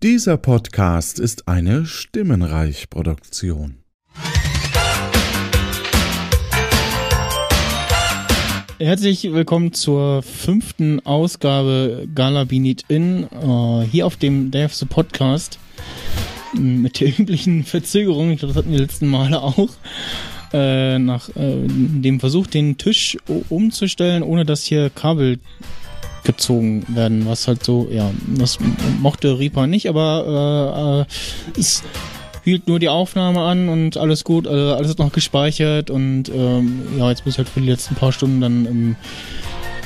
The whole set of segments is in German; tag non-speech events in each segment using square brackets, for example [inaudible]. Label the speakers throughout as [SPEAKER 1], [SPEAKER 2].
[SPEAKER 1] Dieser Podcast ist eine Stimmenreich-Produktion.
[SPEAKER 2] Herzlich willkommen zur fünften Ausgabe Gala Be Need In äh, hier auf dem DFSO Podcast m, mit der [laughs] üblichen Verzögerung. Ich glaube, das hatten wir die letzten Male auch. Äh, nach äh, dem Versuch, den Tisch o- umzustellen, ohne dass hier Kabel gezogen werden, was halt so, ja, das m- mochte Reaper nicht, aber äh, äh, es hielt nur die Aufnahme an und alles gut, also alles ist noch gespeichert und ähm, ja, jetzt muss ich halt für die letzten paar Stunden dann im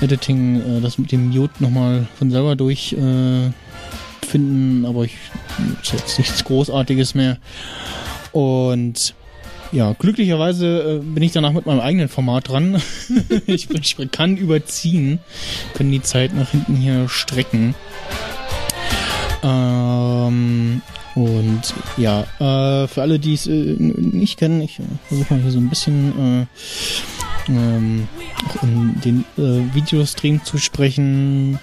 [SPEAKER 2] Editing äh, das mit dem Mute nochmal von selber durch äh, finden, aber ich ist jetzt nichts Großartiges mehr. Und ja, glücklicherweise äh, bin ich danach mit meinem eigenen Format dran. [laughs] ich, bin, ich kann überziehen, können die Zeit nach hinten hier strecken. Ähm, und ja, äh, für alle, die es äh, n- nicht kennen, ich äh, versuche mal hier so ein bisschen äh, ähm, auch in den äh, Videostream zu sprechen.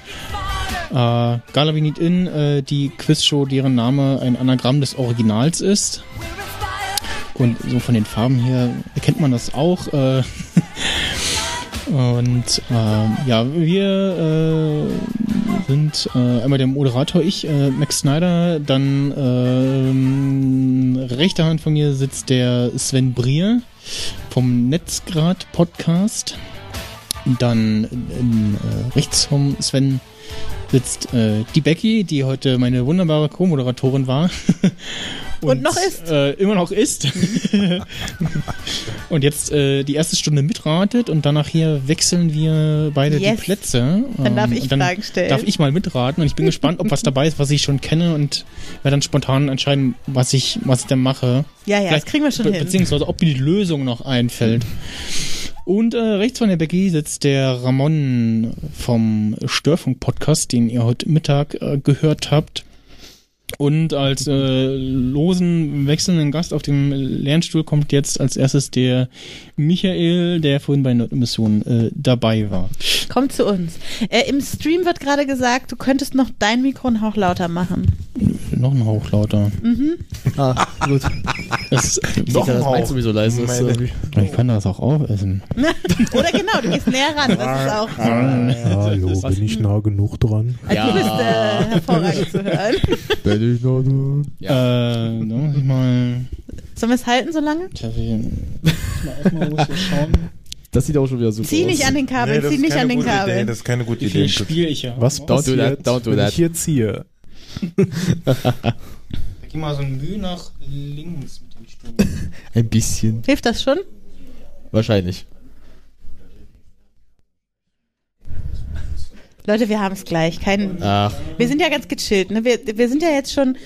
[SPEAKER 2] Äh, Gala We Need In, äh, die Quizshow, deren Name ein Anagramm des Originals ist. Und so von den Farben her erkennt man das auch. Äh, [laughs] und ähm, ja, wir äh, sind äh, einmal der Moderator, ich, äh, Max Snyder, dann ähm, rechter Hand von mir sitzt der Sven Brier vom Netzgrad Podcast. Dann ähm, äh, rechts vom Sven sitzt äh, die Becky, die heute meine wunderbare Co-Moderatorin war.
[SPEAKER 3] [laughs] Und noch ist.
[SPEAKER 2] Äh, immer noch ist. [laughs] und jetzt äh, die erste Stunde mitratet und danach hier wechseln wir beide
[SPEAKER 3] Yes.
[SPEAKER 2] die Plätze.
[SPEAKER 3] Dann darf
[SPEAKER 2] Ähm,
[SPEAKER 3] ich
[SPEAKER 2] und dann
[SPEAKER 3] Fragen stellen.
[SPEAKER 2] Darf ich mal mitraten und ich bin gespannt, ob was dabei ist, was ich schon kenne und werde dann spontan entscheiden, was ich, was ich denn mache.
[SPEAKER 3] Ja, ja, das
[SPEAKER 2] Vielleicht-
[SPEAKER 3] kriegen wir schon
[SPEAKER 2] be-
[SPEAKER 3] hin.
[SPEAKER 2] Beziehungsweise ob mir die Lösung noch einfällt. Und äh, rechts von der Becky sitzt der Ramon vom Störfunk-Podcast, den ihr heute Mittag äh, gehört habt. Und als äh, losen, wechselnden Gast auf dem Lernstuhl kommt jetzt als erstes der Michael, der vorhin bei Nordemission äh, dabei war.
[SPEAKER 3] Komm zu uns. Äh, Im Stream wird gerade gesagt, du könntest noch dein Mikro einen Hauch lauter machen.
[SPEAKER 2] Noch ein Hauch lauter. [laughs]
[SPEAKER 4] Ah, gut.
[SPEAKER 2] Das,
[SPEAKER 4] Doch, das meinst du sowieso leise. Ist, äh,
[SPEAKER 2] ich kann das auch aufessen.
[SPEAKER 3] Oder genau, du gehst näher ran. Das ist auch.
[SPEAKER 5] Hallo, bin ich nah genug dran?
[SPEAKER 3] Also Du bist äh, hervorragend zu hören.
[SPEAKER 5] Bin ich nah dran?
[SPEAKER 2] Äh, da muss ich mal.
[SPEAKER 3] Sollen wir es halten so lange?
[SPEAKER 2] Ich hab hier- mal erstmal muss ich schauen,
[SPEAKER 4] das sieht auch schon wieder super
[SPEAKER 3] Zieh
[SPEAKER 4] aus.
[SPEAKER 3] nicht an den Kabeln,
[SPEAKER 6] das
[SPEAKER 3] zieh
[SPEAKER 6] ist
[SPEAKER 3] nicht
[SPEAKER 6] keine
[SPEAKER 3] an den
[SPEAKER 6] gute Idee,
[SPEAKER 3] Kabeln.
[SPEAKER 6] das ist keine gute
[SPEAKER 2] wie viel
[SPEAKER 6] Idee.
[SPEAKER 2] Spiel ich hier
[SPEAKER 5] Was
[SPEAKER 2] habe.
[SPEAKER 4] Don't do
[SPEAKER 5] passiert,
[SPEAKER 4] that, don't do
[SPEAKER 5] wenn
[SPEAKER 4] that.
[SPEAKER 5] ich hier ziehe?
[SPEAKER 2] Ich geh mal so ein Mühe nach links mit dem Stuhl.
[SPEAKER 4] Ein bisschen.
[SPEAKER 3] Hilft das schon?
[SPEAKER 4] Wahrscheinlich.
[SPEAKER 3] Leute, wir haben es gleich. Kein,
[SPEAKER 4] Ach,
[SPEAKER 3] wir sind ja ganz gechillt. Ne? Wir, wir sind ja jetzt schon.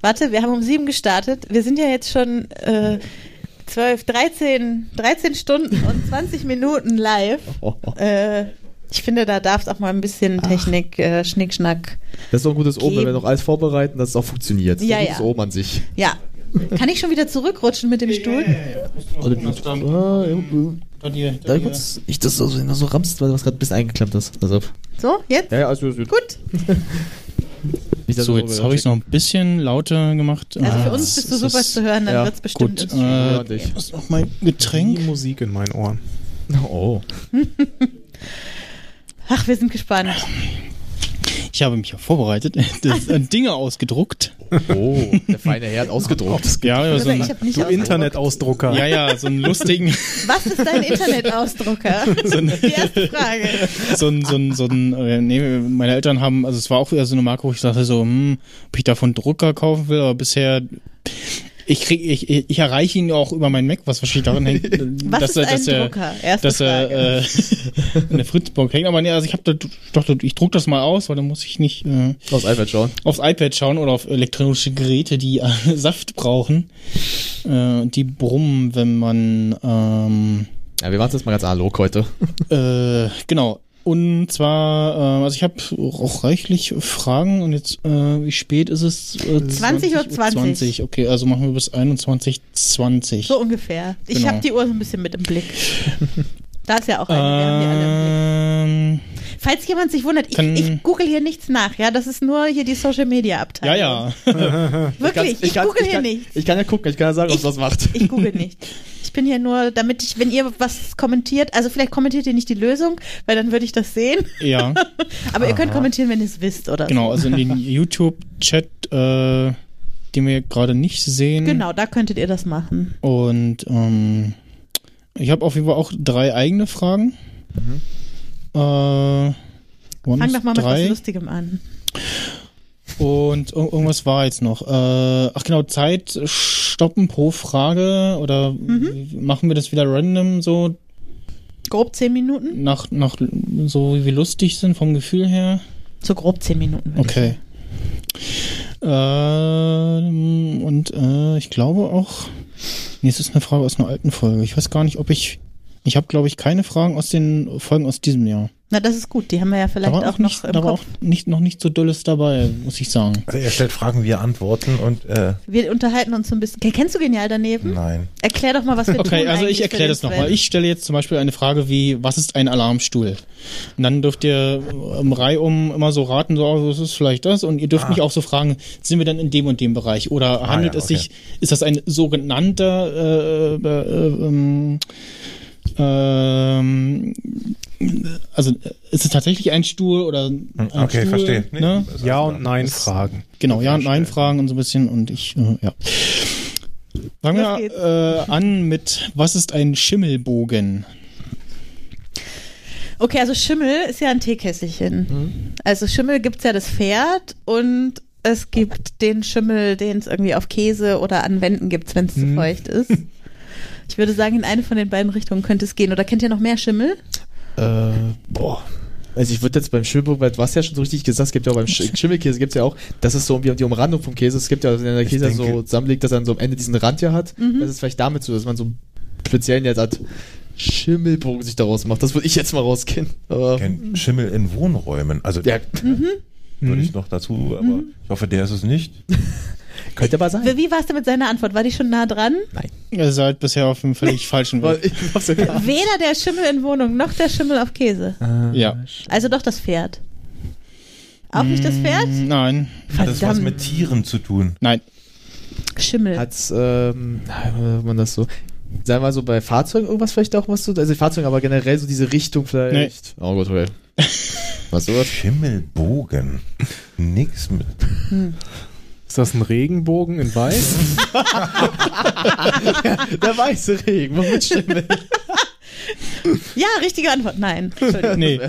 [SPEAKER 3] Warte, wir haben um sieben gestartet. Wir sind ja jetzt schon äh, 12, 13, 13 Stunden und 20 Minuten live.
[SPEAKER 4] oh, oh.
[SPEAKER 3] Äh, ich finde, da darf es auch mal ein bisschen Technik, äh, Schnickschnack.
[SPEAKER 4] das ist doch ein gutes Oben, wenn wir
[SPEAKER 3] Geben.
[SPEAKER 4] noch alles vorbereiten, dass es auch funktioniert. Das ist
[SPEAKER 3] Ja,
[SPEAKER 4] ein
[SPEAKER 3] ja.
[SPEAKER 4] gutes Oben an [laughs] sich.
[SPEAKER 3] Ja. Kann ich schon wieder zurückrutschen mit dem Stuhl?
[SPEAKER 4] Ah, ja, ja. Da kurz, ich das so, wenn du so rammst, weil du was gerade ein bisschen eingeklemmt hast. Also,
[SPEAKER 3] So, jetzt?
[SPEAKER 4] ja, ja, also, gut.
[SPEAKER 3] Gut.
[SPEAKER 4] Nicht, dass
[SPEAKER 2] So,
[SPEAKER 4] wir
[SPEAKER 2] jetzt
[SPEAKER 4] noch
[SPEAKER 2] habe ich es noch ein bisschen lauter gemacht.
[SPEAKER 3] Also für
[SPEAKER 2] Ah,
[SPEAKER 3] uns bist du
[SPEAKER 2] das
[SPEAKER 3] super
[SPEAKER 2] ist
[SPEAKER 3] zu hören, dann
[SPEAKER 4] ja,
[SPEAKER 3] wird's bestimmt.
[SPEAKER 2] Gut,
[SPEAKER 3] ins-
[SPEAKER 4] Ja,
[SPEAKER 2] äh,
[SPEAKER 4] und ich.
[SPEAKER 2] ich muss noch mein
[SPEAKER 5] Die
[SPEAKER 2] Getränk.
[SPEAKER 5] Musik in meinen Ohren.
[SPEAKER 4] Oh.
[SPEAKER 3] Ach, wir sind gespannt.
[SPEAKER 2] Ich habe mich ja vorbereitet, [laughs] das, äh, Dinge ausgedruckt.
[SPEAKER 4] Oh, der feine Herr hat ausgedruckt.
[SPEAKER 2] Ja, ja, so
[SPEAKER 3] Also ich
[SPEAKER 2] ein,
[SPEAKER 3] hab nicht
[SPEAKER 5] Du
[SPEAKER 3] ausgedruckt.
[SPEAKER 5] Internetausdrucker.
[SPEAKER 2] ja, ja, so einen lustigen,
[SPEAKER 3] Was ist
[SPEAKER 2] [laughs]
[SPEAKER 3] dein Internetausdrucker? Die erste Frage.
[SPEAKER 2] so ein, so ein, so ein, äh, nee, meine Eltern haben, also es war auch wieder so eine Marke, wo ich dachte so, hm, ob ich davon Drucker kaufen will, aber bisher, ich krieg, ich, ich ich erreiche ihn auch über meinen Mac, was wahrscheinlich daran
[SPEAKER 3] [laughs]
[SPEAKER 2] hängt, äh,
[SPEAKER 3] Was
[SPEAKER 2] dass,
[SPEAKER 3] ist
[SPEAKER 2] er,
[SPEAKER 3] ein
[SPEAKER 2] dass er,
[SPEAKER 3] Drucker? Erste
[SPEAKER 2] dass er äh, [laughs] in der Fritzburg hängt. Aber nee, also ich hab da, ich dachte, ich druck das mal aus, weil dann muss ich nicht äh,
[SPEAKER 4] [laughs] Aus iPad schauen.
[SPEAKER 2] aufs iPad schauen oder auf elektronische Geräte, die äh, [laughs] Saft brauchen, äh, die brummen, wenn man ähm,
[SPEAKER 4] Ja, wir machen das mal ganz analog heute.
[SPEAKER 2] äh, genau. Und zwar, äh, also ich habe auch reichlich Fragen und jetzt, äh, wie spät ist es? Äh,
[SPEAKER 3] 20 Uhr 20.
[SPEAKER 2] Okay, also machen wir bis 21.20
[SPEAKER 3] So oh, ungefähr. Ich
[SPEAKER 2] Genau.
[SPEAKER 3] habe die Uhr so ein bisschen mit im Blick. Da ist ja auch eine, wir haben die alle im Blick.
[SPEAKER 2] ähm,
[SPEAKER 3] falls jemand sich wundert, ich,
[SPEAKER 2] Kann-
[SPEAKER 3] ich google hier nichts nach, ja, das ist nur hier die Social Media
[SPEAKER 2] Ja,
[SPEAKER 3] Abteilung.
[SPEAKER 2] ja.
[SPEAKER 3] Wirklich, ich,
[SPEAKER 4] kann-
[SPEAKER 3] google
[SPEAKER 4] ich
[SPEAKER 3] hier
[SPEAKER 4] kann,
[SPEAKER 3] nichts.
[SPEAKER 4] Ich kann ja gucken, ich kann ja sagen, ob
[SPEAKER 3] Ich-
[SPEAKER 4] es was macht.
[SPEAKER 3] Ich google nicht. Ich bin hier nur, damit ich, wenn ihr was kommentiert, also vielleicht kommentiert ihr nicht die Lösung, weil dann würde ich das sehen.
[SPEAKER 2] Ja,
[SPEAKER 3] Aber ihr könnt kommentieren, wenn ihr es wisst, oder?
[SPEAKER 2] genau. Also in den YouTube-Chat, äh, den wir gerade nicht sehen.
[SPEAKER 3] So. Genau, da könntet ihr das machen.
[SPEAKER 2] Und ähm, ich habe auf jeden Fall auch drei eigene Fragen. Äh,
[SPEAKER 3] Mhm. Fang doch mal mit was
[SPEAKER 2] drei.
[SPEAKER 3] Lustigem an.
[SPEAKER 2] Und ir- irgendwas war jetzt noch. Äh, ach genau, Zeit stoppen pro Frage oder
[SPEAKER 3] Mhm.
[SPEAKER 2] w- machen wir das wieder random so
[SPEAKER 3] Grob zehn Minuten?
[SPEAKER 2] nach, nach so wie wir lustig sind vom Gefühl her?
[SPEAKER 3] So grob zehn Minuten. würde ich
[SPEAKER 2] Okay. Ähm, Äh, und äh, ich glaube auch, nee, es ist eine Frage aus einer alten Folge. Ich weiß gar nicht, ob ich, ich habe glaube ich keine Fragen aus den Folgen aus diesem Jahr.
[SPEAKER 3] Na, das ist gut. Die haben wir ja
[SPEAKER 2] Da
[SPEAKER 3] vielleicht
[SPEAKER 2] war
[SPEAKER 3] auch,
[SPEAKER 2] auch, nicht,
[SPEAKER 3] noch im
[SPEAKER 2] da war
[SPEAKER 3] Kopf.
[SPEAKER 2] auch nicht, noch nicht so Dulles dabei, muss ich sagen.
[SPEAKER 6] Also er stellt Fragen, wir antworten und äh,
[SPEAKER 3] Wir unterhalten uns so ein bisschen. Ken- Kennst du Genial daneben?
[SPEAKER 6] nein.
[SPEAKER 3] Erklär doch mal, was wir tun.
[SPEAKER 2] Okay, also
[SPEAKER 3] eigentlich
[SPEAKER 2] ich
[SPEAKER 3] für
[SPEAKER 2] erkläre
[SPEAKER 3] den
[SPEAKER 2] das nochmal.
[SPEAKER 3] Sven.
[SPEAKER 2] Ich stelle jetzt zum Beispiel eine Frage wie, was ist ein Alarmstuhl? Und dann dürft ihr im Reihum immer so raten, so, oh, das ist vielleicht das. Und ihr dürft mich auch so fragen, sind wir dann in dem und dem Bereich? Oder handelt
[SPEAKER 6] Ah. ja,
[SPEAKER 2] es
[SPEAKER 6] okay.
[SPEAKER 2] sich, ist das ein sogenannter, äh, äh, ähm, ähm, also ist es tatsächlich ein Stuhl oder ein
[SPEAKER 6] Hm, Okay,
[SPEAKER 2] Stuhl,
[SPEAKER 6] verstehe. Nee,
[SPEAKER 2] Ne?
[SPEAKER 6] das ist
[SPEAKER 5] Ja
[SPEAKER 6] also-
[SPEAKER 5] und Nein Fragen.
[SPEAKER 2] Genau, ja und nein Fragen und so ein bisschen und ich, äh, ja. Fangen
[SPEAKER 3] Los
[SPEAKER 2] wir äh, an mit, was ist ein Schimmelbogen?
[SPEAKER 3] Okay, also Schimmel ist ja ein Teekesselchen.
[SPEAKER 2] Mhm.
[SPEAKER 3] Also Schimmel gibt's ja das Pferd und es gibt den Schimmel, den es irgendwie auf Käse oder an Wänden gibt, wenn es
[SPEAKER 2] Mhm.
[SPEAKER 3] zu feucht ist. Ich würde sagen, in eine von den beiden Richtungen könnte es gehen. Oder kennt ihr noch mehr Schimmel?
[SPEAKER 4] Äh, boah. Also ich würde jetzt beim Schimmelbogen, weil du hast ja schon so richtig gesagt, es gibt ja auch beim Sch Schimmelkäse, gibt es ja auch, das ist so irgendwie die Umrandung vom Käse, es gibt ja, wenn der
[SPEAKER 6] Ich
[SPEAKER 4] Käse
[SPEAKER 6] denke-
[SPEAKER 4] so zusammenlegt, dass er dann so am Ende diesen Rand ja hat, das ist vielleicht damit so, dass man so einen speziellen jetzt hat, Schimmelbogen sich daraus macht, das würde ich jetzt mal rausgehen. Aber,
[SPEAKER 6] Kein Schimmel in Wohnräumen. Also
[SPEAKER 4] ja,
[SPEAKER 6] würde ich noch dazu, aber ich hoffe, der ist es nicht.
[SPEAKER 4] könnte aber sein.
[SPEAKER 3] Wie wie war's denn mit seiner Antwort? War die schon nah dran?
[SPEAKER 2] Ihr seid bisher auf dem
[SPEAKER 3] [laughs]
[SPEAKER 2] völlig falschen
[SPEAKER 4] Weil
[SPEAKER 2] Weg.
[SPEAKER 4] Ich hab's ja gar
[SPEAKER 3] Weder der Schimmel in Wohnung noch der Schimmel auf Käse.
[SPEAKER 6] Ah.
[SPEAKER 2] Äh, Ja.
[SPEAKER 3] Also doch das Pferd. Auch nicht
[SPEAKER 2] Mm.
[SPEAKER 4] Hm,
[SPEAKER 3] das Pferd?
[SPEAKER 2] Nein,
[SPEAKER 6] Hat das was
[SPEAKER 3] Verdammt.
[SPEAKER 6] mit Tieren zu tun?
[SPEAKER 3] [laughs]
[SPEAKER 2] nein.
[SPEAKER 3] Schimmel.
[SPEAKER 4] Hat's, ähm, wenn man das so. Sagen wir mal so bei Fahrzeugen irgendwas vielleicht auch was so. Also Fahrzeugen, aber generell so diese Richtung vielleicht. Oh Gott, okay. Was sowas?
[SPEAKER 6] Schimmelbogen. Nix mit.
[SPEAKER 5] Ist das ein Regenbogen
[SPEAKER 2] [laughs]
[SPEAKER 5] in Weiß?
[SPEAKER 4] [laughs] Der weiße Regen, womit Schimmel.
[SPEAKER 3] Ja, richtige Antwort. Nein.
[SPEAKER 2] [laughs]
[SPEAKER 3] Entschuldigung.
[SPEAKER 2] Nee.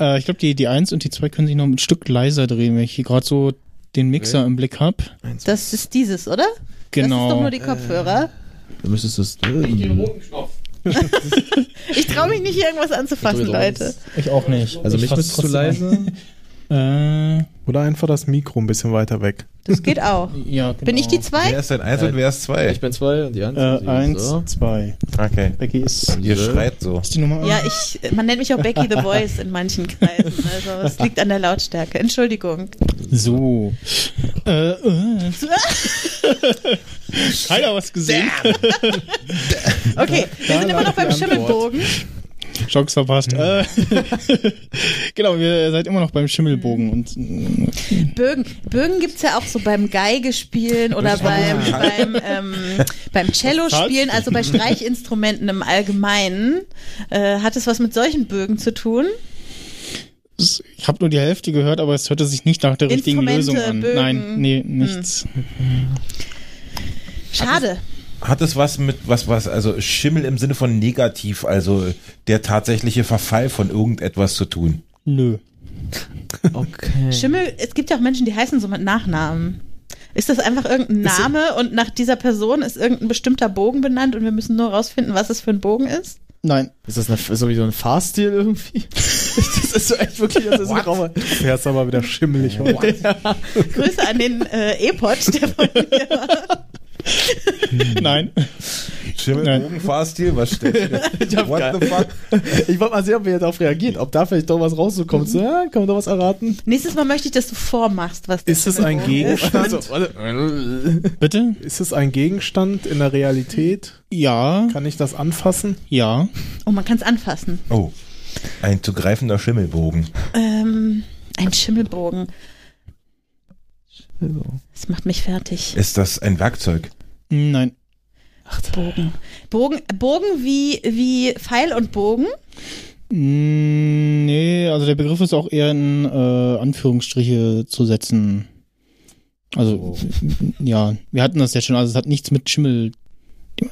[SPEAKER 2] Äh, ich glaube, die, die 1 und die 2 können sich noch ein Stück leiser drehen, wenn ich hier gerade so den Mixer im Blick habe.
[SPEAKER 3] Das ist dieses, oder? Das ist doch
[SPEAKER 2] Genau.
[SPEAKER 3] nur die Kopfhörer.
[SPEAKER 4] Da müsstest du es.
[SPEAKER 3] Ich traue mich nicht, hier irgendwas anzufassen,
[SPEAKER 4] Ich drück jetzt
[SPEAKER 3] Leute.
[SPEAKER 2] ich auch nicht.
[SPEAKER 4] Also
[SPEAKER 2] Ich
[SPEAKER 4] mich
[SPEAKER 2] fass
[SPEAKER 4] müsstest du
[SPEAKER 2] trotzdem
[SPEAKER 4] leise.
[SPEAKER 2] an.
[SPEAKER 5] Oder einfach das Mikro ein bisschen weiter weg?
[SPEAKER 3] Das geht auch.
[SPEAKER 2] Äh, ja, genau.
[SPEAKER 3] Bin ich die
[SPEAKER 6] Wer
[SPEAKER 3] zwei?
[SPEAKER 6] ist denn eins und wer ist zwei?
[SPEAKER 4] [laughs] Ich bin zwei und die anderen.
[SPEAKER 2] Äh,
[SPEAKER 4] sind
[SPEAKER 2] eins,
[SPEAKER 4] so.
[SPEAKER 2] zwei.
[SPEAKER 6] Okay.
[SPEAKER 2] Becky ist,
[SPEAKER 6] Ihr schreit so.
[SPEAKER 2] ist die Nummer
[SPEAKER 3] Ja, ich, man nennt mich auch Becky the Voice in manchen Kreisen. Also es liegt an der Lautstärke. Entschuldigung.
[SPEAKER 2] So. Äh, äh. [laughs] Keiner was gesehen.
[SPEAKER 3] Okay, wir sind immer noch beim Schimmelbogen.
[SPEAKER 2] Schocks verpasst. Äh, [laughs] genau, ihr seid immer noch beim Schimmelbogen und äh,
[SPEAKER 3] Bögen. Bögen gibt's ja auch so beim Geigespielen oder beim, beim, ähm, beim Cellospielen, also bei Streichinstrumenten im Allgemeinen. Äh, hat es was mit solchen Bögen zu tun?
[SPEAKER 2] es- ich habe nur die Hälfte gehört, aber es hörte sich nicht nach der richtigen
[SPEAKER 3] Instrumente,
[SPEAKER 2] Lösung an.
[SPEAKER 3] Bögen.
[SPEAKER 2] Nein, nee, nichts.
[SPEAKER 3] Schade.
[SPEAKER 6] Hat es was mit was was also Schimmel im Sinne von negativ, also der tatsächliche Verfall von irgendetwas zu tun?
[SPEAKER 2] Nö.
[SPEAKER 4] Okay.
[SPEAKER 3] Schimmel, es gibt ja auch Menschen, die heißen so mit Nachnamen. Ist das einfach irgendein Name und nach dieser Person ist irgendein bestimmter Bogen benannt und wir müssen nur rausfinden, was es für ein Bogen ist?
[SPEAKER 2] Nein.
[SPEAKER 4] [laughs] Ist das, eine, ist das irgendwie so ein Fahrstil irgendwie? [laughs] das ist so echt wirklich. Das ist ein Raum.
[SPEAKER 5] Du fährst aber wieder schimmelig heute.
[SPEAKER 3] Grüße an den äh, E-Pod, der von mir war.
[SPEAKER 2] Nein.
[SPEAKER 6] Schimmelbogen, Fahrstil, was stellst du? What the fuck?
[SPEAKER 4] [laughs] Ich wollte mal sehen, ob wir darauf reagieren. Ob da vielleicht doch was rauszukommt.
[SPEAKER 5] Mhm.
[SPEAKER 4] So, ja, kann man da was erraten?
[SPEAKER 3] Nächstes Mal möchte ich, dass du vormachst, was
[SPEAKER 5] Ist es ein
[SPEAKER 4] [laughs]
[SPEAKER 5] Gegenstand?
[SPEAKER 4] Also, warte.
[SPEAKER 2] Bitte?
[SPEAKER 5] Ist es ein Gegenstand in der Realität?
[SPEAKER 2] Ja,
[SPEAKER 5] Kann ich das anfassen?
[SPEAKER 2] ja.
[SPEAKER 3] Oh, man kann es anfassen.
[SPEAKER 6] Oh, Ein zu greifender Schimmelbogen.
[SPEAKER 3] Ähm, ein Schimmelbogen.
[SPEAKER 4] Also.
[SPEAKER 3] Das macht mich fertig.
[SPEAKER 6] Ist das ein Werkzeug?
[SPEAKER 2] Hm, Nein.
[SPEAKER 3] Bogen. Bogen, Bogen wie, wie Pfeil und Bogen.
[SPEAKER 2] Mm, Nee, also der Begriff ist auch eher in äh, Anführungsstriche zu setzen.
[SPEAKER 5] Oh.
[SPEAKER 2] Also, ja, wir hatten das ja schon, also es hat nichts mit Schimmel,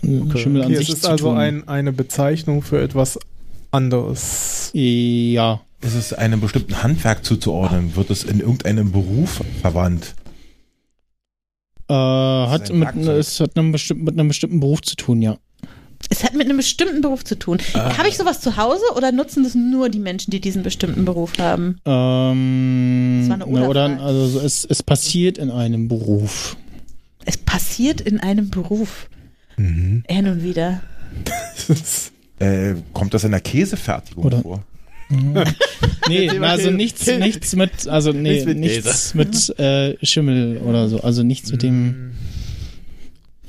[SPEAKER 2] Schimmel an
[SPEAKER 5] okay,
[SPEAKER 2] sich
[SPEAKER 5] es ist
[SPEAKER 2] zu
[SPEAKER 5] also
[SPEAKER 2] tun.
[SPEAKER 5] ein, eine Bezeichnung für etwas anderes.
[SPEAKER 2] ja,
[SPEAKER 6] Ist es einem bestimmten Handwerk zuzuordnen? Wird es in irgendeinem Beruf verwandt?
[SPEAKER 2] äh, hat,
[SPEAKER 6] ist ein
[SPEAKER 2] mit, ne,
[SPEAKER 6] Werkzeug.
[SPEAKER 2] es hat einem bestimmten, mit einem bestimmten Beruf zu tun, ja.
[SPEAKER 3] Es hat mit einem bestimmten Beruf zu tun. Habe ich sowas zu Hause oder nutzen das nur die Menschen, die diesen bestimmten Beruf haben?
[SPEAKER 2] Ähm,
[SPEAKER 3] Das war eine
[SPEAKER 2] na, oder,
[SPEAKER 3] Oder-Frage.
[SPEAKER 2] also so, es, es passiert in einem Beruf.
[SPEAKER 3] Es passiert in einem Beruf.
[SPEAKER 5] Mhm.
[SPEAKER 3] Er nun wieder.
[SPEAKER 6] Äh, kommt das in der Käsefertigung
[SPEAKER 2] Oder-
[SPEAKER 6] vor?
[SPEAKER 2] Nee,
[SPEAKER 4] Thema
[SPEAKER 2] also
[SPEAKER 4] Käse.
[SPEAKER 2] nichts, nichts mit, also nee,
[SPEAKER 4] Nichts mit
[SPEAKER 2] nichts mit äh, Schimmel oder so, also nichts mit dem
[SPEAKER 4] Mm.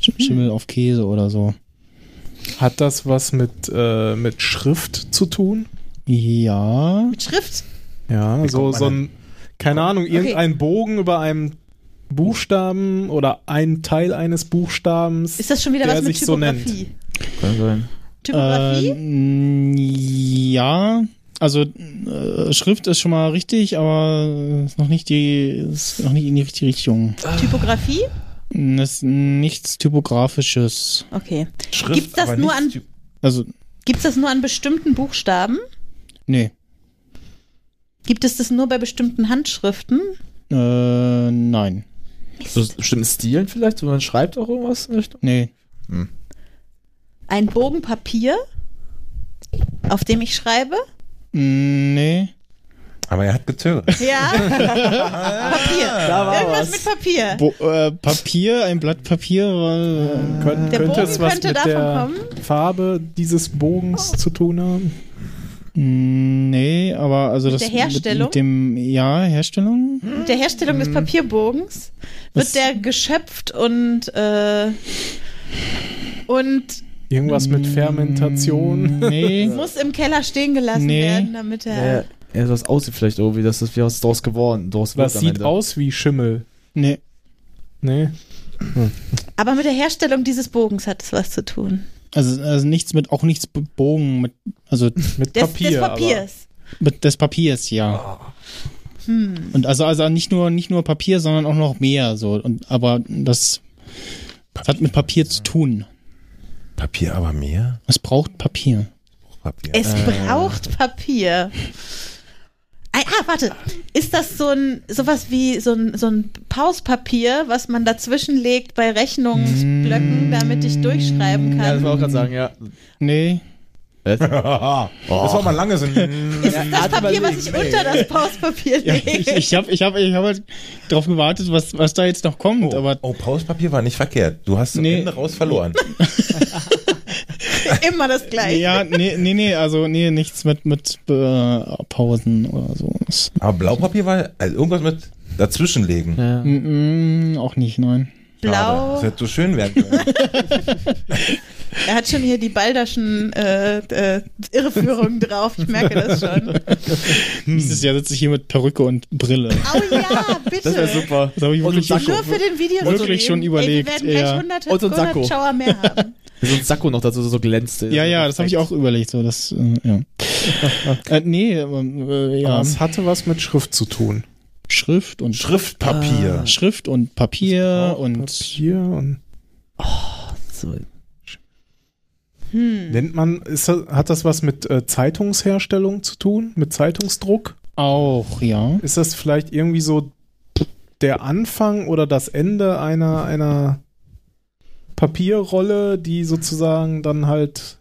[SPEAKER 2] Sch- Schimmel auf Käse oder so.
[SPEAKER 5] Hat das was mit, äh, mit Schrift zu tun?
[SPEAKER 2] Ja,
[SPEAKER 3] Mit Schrift?
[SPEAKER 5] Ja,
[SPEAKER 6] Wie
[SPEAKER 5] so,
[SPEAKER 6] kommt man
[SPEAKER 5] so ein, keine Ahnung, irgendein Bogen über einem Buchstaben oder ein Teil eines Buchstabens.
[SPEAKER 3] Ist das schon wieder
[SPEAKER 5] Der
[SPEAKER 3] was mit
[SPEAKER 5] sich so nennt.
[SPEAKER 3] Typografie?
[SPEAKER 4] Kann sein.
[SPEAKER 3] Typografie?
[SPEAKER 2] Ähm, ja, also äh, Schrift ist schon mal richtig, aber ist noch nicht die, ist noch nicht in die richtige Richtung.
[SPEAKER 5] Ähm.
[SPEAKER 3] Typografie?
[SPEAKER 2] Das ist nichts typografisches.
[SPEAKER 3] Okay.
[SPEAKER 6] Schrift,
[SPEAKER 3] Gibt's das
[SPEAKER 6] aber
[SPEAKER 3] nur
[SPEAKER 6] nicht Typ-
[SPEAKER 2] Also
[SPEAKER 3] Gibt es das nur an bestimmten Buchstaben?
[SPEAKER 2] nee,
[SPEAKER 3] Gibt es das nur bei bestimmten Handschriften?
[SPEAKER 2] äh, nein,
[SPEAKER 4] So bestimmten Stilen vielleicht, wo man schreibt auch irgendwas in Richtung?
[SPEAKER 2] nee,
[SPEAKER 3] Ein Bogen Papier, auf dem ich schreibe?
[SPEAKER 2] mm, nee.
[SPEAKER 6] Aber er hat gezögert.
[SPEAKER 5] [laughs]
[SPEAKER 3] Ja.
[SPEAKER 5] Ah,
[SPEAKER 3] Papier.
[SPEAKER 4] Da
[SPEAKER 3] Irgendwas mit Papier.
[SPEAKER 2] Bo äh, Papier, ein Blatt Papier. Äh,
[SPEAKER 5] Könnt,
[SPEAKER 3] Der
[SPEAKER 5] könnte
[SPEAKER 3] Bogen
[SPEAKER 5] es was
[SPEAKER 3] könnte
[SPEAKER 5] mit
[SPEAKER 3] davon
[SPEAKER 5] der Farbe dieses Bogens zu tun haben?
[SPEAKER 2] nee, aber also
[SPEAKER 3] Mit
[SPEAKER 2] das
[SPEAKER 3] der Herstellung?
[SPEAKER 2] Mit, mit dem ja Herstellung.
[SPEAKER 3] Mit der Herstellung
[SPEAKER 5] Mhm.
[SPEAKER 3] des Papierbogens
[SPEAKER 2] Das-
[SPEAKER 3] wird der geschöpft und äh, und
[SPEAKER 5] Irgendwas mit Hm.
[SPEAKER 2] Mm.
[SPEAKER 5] [laughs] Fermentation?
[SPEAKER 2] Hm,
[SPEAKER 3] [laughs]
[SPEAKER 2] Nee.
[SPEAKER 3] muss im Keller stehen gelassen
[SPEAKER 2] Nee.
[SPEAKER 3] werden, damit er.
[SPEAKER 4] Ja, ja, sowas aussieht vielleicht irgendwie, dass das wie was draus geworden draus
[SPEAKER 5] Was
[SPEAKER 4] wird am
[SPEAKER 5] sieht
[SPEAKER 4] Ende.
[SPEAKER 5] aus wie Schimmel? ne?
[SPEAKER 2] nee.
[SPEAKER 5] Nee.
[SPEAKER 3] Aber mit der Herstellung dieses Bogens hat es was zu tun.
[SPEAKER 2] Also, also nichts mit, auch nichts mit Bogen, mit, also
[SPEAKER 5] Mit
[SPEAKER 3] Des,
[SPEAKER 5] Papier.
[SPEAKER 3] des
[SPEAKER 5] Aber.
[SPEAKER 3] Papiers.
[SPEAKER 2] mit des Papiers, ja.
[SPEAKER 3] Hm.
[SPEAKER 2] Und also, also nicht nur, nicht nur Papier, sondern auch noch mehr, so. Und, aber das, das hat mit Papier zu tun.
[SPEAKER 6] Papier aber mehr?
[SPEAKER 2] Es braucht Papier.
[SPEAKER 6] Papier.
[SPEAKER 3] Es braucht Papier. Ah, ah, warte. Ist das so ein sowas wie so ein, so ein Pauspapier, was man dazwischen legt bei Rechnungsblöcken, damit ich durchschreiben
[SPEAKER 4] Ja, das
[SPEAKER 3] kann?
[SPEAKER 4] wollte ich auch gerade sagen, ja.
[SPEAKER 3] [laughs]
[SPEAKER 2] Nee.
[SPEAKER 6] Das war mal lange so [laughs] ein
[SPEAKER 3] ist das das Papier, was ich unter das Pauspapier
[SPEAKER 2] Ja,
[SPEAKER 3] lege?
[SPEAKER 2] ich ich habe ich hab, ich hab halt drauf gewartet, was, was da jetzt noch kommt, aber
[SPEAKER 6] Oh, Pauspapier war nicht verkehrt. Du hast am
[SPEAKER 2] Nee.
[SPEAKER 6] Ende raus verloren.
[SPEAKER 3] Immer das Gleiche.
[SPEAKER 2] ja, nee, nee, nee, also nee, nichts mit, mit äh, Pausen oder so. Das,
[SPEAKER 6] Aber Blaupapier war also irgendwas mit dazwischenlegen.
[SPEAKER 4] Ja.
[SPEAKER 2] mm, mm, auch nicht, nein.
[SPEAKER 6] Schade.
[SPEAKER 3] Blau.
[SPEAKER 6] Das hätte so schön werden können.
[SPEAKER 3] [laughs] Er hat schon hier die balderschen äh, äh, Irreführungen drauf. Ich merke das schon.
[SPEAKER 2] Nächstes Jahr sitze ich hier mit Perücke und Brille.
[SPEAKER 3] [laughs] Oh ja, bitte.
[SPEAKER 4] Das
[SPEAKER 3] [laughs]
[SPEAKER 4] wäre super.
[SPEAKER 2] Das habe ich
[SPEAKER 4] Und
[SPEAKER 2] wirklich
[SPEAKER 4] ein Sakko.
[SPEAKER 3] Nur für den Video
[SPEAKER 2] Wirklich schon überlegt,
[SPEAKER 3] Ey, wir werden
[SPEAKER 2] ja.
[SPEAKER 3] gleich 100,
[SPEAKER 4] Und so ein
[SPEAKER 3] 100
[SPEAKER 4] Sakko.
[SPEAKER 3] Schauer mehr haben. [laughs]
[SPEAKER 4] So ein Sakko noch dazu, der so glänzt.
[SPEAKER 2] Ja, ja, das habe ich auch überlegt. So, das, äh, ja. äh, nee, äh,
[SPEAKER 5] Aber
[SPEAKER 2] ja.
[SPEAKER 5] es hatte was mit Schrift zu tun.
[SPEAKER 2] Schrift und
[SPEAKER 6] Schriftpapier.
[SPEAKER 3] Ah.
[SPEAKER 2] Schrift und Papier und
[SPEAKER 5] Papier und
[SPEAKER 4] So.
[SPEAKER 3] Hm.
[SPEAKER 5] nennt man, ist, das- hat das was mit äh, Zeitungsherstellung zu tun? Mit Zeitungsdruck?
[SPEAKER 2] auch, ja.
[SPEAKER 5] Ist das vielleicht irgendwie so der Anfang oder das Ende einer, einer Papierrolle, die sozusagen dann halt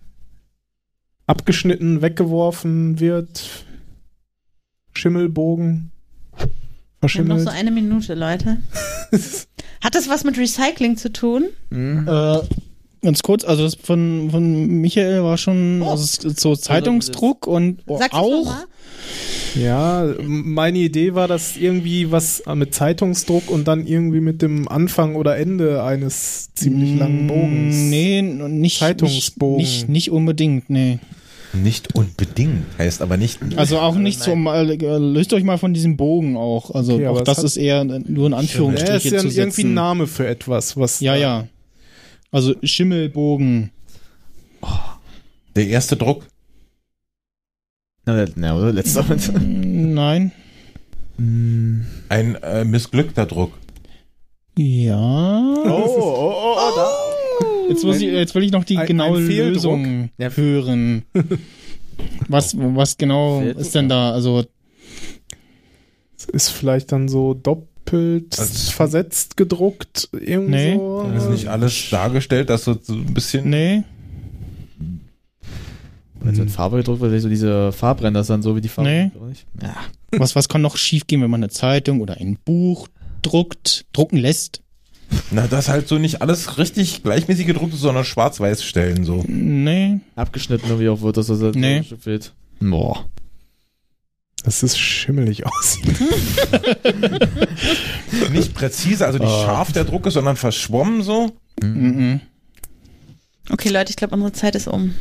[SPEAKER 5] abgeschnitten, weggeworfen wird? Schimmelbogen?
[SPEAKER 3] Wir haben noch so
[SPEAKER 5] Verschimmelt?
[SPEAKER 3] eine Minute, Leute. [laughs] Hat das was mit Recycling zu tun?
[SPEAKER 4] Mhm.
[SPEAKER 2] Äh, ganz kurz, also das von, von Michael war schon also es ist so Zeitungsdruck und
[SPEAKER 3] Sag das
[SPEAKER 2] auch.
[SPEAKER 3] nochmal.
[SPEAKER 5] Ja, m- meine Idee war, dass irgendwie was mit Zeitungsdruck und dann irgendwie mit dem Anfang oder Ende eines ziemlich langen Bogens.
[SPEAKER 2] Mm, Hm, Nee, n- nicht,
[SPEAKER 5] Zeitungsbogen.
[SPEAKER 2] nicht, nicht, nicht unbedingt, nee.
[SPEAKER 6] Nicht unbedingt, heißt aber nicht.
[SPEAKER 2] Also auch nicht so, mal, äh, löst euch mal von diesem Bogen auch. Also
[SPEAKER 5] Okay, aber
[SPEAKER 2] auch
[SPEAKER 5] es
[SPEAKER 2] das
[SPEAKER 5] hat-
[SPEAKER 2] ist eher nur in
[SPEAKER 5] Ja, ist
[SPEAKER 2] Anführungsstriche
[SPEAKER 5] ja
[SPEAKER 2] um zu
[SPEAKER 5] irgendwie ein
[SPEAKER 2] setzen.
[SPEAKER 5] Name für etwas, was.
[SPEAKER 2] Ja, ja. Also Schimmelbogen.
[SPEAKER 6] Der erste Druck.
[SPEAKER 4] Na, na oder? Letzter.
[SPEAKER 2] [laughs] Hm, Nein.
[SPEAKER 6] Ein äh, missglückter Druck.
[SPEAKER 2] Ja.
[SPEAKER 4] oh, oh, da.
[SPEAKER 2] Jetzt, muss ich, äh, jetzt will ich noch die
[SPEAKER 5] Ein- ein
[SPEAKER 2] genaue
[SPEAKER 5] Fehldruck.
[SPEAKER 2] Lösung
[SPEAKER 4] Ja.
[SPEAKER 5] [laughs]
[SPEAKER 2] hören. Was, was genau
[SPEAKER 4] Fehldruck,
[SPEAKER 2] ist denn da? Also,
[SPEAKER 5] Es Ist vielleicht dann so doppelt
[SPEAKER 6] Also-
[SPEAKER 5] versetzt gedruckt. Irgendwie
[SPEAKER 2] Nee.
[SPEAKER 5] so.
[SPEAKER 6] Ist nicht alles dargestellt, dass so so ein bisschen.
[SPEAKER 2] nee.
[SPEAKER 4] Wenn so in Farbe gedruckt wird, so diese Farbränder dann so wie die Farbe.
[SPEAKER 2] Nee.
[SPEAKER 4] oder nicht? Ja.
[SPEAKER 2] Was, was kann noch schiefgehen, wenn man eine Zeitung oder ein Buch druckt, drucken lässt?
[SPEAKER 6] Na, das halt so nicht alles richtig gleichmäßig gedruckt ist, sondern schwarz-weiß
[SPEAKER 2] [laughs]
[SPEAKER 6] stellen so.
[SPEAKER 2] Nee.
[SPEAKER 4] Abgeschnitten irgendwie auch wird, dass das halt
[SPEAKER 2] Nee.
[SPEAKER 4] so fehlt. Boah.
[SPEAKER 5] Dass es schimmelig [laughs] aussieht.
[SPEAKER 6] Nicht präzise, also nicht
[SPEAKER 4] Ah.
[SPEAKER 6] scharf der Druck ist, sondern verschwommen so.
[SPEAKER 5] Hm.
[SPEAKER 2] Mhm.
[SPEAKER 3] Okay, Leute, ich glaube, unsere Zeit ist um.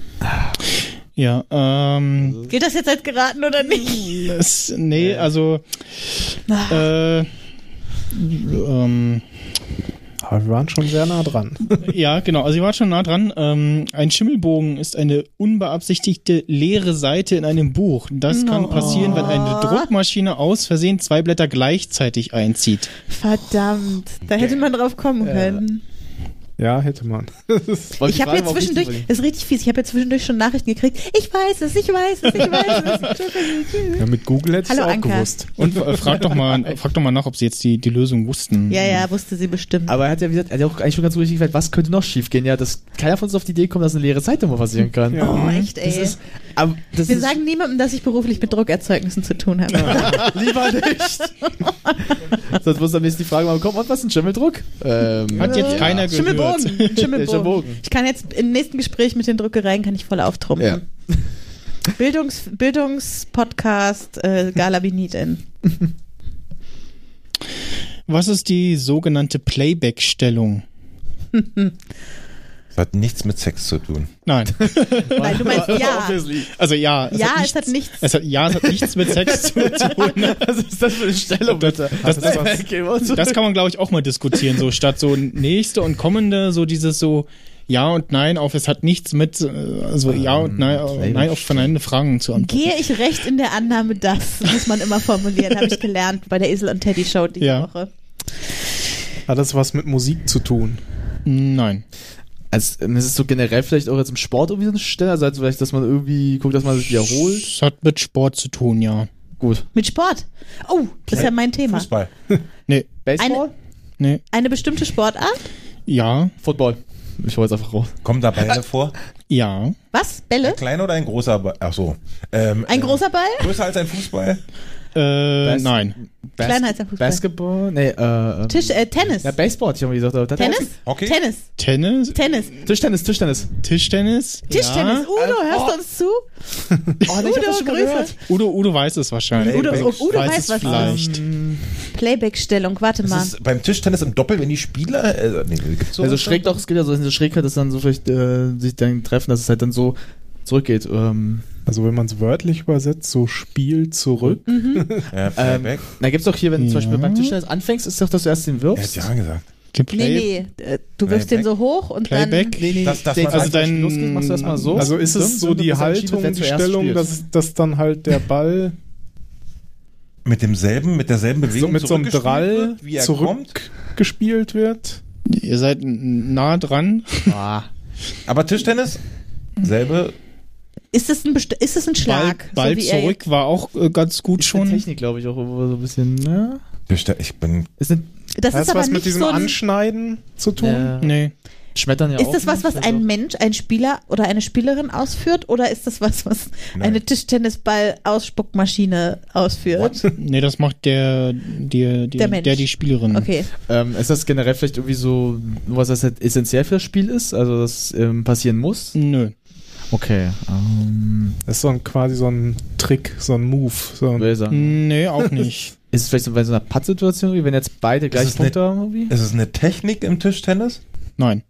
[SPEAKER 2] Ja, ähm.
[SPEAKER 3] Gilt das jetzt als geraten oder
[SPEAKER 5] Also,
[SPEAKER 3] nicht? [laughs]
[SPEAKER 2] Es, nee, also.
[SPEAKER 3] Ah.
[SPEAKER 2] Äh, ähm,
[SPEAKER 5] Aber wir waren schon sehr nah dran.
[SPEAKER 2] ja, genau. Also, ihr wart schon nah dran. Ähm, ein Schimmelbogen ist eine unbeabsichtigte leere Seite in einem Buch. Das kann
[SPEAKER 3] No. Oh.
[SPEAKER 2] passieren, wenn eine Druckmaschine aus Versehen zwei Blätter gleichzeitig einzieht.
[SPEAKER 3] Verdammt, da hätte man drauf kommen können.
[SPEAKER 5] Ja, hätte man.
[SPEAKER 3] Ich habe jetzt zwischendurch, das ist richtig fies, ich habe jetzt zwischendurch schon Nachrichten gekriegt. Ich weiß es, ich weiß es, ich weiß es.
[SPEAKER 5] Ja, mit Google hättest
[SPEAKER 3] Hallo,
[SPEAKER 5] du auch
[SPEAKER 3] Anka.
[SPEAKER 5] gewusst.
[SPEAKER 2] Und äh, frag doch
[SPEAKER 3] [laughs]
[SPEAKER 2] mal, frag doch mal nach, ob sie jetzt die, die Lösung wussten.
[SPEAKER 3] ja, ja, wusste sie bestimmt.
[SPEAKER 4] Aber er hat ja, wie gesagt, er hat ja auch eigentlich schon ganz richtig gefragt, was könnte noch schief gehen? Ja, dass keiner von uns auf die Idee kommt, dass eine leere Zeitung mal passieren kann.
[SPEAKER 5] Ja.
[SPEAKER 3] oh, echt, ey.
[SPEAKER 4] Das ist, aber das
[SPEAKER 3] Wir
[SPEAKER 4] ist
[SPEAKER 3] sagen niemandem, dass ich beruflich mit Druckerzeugnissen zu tun habe.
[SPEAKER 4] [laughs] lieber nicht.
[SPEAKER 3] [laughs]
[SPEAKER 4] Sonst muss am nächsten die Frage mal kommen, und was ist ein Schimmeldruck? Ähm,
[SPEAKER 2] Hat jetzt keiner gehört. [laughs]
[SPEAKER 3] Schimmelbogen, Schimmelbogen.
[SPEAKER 4] Schimmelbogen.
[SPEAKER 3] Ich kann jetzt im nächsten Gespräch mit den Druckereien kann ich voll auftrumpfen. Bildungs, Bildungspodcast äh, Galabinit in.
[SPEAKER 2] Was ist die sogenannte Playback-Stellung?
[SPEAKER 6] Das hat nichts mit Sex zu tun.
[SPEAKER 2] Nein.
[SPEAKER 3] Nein, du
[SPEAKER 2] [laughs]
[SPEAKER 3] meinst ja.
[SPEAKER 4] Obviously.
[SPEAKER 2] Also ja. Es
[SPEAKER 3] Ja,
[SPEAKER 2] hat
[SPEAKER 3] es hat nichts.
[SPEAKER 2] Es hat, ja, es hat nichts mit
[SPEAKER 3] [laughs]
[SPEAKER 2] Sex zu tun.
[SPEAKER 4] Was ist das für eine Stellung, bitte?
[SPEAKER 2] Das, das,
[SPEAKER 4] [laughs] Okay, was?
[SPEAKER 2] das kann man, glaube ich, auch mal diskutieren. So statt so nächste und kommende, so dieses so ja und nein auf, es hat nichts mit, äh, also
[SPEAKER 4] Ähm,
[SPEAKER 2] ja und nein, äh, nein auf verneinende Fragen zu antworten.
[SPEAKER 3] Gehe ich recht in der Annahme, das muss man immer formulieren, habe ich gelernt bei der Esel und Teddy Show diese
[SPEAKER 2] Ja.
[SPEAKER 3] Woche.
[SPEAKER 5] Hat das was mit Musik zu tun?
[SPEAKER 2] Nein.
[SPEAKER 4] Also, ähm, ist es so generell vielleicht auch jetzt im Sport irgendwie so eine Stelle? Also, halt vielleicht, dass man irgendwie guckt, dass man sich wiederholt?
[SPEAKER 2] Es hat mit Sport zu tun, ja.
[SPEAKER 4] Gut.
[SPEAKER 3] Mit Sport. Oh, das ist ja mein Thema.
[SPEAKER 6] Fußball.
[SPEAKER 2] Nee,
[SPEAKER 4] Baseball?
[SPEAKER 2] nee,
[SPEAKER 3] Eine bestimmte Sportart?
[SPEAKER 2] ja,
[SPEAKER 4] Football. Ich hole jetzt einfach raus.
[SPEAKER 6] Kommen da Bälle vor?
[SPEAKER 2] ja.
[SPEAKER 3] Was? Bälle?
[SPEAKER 6] Ein kleiner oder ein großer Ball? Ach so. Ähm,
[SPEAKER 3] Ein großer Ball?
[SPEAKER 6] äh, größer als ein Fußball?
[SPEAKER 2] Äh,
[SPEAKER 4] Was?
[SPEAKER 2] nein.
[SPEAKER 4] Bas
[SPEAKER 3] Kleiner als der Fußball.
[SPEAKER 4] Basketball? Nee, äh. ähm,
[SPEAKER 3] Tisch, äh, Tennis.
[SPEAKER 4] Ja, Baseball hatte ich mal gesagt. aber das-
[SPEAKER 3] Tennis?
[SPEAKER 6] Hockey?
[SPEAKER 3] Tennis.
[SPEAKER 2] Tennis?
[SPEAKER 3] Tennis.
[SPEAKER 4] Tischtennis, Tischtennis.
[SPEAKER 2] Tischtennis?
[SPEAKER 3] Tischtennis.
[SPEAKER 2] Ja.
[SPEAKER 3] Udo, hörst
[SPEAKER 2] [laughs]
[SPEAKER 3] du uns zu?
[SPEAKER 4] Oh, nee,
[SPEAKER 3] Udo, Grüße.
[SPEAKER 2] Udo, Udo weiß es wahrscheinlich.
[SPEAKER 3] Udo-
[SPEAKER 2] Weiß
[SPEAKER 3] Udo
[SPEAKER 2] es
[SPEAKER 3] weiß, was es
[SPEAKER 2] vielleicht.
[SPEAKER 4] Ähm.
[SPEAKER 3] Playback-Stellung, warte mal.
[SPEAKER 6] Das ist beim Tischtennis im Doppel, wenn die Spieler. Äh, nee, gibt's sowas
[SPEAKER 4] Also schräg
[SPEAKER 6] schon?
[SPEAKER 4] doch, es geht ja so, dass diese Schrägheit, dass dann so vielleicht äh, sich dann treffen, dass es halt dann so zurückgeht. Ähm,
[SPEAKER 5] Also wenn man es wörtlich übersetzt, so Spiel zurück.
[SPEAKER 3] Mhm.
[SPEAKER 6] Ja, Playback.
[SPEAKER 4] na, gibt's doch hier, wenn du zum Beispiel
[SPEAKER 2] Ja.
[SPEAKER 4] beim Tischtennis anfängst, ist doch, dass du erst den
[SPEAKER 6] er hat
[SPEAKER 4] wirfst.
[SPEAKER 6] ja gesagt.
[SPEAKER 2] Gibt Play-
[SPEAKER 3] Nee, nee. äh, Du wirfst den so hoch und
[SPEAKER 2] Playback?
[SPEAKER 4] Nee, nee,
[SPEAKER 6] Das- das
[SPEAKER 4] ich denke,
[SPEAKER 6] man-
[SPEAKER 4] als
[SPEAKER 2] also
[SPEAKER 4] es
[SPEAKER 2] dein-
[SPEAKER 4] losgeht, machst du erstmal so.
[SPEAKER 5] Also ist es
[SPEAKER 4] Stimmt,
[SPEAKER 5] so
[SPEAKER 4] stimmt,
[SPEAKER 5] die
[SPEAKER 4] bis entschieden wird,
[SPEAKER 5] Haltung,
[SPEAKER 4] wer
[SPEAKER 5] die
[SPEAKER 4] zuerst
[SPEAKER 5] Stellung,
[SPEAKER 4] spielt. [laughs]
[SPEAKER 5] dass, dass dann halt der Ball
[SPEAKER 6] Mit demselben, mit derselben
[SPEAKER 5] so,
[SPEAKER 6] Bewegung.
[SPEAKER 5] mit so einem
[SPEAKER 6] zurückgespielt
[SPEAKER 5] Drall
[SPEAKER 6] wird, wie er kommt.
[SPEAKER 5] zurückgespielt wird.
[SPEAKER 2] Ihr seid n- nah dran.
[SPEAKER 4] Ah.
[SPEAKER 6] Aber Tischtennis,
[SPEAKER 3] dann.
[SPEAKER 6] selbe.
[SPEAKER 3] Ist das ein, best- ist das ein
[SPEAKER 2] Ball,
[SPEAKER 3] Schlag?
[SPEAKER 2] Ball
[SPEAKER 3] so wie er
[SPEAKER 2] zurück war auch äh, ganz gut
[SPEAKER 4] Ist schon
[SPEAKER 2] schon.
[SPEAKER 4] Technik, glaube ich, auch irgendwo so ein bisschen, ne?
[SPEAKER 6] Tischte- Ich bin.
[SPEAKER 4] Ist eine
[SPEAKER 3] jetzt- Das
[SPEAKER 5] Hat
[SPEAKER 3] ist
[SPEAKER 5] das
[SPEAKER 3] aber
[SPEAKER 5] was mit
[SPEAKER 3] nicht
[SPEAKER 5] diesem
[SPEAKER 3] so ein,
[SPEAKER 5] Anschneiden zu tun?
[SPEAKER 2] Nee.
[SPEAKER 4] Schmettern ja auch.
[SPEAKER 3] Ist das was,
[SPEAKER 4] nicht,
[SPEAKER 3] was
[SPEAKER 4] also-
[SPEAKER 3] ein Mensch, ein Spieler oder eine Spielerin ausführt? Oder ist das was, was eine Tischtennisball-Ausspuckmaschine ausführt?
[SPEAKER 2] Nee, das macht der, der, der, der,
[SPEAKER 3] Der Mensch.
[SPEAKER 2] die Spielerin.
[SPEAKER 3] Okay.
[SPEAKER 4] Ähm, ist das generell vielleicht irgendwie so, was das halt essentiell für das Spiel ist? Also, das ähm, passieren muss?
[SPEAKER 2] Nö.
[SPEAKER 4] Okay. Ähm,
[SPEAKER 5] Das ist so ein, quasi so ein Trick, so ein Move. So ein,
[SPEAKER 4] würde ich sagen.
[SPEAKER 2] Nee,
[SPEAKER 3] [laughs]
[SPEAKER 2] auch nicht.
[SPEAKER 4] Ist es vielleicht so bei so einer Pattsituation, irgendwie, wenn jetzt beide gleich
[SPEAKER 6] es nicht-
[SPEAKER 4] Punkte haben? Irgendwie?
[SPEAKER 6] Ist es eine Technik im Tischtennis?
[SPEAKER 2] Nein.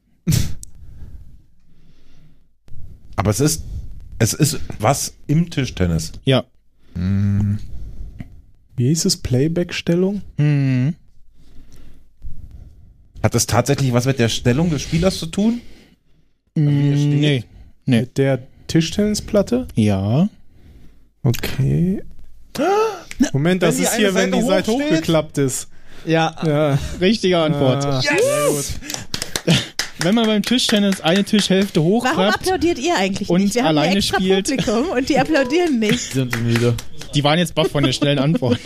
[SPEAKER 6] Aber es ist. Es ist was im Tischtennis.
[SPEAKER 2] Ja.
[SPEAKER 5] Wie hieß es? Playback-Stellung?
[SPEAKER 2] Mhm.
[SPEAKER 6] Hat das tatsächlich was mit der Stellung des Spielers zu tun? ihr steht?
[SPEAKER 2] Nee. Nee.
[SPEAKER 5] Mit der Tischtennisplatte?
[SPEAKER 2] Ja.
[SPEAKER 6] [gasps]
[SPEAKER 5] Okay. Moment, das
[SPEAKER 6] Wenn die
[SPEAKER 5] ist
[SPEAKER 6] eine
[SPEAKER 5] hier, wenn die
[SPEAKER 6] Seite
[SPEAKER 5] Seite
[SPEAKER 6] hochsteht?
[SPEAKER 5] hochgeklappt ist. Äh,
[SPEAKER 4] Ja.
[SPEAKER 5] Ja.
[SPEAKER 2] Richtige Antwort.
[SPEAKER 5] Ah,
[SPEAKER 6] Yes!
[SPEAKER 2] Wenn man beim Tischtennis eine Tischhälfte
[SPEAKER 3] Warum
[SPEAKER 2] hochklappt,
[SPEAKER 3] applaudiert ihr eigentlich
[SPEAKER 2] und
[SPEAKER 3] nicht? Wir haben
[SPEAKER 2] alleine
[SPEAKER 3] hier extra
[SPEAKER 2] spielt.
[SPEAKER 3] Publikum und die applaudieren
[SPEAKER 2] [laughs]
[SPEAKER 3] nicht.
[SPEAKER 4] Sind müde.
[SPEAKER 2] Die waren jetzt baff von der schnellen
[SPEAKER 3] [laughs]
[SPEAKER 2] Antwort.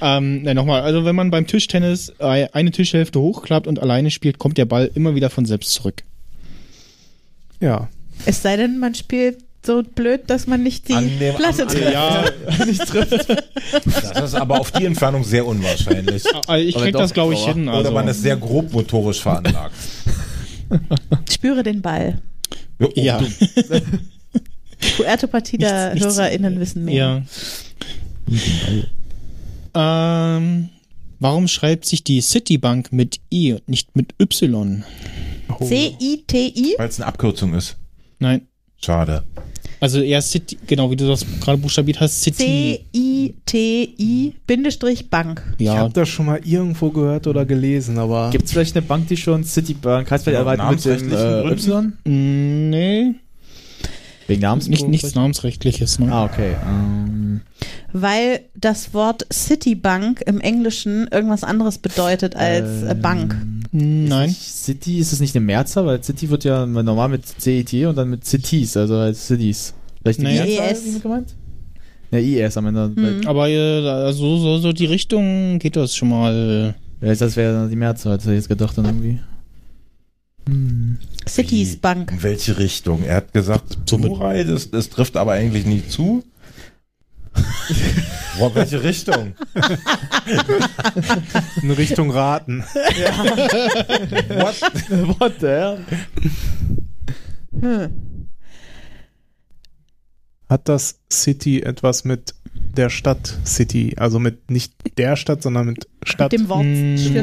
[SPEAKER 2] ähm, nein, nochmal. Also, wenn man beim Tischtennis äh, eine Tischhälfte hochklappt und alleine spielt, kommt der Ball immer wieder von selbst zurück.
[SPEAKER 5] Ja.
[SPEAKER 3] Es sei denn, man spielt so blöd, dass man nicht die
[SPEAKER 6] An dem-
[SPEAKER 3] Platte
[SPEAKER 6] am-
[SPEAKER 3] trifft.
[SPEAKER 2] Ja,
[SPEAKER 3] [laughs]
[SPEAKER 6] Das ist aber auf die Entfernung sehr unwahrscheinlich.
[SPEAKER 2] also ich
[SPEAKER 4] Aber
[SPEAKER 2] krieg
[SPEAKER 4] doch,
[SPEAKER 2] das, glaube ich,
[SPEAKER 4] Bauer.
[SPEAKER 2] hin.
[SPEAKER 6] Oder
[SPEAKER 2] Also.
[SPEAKER 6] man ist sehr grob motorisch veranlagt.
[SPEAKER 3] Spüre den Ball.
[SPEAKER 6] Oh,
[SPEAKER 2] ja,
[SPEAKER 6] du-
[SPEAKER 3] Puerto Partida
[SPEAKER 2] Nichts- nichts-
[SPEAKER 3] HörerInnen wissen mehr.
[SPEAKER 2] ja. ähm, warum schreibt sich die Citibank mit I und nicht mit Y?
[SPEAKER 3] C-I-T-I?
[SPEAKER 6] Weil es eine Abkürzung ist.
[SPEAKER 2] Nein.
[SPEAKER 6] Schade.
[SPEAKER 2] Also eher City, genau, wie du das gerade buchstabiert hast, City.
[SPEAKER 3] C-I-T-I Bindestrich Bank.
[SPEAKER 5] Ich
[SPEAKER 2] Ja,
[SPEAKER 5] habe das schon mal irgendwo gehört oder gelesen, aber
[SPEAKER 4] Gibt es vielleicht eine Bank, die schon Citibank hat? Vielleicht
[SPEAKER 6] Ja,
[SPEAKER 4] erweitert mit dem
[SPEAKER 6] namensrechtlichen
[SPEAKER 4] äh, Y?
[SPEAKER 2] mm, nee,
[SPEAKER 4] Wegen Namens?
[SPEAKER 2] nicht, nichts Namensrechtliches. Ne?
[SPEAKER 4] Ah, okay. Ähm,
[SPEAKER 3] Weil das Wort Citibank im Englischen irgendwas anderes bedeutet als äh,
[SPEAKER 4] Ähm,
[SPEAKER 3] Bank.
[SPEAKER 2] Nein.
[SPEAKER 4] City, ist es nicht eine Mehrzahl? Weil City wird ja normal mit CIT und dann mit Cities, also als Cities. Vielleicht die
[SPEAKER 2] Nee.
[SPEAKER 4] Mehrzahl
[SPEAKER 3] IES.
[SPEAKER 4] irgendwie gemeint? Ne, IES am Ende.
[SPEAKER 3] E Mhm.
[SPEAKER 2] Aber äh, also, so, so die Richtung geht das schon mal.
[SPEAKER 4] Ja, das wäre die Mehrzahl, hätte ich jetzt gedacht dann irgendwie. Hm.
[SPEAKER 3] Cities Bank.
[SPEAKER 6] In welche Richtung? Er hat gesagt, Samurai, das, das trifft aber eigentlich nie
[SPEAKER 3] [laughs]
[SPEAKER 6] zu. Boah, welche Richtung?
[SPEAKER 5] in Richtung
[SPEAKER 6] [laughs]
[SPEAKER 5] Raten. [laughs]
[SPEAKER 6] What?
[SPEAKER 4] What the hell?
[SPEAKER 3] Hm.
[SPEAKER 5] Hat das City etwas mit der Stadt City, also mit nicht der Stadt, sondern mit Stadt?
[SPEAKER 3] Mit
[SPEAKER 5] Hm,
[SPEAKER 3] dem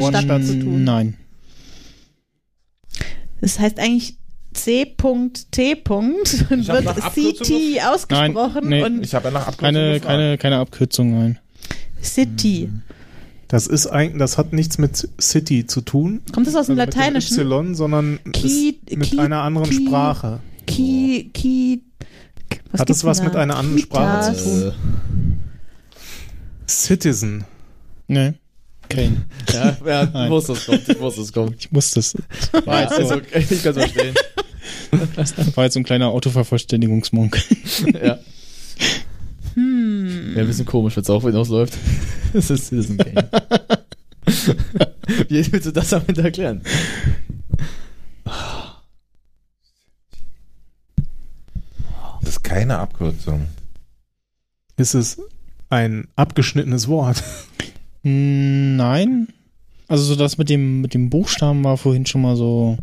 [SPEAKER 3] Wort für
[SPEAKER 2] Mm,
[SPEAKER 3] Stadt zu tun.
[SPEAKER 2] Nein.
[SPEAKER 3] Das heißt eigentlich C.T. und
[SPEAKER 6] hab
[SPEAKER 3] wird
[SPEAKER 6] nach Abkürzung
[SPEAKER 3] CT ausgesprochen
[SPEAKER 2] Nein, nee.
[SPEAKER 3] und
[SPEAKER 6] Ich habe ja nach Abkürzung
[SPEAKER 2] Keine,
[SPEAKER 6] gefragt.
[SPEAKER 2] keine, keine Abkürzung, nein.
[SPEAKER 3] City.
[SPEAKER 5] das ist eigentlich, das hat nichts mit City zu tun,
[SPEAKER 3] Kommt das aus dem Lateinischen?
[SPEAKER 5] mit dem Y, sondern
[SPEAKER 3] Ki-
[SPEAKER 5] ist mit
[SPEAKER 3] Ki-
[SPEAKER 5] einer anderen
[SPEAKER 3] Ki-
[SPEAKER 5] Sprache.
[SPEAKER 3] Ki, Ki,
[SPEAKER 5] Hat das
[SPEAKER 3] gibt's
[SPEAKER 5] was
[SPEAKER 3] denn
[SPEAKER 5] mit
[SPEAKER 3] da?
[SPEAKER 5] einer anderen Sprache
[SPEAKER 3] Kitas.
[SPEAKER 5] zu
[SPEAKER 4] Äh,
[SPEAKER 5] tun? Citizen.
[SPEAKER 2] Nee. Kein.
[SPEAKER 4] [laughs] Ja, ja
[SPEAKER 2] Nein.
[SPEAKER 4] ich wusste es kommt, ich wusste es kommt.
[SPEAKER 2] Ich muss das.
[SPEAKER 4] Ja,
[SPEAKER 2] War jetzt,
[SPEAKER 4] also, [laughs] ich kann es verstehen.
[SPEAKER 2] so, war jetzt so ein kleiner Autovervollständigungsmonk.
[SPEAKER 4] ja. Hm. Ja, ein bisschen komisch, wenn es auch hinausläuft. [laughs] Das ist Citizen [laughs] Game. Wie willst du das am Ende erklären?
[SPEAKER 6] Das ist keine Abkürzung.
[SPEAKER 5] Ist es ein abgeschnittenes Wort?
[SPEAKER 2] Mm, Nein. Also so das mit dem, mit dem Buchstaben war vorhin schon mal so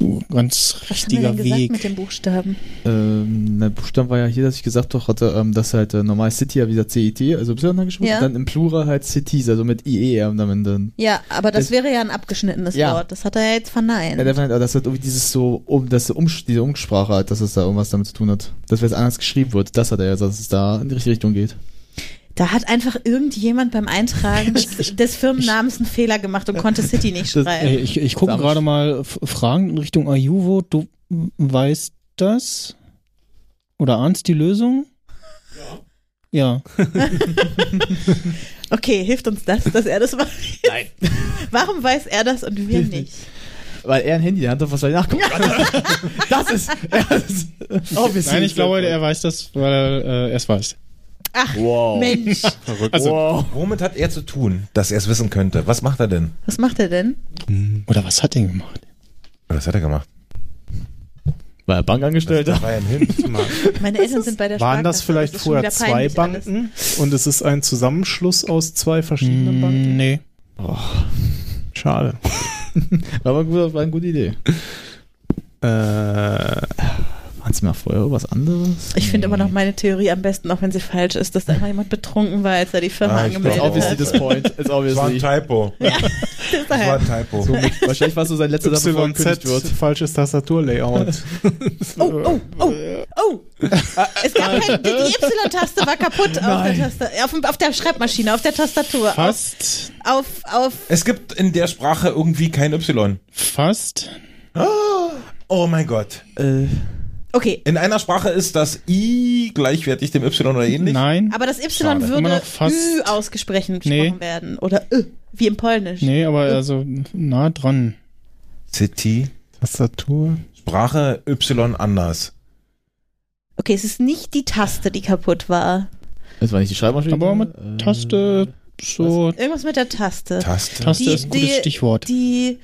[SPEAKER 2] uh, ganz
[SPEAKER 3] Was haben wir denn
[SPEAKER 2] richtiger
[SPEAKER 3] gesagt mit
[SPEAKER 2] Weg.
[SPEAKER 3] den Buchstaben?
[SPEAKER 4] Ähm, der Buchstaben war ja hier, dass ich gesagt doch hatte, ähm, dass halt äh, normal City ja wieder CIT, also Y dann geschrieben,
[SPEAKER 3] Ja.
[SPEAKER 4] und dann im Plural halt Cities, also mit IE am Ende.
[SPEAKER 3] Ja, aber das,
[SPEAKER 4] Das-
[SPEAKER 3] wäre ja ein abgeschnittenes
[SPEAKER 4] Ja.
[SPEAKER 3] Wort. Das hat er ja jetzt verneint.
[SPEAKER 4] Ja, der fand, aber das hat irgendwie dieses so, um, das um, diese Umsprache halt, dass es da irgendwas damit zu tun hat. Dass wenn es anders geschrieben wird, das hat er ja, dass es da in die richtige Richtung geht.
[SPEAKER 3] Da hat einfach irgendjemand beim Eintragen des, des Firmennamens einen Fehler gemacht und konnte City nicht
[SPEAKER 4] Das-
[SPEAKER 2] Ey,
[SPEAKER 3] schreiben.
[SPEAKER 2] Äh, ich ich gucke gerade mal F- Fragen in Richtung Ayuvo. Du weißt das? Oder ahnst die Lösung? Ja.
[SPEAKER 3] Okay, hilft uns das, dass er das weiß? Nein. Warum weiß er das und wir nicht?
[SPEAKER 4] [laughs] Weil er ein Handy in der Hand hat, was soll ich nachgucken? [laughs] das ist, das ist, obviously.
[SPEAKER 2] Nein, ich glaube, er weiß das, weil äh, er es weiß.
[SPEAKER 3] Ach,
[SPEAKER 4] Wow.
[SPEAKER 3] Mensch.
[SPEAKER 2] Also,
[SPEAKER 4] wow.
[SPEAKER 6] Womit hat er zu tun, dass er es wissen könnte? Was macht er denn?
[SPEAKER 3] Was macht er denn?
[SPEAKER 2] Oder was hat er gemacht?
[SPEAKER 6] Was hat er gemacht?
[SPEAKER 4] War er Bankangestellter?
[SPEAKER 6] Das war ja ein Hint.
[SPEAKER 3] Meine Eltern sind bei der
[SPEAKER 5] Waren das
[SPEAKER 3] Sparkasse,
[SPEAKER 5] vielleicht
[SPEAKER 3] ist schon
[SPEAKER 5] vorher
[SPEAKER 3] wieder
[SPEAKER 5] zwei
[SPEAKER 3] peinlich alles.
[SPEAKER 5] Banken und es ist ein Zusammenschluss aus zwei verschiedenen Banken?
[SPEAKER 2] Mm, nee.
[SPEAKER 5] Schade.
[SPEAKER 4] War aber ein guter- war eine gute Idee.
[SPEAKER 5] Äh,
[SPEAKER 4] Waren es mal vorher irgendwas anderes?
[SPEAKER 3] Ich finde immer noch meine Theorie am besten, auch wenn sie falsch ist, dass da immer jemand betrunken war, als er die Firma
[SPEAKER 6] Ah, ich glaub
[SPEAKER 3] angemeldet
[SPEAKER 6] auch.
[SPEAKER 3] hat. halt
[SPEAKER 4] Obviously this point. It's
[SPEAKER 6] Das war ein
[SPEAKER 4] obviously.
[SPEAKER 6] Typo. Das war ein Typo.
[SPEAKER 4] So, wahrscheinlich war es so sein letzter Satz, bevor er
[SPEAKER 5] YZ,
[SPEAKER 4] gekündigt wird.
[SPEAKER 5] falsches Tastaturlayout.
[SPEAKER 3] Oh, oh, oh, oh. Es gab kein, die Y-Taste war kaputt auf der,
[SPEAKER 2] Nein.
[SPEAKER 3] Taste, auf, dem- auf der Schreibmaschine, auf der Tastatur.
[SPEAKER 2] Fast,
[SPEAKER 3] Auf, auf,
[SPEAKER 6] Es gibt in der Sprache irgendwie kein Y.
[SPEAKER 2] fast.
[SPEAKER 6] Oh mein Gott.
[SPEAKER 4] Äh,
[SPEAKER 3] okay.
[SPEAKER 6] In einer Sprache ist das I gleichwertig dem Y oder ähnlich.
[SPEAKER 2] Nein.
[SPEAKER 3] Aber das Y
[SPEAKER 6] Schade.
[SPEAKER 3] würde
[SPEAKER 2] Immer noch fast.
[SPEAKER 3] Ü ausgesprochen
[SPEAKER 2] Nee.
[SPEAKER 3] werden. Oder Ö, wie im Polnisch.
[SPEAKER 2] Nee, aber also nah dran.
[SPEAKER 6] City.
[SPEAKER 5] Tastatur.
[SPEAKER 6] Sprache Y anders.
[SPEAKER 3] Okay, es ist nicht die Taste, die kaputt war.
[SPEAKER 4] das war nicht die Schreibmaschine.
[SPEAKER 2] Aber mit
[SPEAKER 4] Äh,
[SPEAKER 2] Taste, so.
[SPEAKER 3] Irgendwas mit der Taste.
[SPEAKER 6] Taste.
[SPEAKER 2] Taste
[SPEAKER 3] Die-
[SPEAKER 2] ist ein gutes
[SPEAKER 3] die-
[SPEAKER 2] Stichwort.
[SPEAKER 3] die.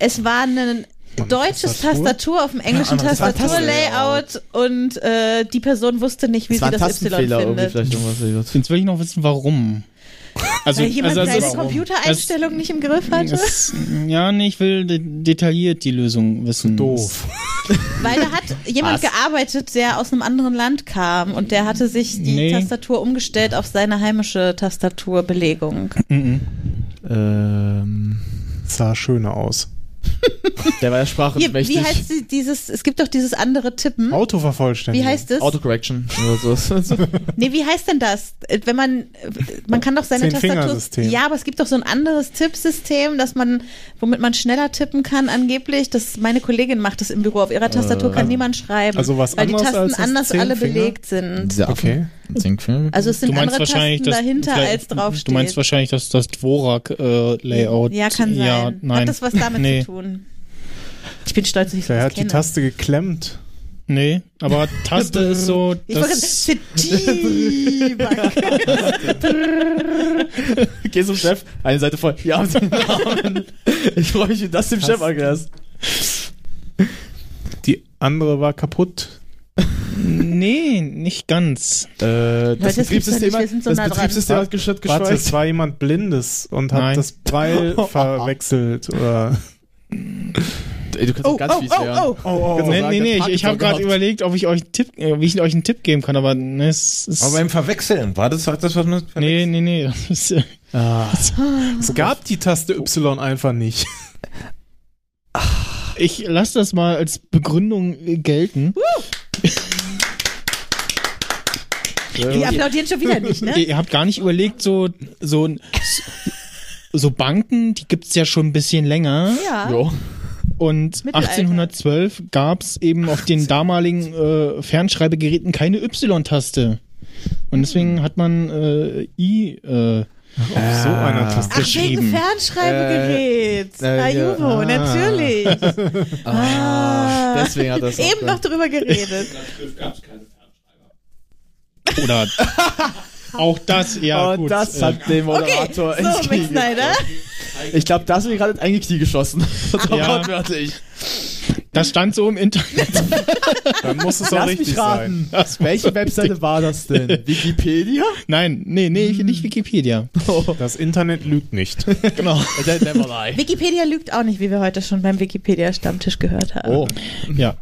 [SPEAKER 3] Es war ein deutsches Tastatur, auf dem englischen
[SPEAKER 6] anderes
[SPEAKER 3] Tastaturlayout und äh, die Person wusste nicht, wie
[SPEAKER 4] Es war
[SPEAKER 3] sie
[SPEAKER 4] ein
[SPEAKER 3] das Y
[SPEAKER 4] Tastenfehler irgendwie,
[SPEAKER 3] findet.
[SPEAKER 4] vielleicht irgendwas. irgendwas.
[SPEAKER 2] Jetzt will ich noch wissen, warum.
[SPEAKER 3] [laughs]
[SPEAKER 2] Also,
[SPEAKER 3] Weil jemand
[SPEAKER 2] also, also
[SPEAKER 3] seine
[SPEAKER 2] es-
[SPEAKER 3] Computereinstellung nicht im Griff hatte.
[SPEAKER 2] es, ja, nee, ich will de detailliert die Lösung wissen.
[SPEAKER 5] Doof.
[SPEAKER 3] [laughs] Weil da hat jemand
[SPEAKER 4] Was?
[SPEAKER 3] gearbeitet, der aus einem anderen Land kam und der hatte sich die
[SPEAKER 2] Nee.
[SPEAKER 3] Tastatur umgestellt auf seine heimische Tastaturbelegung.
[SPEAKER 4] Ähm,
[SPEAKER 5] Sah schöner aus.
[SPEAKER 4] der war ja Sprache
[SPEAKER 3] Hier,
[SPEAKER 4] mächtig.
[SPEAKER 3] wie heißt sie, dieses, es gibt doch dieses andere Tippen. Hm? Wie
[SPEAKER 5] Autovervollständigung.
[SPEAKER 3] heißt es?
[SPEAKER 4] Autocorrection oder so. [laughs]
[SPEAKER 3] Nee, wie heißt denn das? Äh, Wenn man, äh, man kann doch seine Tastatur.
[SPEAKER 5] Zehn-Finger-System.
[SPEAKER 3] Ja, aber es gibt doch so ein anderes Tippsystem, dass man, womit man schneller tippen kann, angeblich. Das meine Kollegin macht das im Büro. Auf ihrer Tastatur kann niemand schreiben.
[SPEAKER 5] also was
[SPEAKER 3] weil die
[SPEAKER 5] anderes
[SPEAKER 3] Tasten
[SPEAKER 5] als das
[SPEAKER 3] anders alle
[SPEAKER 5] Zehnfinger?
[SPEAKER 3] belegt sind.
[SPEAKER 4] Dieser
[SPEAKER 5] Okay.
[SPEAKER 4] Zinkfinger.
[SPEAKER 3] Also es sind
[SPEAKER 2] Du meinst
[SPEAKER 3] andere
[SPEAKER 2] wahrscheinlich,
[SPEAKER 3] Tasten
[SPEAKER 2] dass
[SPEAKER 3] dahinter
[SPEAKER 2] vielleicht-
[SPEAKER 3] als draufsteht.
[SPEAKER 2] Du meinst wahrscheinlich, dass das Dvorak-Layout.
[SPEAKER 3] Ja, kann sein.
[SPEAKER 2] Ja, nein.
[SPEAKER 3] Hat das
[SPEAKER 2] [laughs]
[SPEAKER 3] was damit
[SPEAKER 2] nee,
[SPEAKER 3] zu tun? Ich bin stolz, dass ich
[SPEAKER 5] Wer
[SPEAKER 3] das
[SPEAKER 5] hat die
[SPEAKER 3] kenne.
[SPEAKER 5] Taste geklemmt?
[SPEAKER 2] Nee, aber Taste ist so.
[SPEAKER 3] [laughs] ich wollte
[SPEAKER 2] Das,
[SPEAKER 3] City-Bank.
[SPEAKER 4] Geh zum Chef, eine Seite voll. Wir haben den Namen. Ich freue mich, dass du dem Chef erklärst.
[SPEAKER 5] Die andere war kaputt.
[SPEAKER 2] nee, nicht ganz.
[SPEAKER 4] Äh,
[SPEAKER 3] das gibt's doch nicht, wir sind so
[SPEAKER 4] das
[SPEAKER 3] nah dran.
[SPEAKER 4] Betriebssystem hat gescheit
[SPEAKER 5] Warte, es
[SPEAKER 4] geschweißt.
[SPEAKER 5] war jemand Blindes und hat
[SPEAKER 2] Nein. [laughs]
[SPEAKER 5] das Braille verwechselt. Oder
[SPEAKER 4] Ey, du kannst
[SPEAKER 3] Oh,
[SPEAKER 4] doch ganz
[SPEAKER 3] oh,
[SPEAKER 4] fies werden.
[SPEAKER 3] oh, oh.
[SPEAKER 4] Kannst
[SPEAKER 2] Nee,
[SPEAKER 4] doch sagen,
[SPEAKER 2] nee,
[SPEAKER 4] der
[SPEAKER 2] nee, ich,
[SPEAKER 4] Parkinson
[SPEAKER 2] ich habe gerade
[SPEAKER 4] gehabt.
[SPEAKER 2] überlegt, ob ich euch einen Tipp, äh, wie ich euch einen Tipp geben kann, aber ne, es ist.
[SPEAKER 6] Aber beim Verwechseln, war das das, was man.
[SPEAKER 2] nee, nee, nee. [laughs] Das ist, äh,
[SPEAKER 5] es gab die Taste Y einfach nicht.
[SPEAKER 2] ich lasse das mal als Begründung äh, gelten.
[SPEAKER 3] Die applaudieren schon wieder nicht, ne?
[SPEAKER 2] Ihr, ihr habt gar nicht überlegt, so, so, ein- so Banken, die gibt's ja schon ein bisschen länger.
[SPEAKER 3] Ja.
[SPEAKER 4] Jo.
[SPEAKER 2] Und
[SPEAKER 3] Mittelalter.
[SPEAKER 2] 1812 gab's eben auf den damaligen äh, Fernschreibegeräten keine Y-Taste. Und deswegen hat man äh, I. Äh,
[SPEAKER 5] Auf so
[SPEAKER 4] Ah.
[SPEAKER 5] einer Taste.
[SPEAKER 3] Ach, wegen
[SPEAKER 2] geschrieben.
[SPEAKER 3] Fernschreibegerät.
[SPEAKER 4] Äh, äh,
[SPEAKER 3] Na,
[SPEAKER 4] ja.
[SPEAKER 3] Juvo,
[SPEAKER 4] Ah.
[SPEAKER 3] natürlich. Ah.
[SPEAKER 4] Deswegen hat das
[SPEAKER 3] Eben noch drüber geredet.
[SPEAKER 2] oder auch das, ja.
[SPEAKER 3] Oh,
[SPEAKER 4] Und
[SPEAKER 2] gut, Äh,
[SPEAKER 4] das hat den
[SPEAKER 3] Okay,
[SPEAKER 4] Moderator ins
[SPEAKER 3] so,
[SPEAKER 4] Knie
[SPEAKER 3] Mick Snyder.
[SPEAKER 4] ge- Ich glaube, da hast du mir gerade in ein Knie geschossen. [laughs]
[SPEAKER 2] Ja.
[SPEAKER 4] Wortwörtlich.
[SPEAKER 2] das stand so im Internet.
[SPEAKER 5] Dann muss es auch
[SPEAKER 4] Lass
[SPEAKER 5] richtig
[SPEAKER 4] mich
[SPEAKER 5] sein.
[SPEAKER 4] raten. Welche Webseite war das denn? [laughs] Wikipedia?
[SPEAKER 2] [laughs] Nein, nee, nee, nicht Wikipedia.
[SPEAKER 4] Genau.
[SPEAKER 5] Das Internet lügt nicht.
[SPEAKER 2] Genau.
[SPEAKER 4] That [laughs] never lie.
[SPEAKER 3] Wikipedia lügt auch nicht, wie wir heute schon beim Wikipedia-Stammtisch gehört haben. [laughs]
[SPEAKER 4] Oh.
[SPEAKER 2] Ja.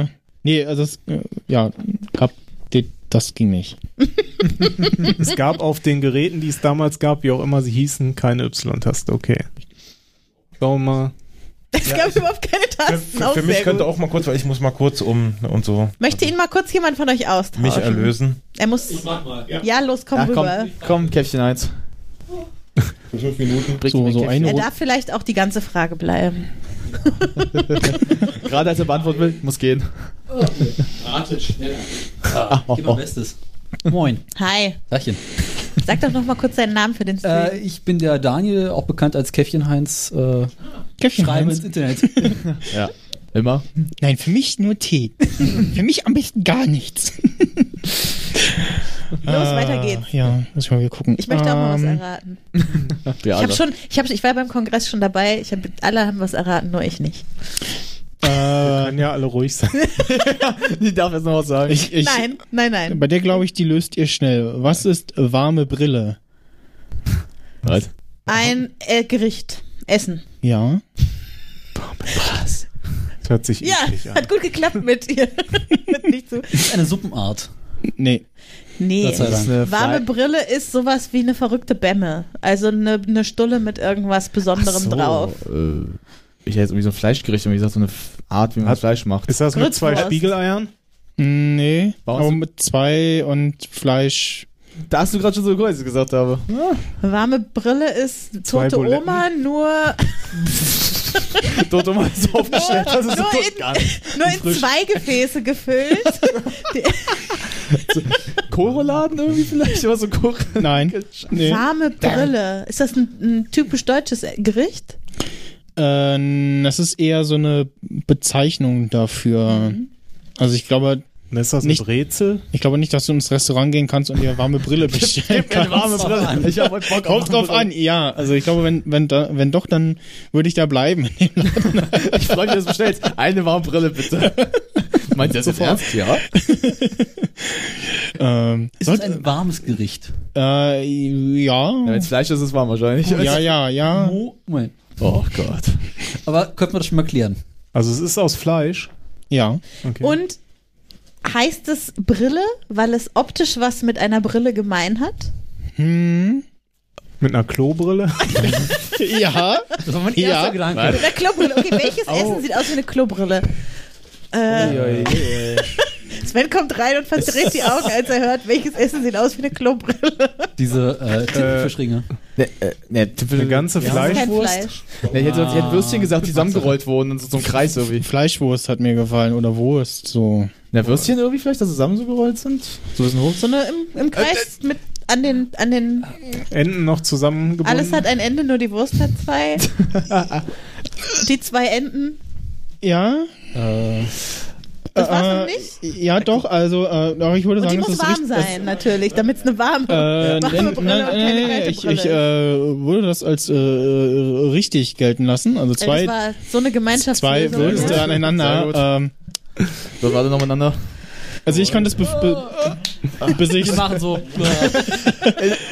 [SPEAKER 2] Äh, nee, also es, äh, ja, gab, de- das ging nicht.
[SPEAKER 5] Es gab auf den Geräten, die es damals gab, wie auch immer sie hießen, keine Y-Taste. Okay. Schauen wir mal.
[SPEAKER 3] es gab überhaupt keine
[SPEAKER 6] Für,
[SPEAKER 3] Tasten.
[SPEAKER 6] für,
[SPEAKER 3] auch
[SPEAKER 6] für mich
[SPEAKER 3] sehr
[SPEAKER 6] könnte
[SPEAKER 3] gut.
[SPEAKER 6] auch mal kurz, weil ich muss mal kurz um und so
[SPEAKER 3] Möchte ihn mal kurz jemand von euch austauschen?
[SPEAKER 6] mich erlösen.
[SPEAKER 3] Er muss. ja. los, komm
[SPEAKER 4] Ja,
[SPEAKER 3] rüber.
[SPEAKER 4] komm, komm, Käffchen 1.
[SPEAKER 6] Fünf Minuten.
[SPEAKER 4] Bring
[SPEAKER 2] So,
[SPEAKER 4] mir
[SPEAKER 2] so
[SPEAKER 4] Käffchen.
[SPEAKER 2] eine
[SPEAKER 3] Er
[SPEAKER 2] Runde.
[SPEAKER 3] darf vielleicht auch die ganze Frage bleiben.
[SPEAKER 4] Gerade als er beantworten will, muss gehen.
[SPEAKER 7] Ratet schneller.
[SPEAKER 4] Oh,
[SPEAKER 7] [laughs] Gib
[SPEAKER 4] oh.
[SPEAKER 7] mein Bestes. Moin.
[SPEAKER 3] Hi.
[SPEAKER 7] Sachchen.
[SPEAKER 3] Sag doch noch mal kurz deinen Namen für den Stream.
[SPEAKER 7] Äh, ich bin der Daniel, auch bekannt als Käffchen-Heinz. Äh,
[SPEAKER 2] Käffchen
[SPEAKER 7] schreibe
[SPEAKER 2] Heinz.
[SPEAKER 7] ins [laughs] Internet.
[SPEAKER 4] Ja. Immer.
[SPEAKER 2] Nein, für mich nur Tee. für mich am besten gar nichts. Äh,
[SPEAKER 3] Los, weiter geht's.
[SPEAKER 2] Ja, muss ich mal wieder gucken.
[SPEAKER 3] Ich möchte auch mal was
[SPEAKER 2] Ähm,
[SPEAKER 3] erraten.
[SPEAKER 4] Wir
[SPEAKER 3] Ich
[SPEAKER 4] alle.
[SPEAKER 3] habe schon, ich habe, ich war beim Kongress schon dabei. Ich hab, alle haben was erraten, nur ich nicht.
[SPEAKER 2] äh,
[SPEAKER 5] Kann ja alle
[SPEAKER 2] [laughs]
[SPEAKER 5] ruhig sein.
[SPEAKER 4] Die darf jetzt noch was sagen.
[SPEAKER 2] Ich, ich,
[SPEAKER 3] nein, nein, nein.
[SPEAKER 2] Bei der glaube ich, die löst ihr schnell. Was ist warme Brille?
[SPEAKER 4] Was?
[SPEAKER 3] Ein äh, Gericht. Essen.
[SPEAKER 2] Ja.
[SPEAKER 5] Das hört sich
[SPEAKER 3] Ja,
[SPEAKER 5] eklig an.
[SPEAKER 3] hat gut geklappt mit ihr. [laughs] mit nicht zu.
[SPEAKER 7] Das ist eine Suppenart.
[SPEAKER 2] Nee.
[SPEAKER 3] Nee.
[SPEAKER 7] Gott sei Dank.
[SPEAKER 4] eine
[SPEAKER 3] Warme
[SPEAKER 4] Fly-
[SPEAKER 3] Brille ist sowas wie eine verrückte Bämme. Also eine, eine Stulle mit irgendwas Besonderem
[SPEAKER 4] Ach so,
[SPEAKER 3] drauf.
[SPEAKER 4] Äh, ich hätte jetzt irgendwie so ein Fleischgericht, aber wie gesagt, so eine F- Art, wie man
[SPEAKER 5] Hat-
[SPEAKER 4] Fleisch macht.
[SPEAKER 5] Ist das mit zwei
[SPEAKER 3] Grützwurst.
[SPEAKER 5] Spiegeleiern?
[SPEAKER 2] Nee.
[SPEAKER 4] Bei uns-
[SPEAKER 2] Aber mit zwei und Fleisch.
[SPEAKER 4] Da hast du gerade schon so Größe gesagt, [laughs] aber.
[SPEAKER 3] Warme Brille ist
[SPEAKER 5] Zwei
[SPEAKER 3] tote
[SPEAKER 5] Buletten.
[SPEAKER 3] Oma, nur,
[SPEAKER 4] Dort mal so aufgestellt, dass es so
[SPEAKER 3] Nur
[SPEAKER 4] gut
[SPEAKER 3] in-
[SPEAKER 4] gar nicht.
[SPEAKER 3] [laughs] nur in zwei Gefäße
[SPEAKER 4] [laughs]
[SPEAKER 3] gefüllt.
[SPEAKER 4] Koroladen irgendwie vielleicht, aber so [laughs] Kore.
[SPEAKER 2] Nein.
[SPEAKER 5] [laughs]
[SPEAKER 2] Nee.
[SPEAKER 3] Warme Brille. Ist das ein, ein typisch deutsches Gericht?
[SPEAKER 2] Ähm, das ist eher so eine Bezeichnung dafür.
[SPEAKER 3] Mhm.
[SPEAKER 2] Also ich glaube,
[SPEAKER 5] Und Ist das
[SPEAKER 2] Nicht-
[SPEAKER 5] ein Rätsel?
[SPEAKER 2] ich glaube nicht, dass du ins Restaurant gehen kannst und dir warme Brille bestellen kannst.
[SPEAKER 4] warme Brille. Ich hab heute Bock
[SPEAKER 2] Kommt drauf an, ja. Also ich glaube, wenn, wenn, da, wenn doch, dann würde ich da bleiben. [laughs]
[SPEAKER 4] Ich freue mich, dass du bestellst. Eine warme Brille, bitte. [laughs] Meint ihr das jetzt ernst? Ja.
[SPEAKER 2] ähm,
[SPEAKER 7] Ist es ein warmes Gericht?
[SPEAKER 2] äh, ja.
[SPEAKER 4] Wenn es Fleisch ist, ist es warm wahrscheinlich.
[SPEAKER 2] Ja, ja, ja.
[SPEAKER 7] Moment.
[SPEAKER 4] Oh Gott.
[SPEAKER 7] Aber könnte man das schon mal klären?
[SPEAKER 5] Also es ist aus Fleisch.
[SPEAKER 2] Ja.
[SPEAKER 5] Okay.
[SPEAKER 3] Und heißt es Brille, weil es optisch was mit einer Brille gemein hat?
[SPEAKER 2] Hm.
[SPEAKER 5] mit einer Klobrille?
[SPEAKER 2] [laughs] Ja.
[SPEAKER 7] Das war mein
[SPEAKER 2] Ja.
[SPEAKER 7] erster Gedanke.
[SPEAKER 3] Mit einer Klobrille.
[SPEAKER 4] [laughs]
[SPEAKER 3] Okay, welches Essen sieht aus wie eine Klobrille? Äh,
[SPEAKER 4] Oh.
[SPEAKER 3] Sven kommt rein und verdreht die Augen, als er hört, welches Essen sieht aus wie eine Klobrille.
[SPEAKER 7] Diese äh, Tintenfischringe.
[SPEAKER 4] Ne, äh, ne,
[SPEAKER 5] Eine ganze
[SPEAKER 3] Das ist kein
[SPEAKER 5] Fleischwurst?
[SPEAKER 3] Fleisch.
[SPEAKER 4] Ne, ich hätte sonst- ich hätte Würstchen gesagt, die zusammengerollt wurden und so zum Kreis irgendwie.
[SPEAKER 2] Fleischwurst hat mir gefallen oder Wurst so.
[SPEAKER 4] Ne, Würstchen irgendwie vielleicht, dass sie zusammen so gerollt sind? So ein bisschen hoch.
[SPEAKER 3] So eine im,
[SPEAKER 4] Äh,
[SPEAKER 3] im Kreis mit an den, an den,
[SPEAKER 4] Ah,
[SPEAKER 5] Enden noch zusammengebunden?
[SPEAKER 3] alles hat ein Ende, nur die Wurst hat
[SPEAKER 4] [laughs]
[SPEAKER 3] zwei. die zwei Enden.
[SPEAKER 2] Ja.
[SPEAKER 7] Äh,
[SPEAKER 3] Das war's
[SPEAKER 2] Äh,
[SPEAKER 3] noch nicht?
[SPEAKER 2] Ja, doch. Also, äh, doch, ich würde
[SPEAKER 3] Und die
[SPEAKER 2] sagen,
[SPEAKER 3] muss
[SPEAKER 2] das ist
[SPEAKER 3] warm
[SPEAKER 2] richtig. das-
[SPEAKER 3] sein, natürlich, damit es eine warme,
[SPEAKER 2] Äh,
[SPEAKER 3] warme
[SPEAKER 2] nein,
[SPEAKER 3] Brille
[SPEAKER 2] nein,
[SPEAKER 3] und keine
[SPEAKER 2] nein,
[SPEAKER 3] kalte
[SPEAKER 2] nein, ich,
[SPEAKER 3] Brille
[SPEAKER 2] ich äh,
[SPEAKER 3] ist.
[SPEAKER 2] würde das als äh, richtig gelten lassen. Also
[SPEAKER 3] Ey,
[SPEAKER 2] zwei,
[SPEAKER 3] das war so eine
[SPEAKER 2] zwei
[SPEAKER 3] ne? Gemeinschaftslösung.
[SPEAKER 2] Würste
[SPEAKER 3] ja.
[SPEAKER 4] Sehr gut.
[SPEAKER 2] aneinander. Ähm,
[SPEAKER 4] So, warte noch miteinander.
[SPEAKER 2] also ich kann das be be bis ich
[SPEAKER 7] wir machen so.
[SPEAKER 4] Oh. [laughs]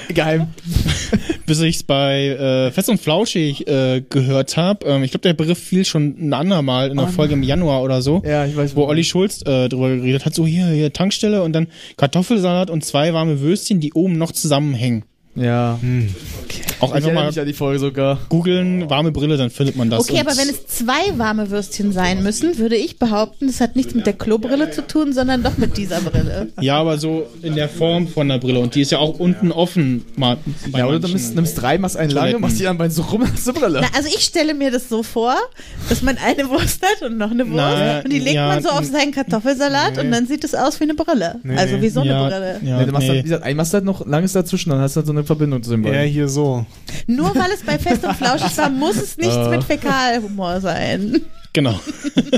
[SPEAKER 4] Geheim.
[SPEAKER 2] bis ich's bei äh, Fest und Flauschig äh, gehört habe. Ähm, ich glaube, der Begriff fiel schon ein andermal in
[SPEAKER 3] Oh,
[SPEAKER 2] einer Folge im Januar oder so.
[SPEAKER 4] Ja, ich weiß.
[SPEAKER 2] wo Olli Schulz äh, drüber geredet hat, so hier, hier Tankstelle und dann Kartoffelsalat und zwei warme Würstchen, die oben noch zusammenhängen.
[SPEAKER 4] Ja.
[SPEAKER 2] Auch
[SPEAKER 4] Hm, Ich
[SPEAKER 2] einfach
[SPEAKER 4] erinnere
[SPEAKER 2] mal
[SPEAKER 4] mich an Oh. die Folge sogar.
[SPEAKER 2] googeln, warme Brille, dann findet man das.
[SPEAKER 3] Okay,
[SPEAKER 2] Und
[SPEAKER 3] aber wenn es zwei warme Würstchen sein müssen, würde ich behaupten, es hat nichts mit der Klobrille zu tun, sondern doch mit dieser Brille.
[SPEAKER 2] ja, aber so in der Form von der Brille und die ist ja auch unten offen. Mal bei
[SPEAKER 4] Ja, oder du
[SPEAKER 2] manchen.
[SPEAKER 4] nimmst, nimmst drei, machst einen lange,
[SPEAKER 2] Toiletten.
[SPEAKER 4] machst die anderen beiden so rum, [laughs] hast du Brille.
[SPEAKER 3] Na, also ich stelle mir das so vor, dass man eine Wurst hat und noch eine Wurst
[SPEAKER 2] Na,
[SPEAKER 3] und die legt
[SPEAKER 2] ja,
[SPEAKER 3] man so auf
[SPEAKER 2] n-
[SPEAKER 3] seinen Kartoffelsalat und dann sieht es aus wie eine Brille.
[SPEAKER 5] Nee,
[SPEAKER 3] also
[SPEAKER 5] nee.
[SPEAKER 3] wie so eine
[SPEAKER 2] ja,
[SPEAKER 3] Brille.
[SPEAKER 2] Ja,
[SPEAKER 4] nee, du machst
[SPEAKER 2] nee.
[SPEAKER 4] halt, wie gesagt, ein machst halt noch langes dazwischen, dann hast du halt so eine Verbindung zu den
[SPEAKER 5] Ja,
[SPEAKER 4] beiden.
[SPEAKER 5] hier so.
[SPEAKER 3] Nur weil es bei Fest und Flauschig war,
[SPEAKER 2] [laughs]
[SPEAKER 3] muss es nichts
[SPEAKER 2] Äh.
[SPEAKER 3] mit Fäkalhumor sein.
[SPEAKER 2] Genau.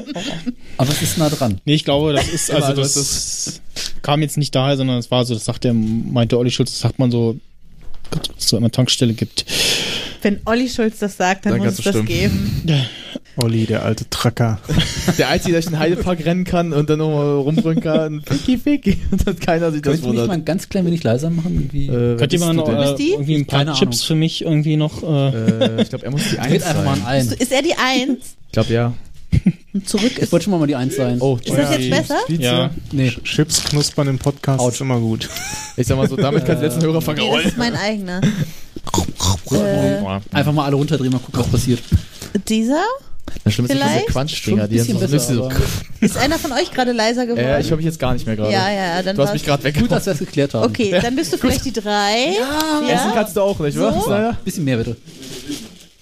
[SPEAKER 7] [laughs] Aber es ist nah dran.
[SPEAKER 2] Nee, ich glaube, das
[SPEAKER 4] [laughs]
[SPEAKER 2] ist, also
[SPEAKER 4] also
[SPEAKER 2] das, kam jetzt nicht daher, sondern es war so, das sagt der, meinte Olli Schulz, das sagt man so, Gott, dass es so an der Tankstelle gibt.
[SPEAKER 3] Wenn Olli Schulz das sagt, dann,
[SPEAKER 4] Dann
[SPEAKER 3] muss
[SPEAKER 4] kannst
[SPEAKER 3] es
[SPEAKER 4] du
[SPEAKER 3] das
[SPEAKER 4] stimmen.
[SPEAKER 3] geben.
[SPEAKER 5] Olli, der alte Tracker.
[SPEAKER 4] Der Einzige, der durch den Heidepark rennen kann und dann nochmal rumbrüllen kann. Ficky, Ficky. [laughs] Und dann keiner sich das
[SPEAKER 7] Könntest du mich mal
[SPEAKER 4] wundert.
[SPEAKER 7] ein ganz klein wenig leiser machen? Irgendwie?
[SPEAKER 4] wer
[SPEAKER 2] Könnt ihr
[SPEAKER 4] bist
[SPEAKER 2] mal
[SPEAKER 4] du
[SPEAKER 2] noch, äh,
[SPEAKER 4] denn?
[SPEAKER 3] die?
[SPEAKER 2] irgendwie ein paar
[SPEAKER 7] Keine Ahnung.
[SPEAKER 2] Chips für mich irgendwie noch äh,
[SPEAKER 4] Äh, ich glaube, er muss die
[SPEAKER 7] Dreht
[SPEAKER 4] Eins
[SPEAKER 7] einfach mal ein
[SPEAKER 4] sein.
[SPEAKER 7] Ein.
[SPEAKER 3] Ist er die [laughs] Eins?
[SPEAKER 4] Ich glaube, ja.
[SPEAKER 3] Und zurück
[SPEAKER 7] Ich
[SPEAKER 3] ist.
[SPEAKER 7] wollte schon mal die Eins sein.
[SPEAKER 4] Oh,
[SPEAKER 3] Ist das jetzt besser?
[SPEAKER 2] Ja.
[SPEAKER 7] Nee.
[SPEAKER 5] Chips knuspern im Podcast
[SPEAKER 7] Autsch.
[SPEAKER 5] ist immer gut.
[SPEAKER 4] Ich sag mal so, damit kannst du jetzt einen Hörer
[SPEAKER 3] Nee, das
[SPEAKER 4] vergraulen.
[SPEAKER 3] ist mein eigener. äh,
[SPEAKER 7] Einfach mal alle runterdrehen, mal gucken, was passiert.
[SPEAKER 3] dieser?
[SPEAKER 4] Das Schlimme ist, dass diese
[SPEAKER 3] Vielleicht?
[SPEAKER 4] Crunch-Dinger, die
[SPEAKER 7] Schon ein
[SPEAKER 4] jetzt
[SPEAKER 7] bisschen
[SPEAKER 4] so
[SPEAKER 7] besser,
[SPEAKER 3] Ist einer von euch gerade leiser geworden?
[SPEAKER 4] Äh, ich höre mich jetzt gar nicht mehr gerade.
[SPEAKER 3] ja, ja, dann
[SPEAKER 4] Du hast
[SPEAKER 3] war's.
[SPEAKER 4] mich gerade
[SPEAKER 7] Gut,
[SPEAKER 4] weggeholt.
[SPEAKER 7] dass wir es geklärt haben.
[SPEAKER 3] Okay, dann bist du vielleicht die drei. Ja.
[SPEAKER 4] Essen kannst du auch nicht, wa?
[SPEAKER 3] So?
[SPEAKER 4] Naja.
[SPEAKER 7] Bisschen mehr bitte.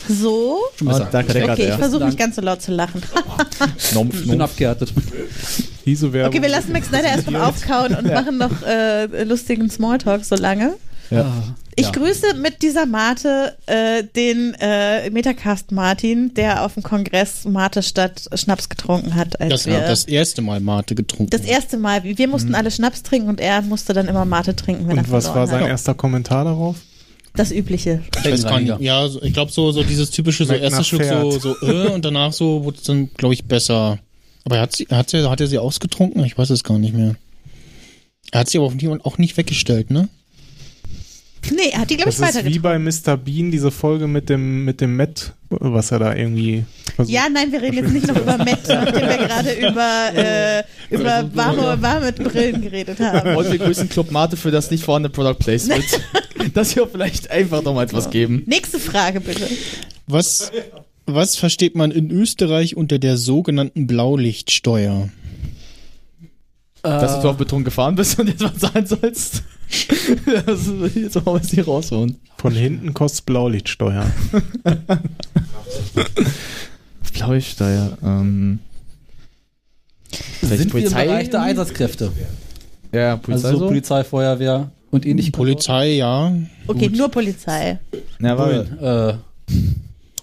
[SPEAKER 3] So.
[SPEAKER 7] Schon besser.
[SPEAKER 4] Und danke, der
[SPEAKER 3] Okay, ich
[SPEAKER 4] Gatte,
[SPEAKER 3] versuche
[SPEAKER 7] Dank.
[SPEAKER 3] nicht ganz so laut zu lachen.
[SPEAKER 7] ich bin abgehärtet.
[SPEAKER 5] Diese Werbung.
[SPEAKER 3] Okay, wir lassen Max Snyder erstmal aufkauen und machen noch äh, lustigen Smalltalk so lange.
[SPEAKER 7] Ja.
[SPEAKER 3] Ich
[SPEAKER 7] Ja.
[SPEAKER 3] grüße mit dieser Mate äh, den äh, Metacast Martin, der auf dem Kongress Mate statt Schnaps getrunken hat. Als
[SPEAKER 2] das,
[SPEAKER 3] wir
[SPEAKER 2] das erste Mal Mate getrunken.
[SPEAKER 3] das erste Mal, wir mussten alle Schnaps trinken und er musste dann immer Mate trinken, wenn
[SPEAKER 5] Und
[SPEAKER 3] er
[SPEAKER 5] was war
[SPEAKER 3] verloren
[SPEAKER 5] sein
[SPEAKER 3] hat.
[SPEAKER 5] erster Kommentar darauf?
[SPEAKER 3] Das übliche.
[SPEAKER 2] ich weiß gar nicht.
[SPEAKER 7] Ja.
[SPEAKER 2] Ja, so, ich glaube so, so dieses typische so
[SPEAKER 5] Schmeckt
[SPEAKER 2] erste
[SPEAKER 5] nach
[SPEAKER 2] Schluck so,
[SPEAKER 5] Pferd.
[SPEAKER 2] so äh, und danach so wurde es dann, glaube ich, besser. Aber er hat sie, hat, sie, hat er sie ausgetrunken? Ich weiß es gar nicht mehr. Er hat sie aber auf jeden Fall auch nicht weggestellt, ne?
[SPEAKER 3] Nee, er hat die, glaube
[SPEAKER 5] Das
[SPEAKER 3] ich,
[SPEAKER 5] ist wie
[SPEAKER 3] weitergetrunken.
[SPEAKER 5] bei Mr. Bean, diese Folge mit dem, mit dem Matt, was er da irgendwie, was versuche.
[SPEAKER 3] Ja, nein, wir reden jetzt nicht noch über Matt, nachdem wir gerade über, äh, über warme, warme Brillen geredet
[SPEAKER 4] [laughs]
[SPEAKER 3] haben.
[SPEAKER 4] Und wir grüßen Club Mate für das nicht vorhandene Product
[SPEAKER 7] [laughs]
[SPEAKER 4] Placement. dass wir vielleicht einfach nochmal etwas geben.
[SPEAKER 3] Nächste Frage bitte.
[SPEAKER 2] Was, was versteht man in Österreich unter der sogenannten Blaulichtsteuer?
[SPEAKER 4] Dass
[SPEAKER 7] Äh.
[SPEAKER 4] du auf Beton gefahren bist und jetzt was zahlen
[SPEAKER 7] [laughs]
[SPEAKER 4] sollst. das ist jetzt wollen wir es nicht rausholen.
[SPEAKER 5] Von hinten kostet Blaulichtsteuer.
[SPEAKER 4] Blaulichtsteuer. Ähm, vielleicht
[SPEAKER 7] sind wir im
[SPEAKER 4] Polizei?
[SPEAKER 7] Bereich der Einsatzkräfte.
[SPEAKER 4] ja, Polizei
[SPEAKER 7] also
[SPEAKER 4] so?
[SPEAKER 7] so
[SPEAKER 4] Hm.
[SPEAKER 7] Polizei, Feuerwehr und ähnliche.
[SPEAKER 2] Polizei, ja.
[SPEAKER 3] Okay, nur Polizei.
[SPEAKER 4] Ja, warte.
[SPEAKER 7] Bullen. Äh,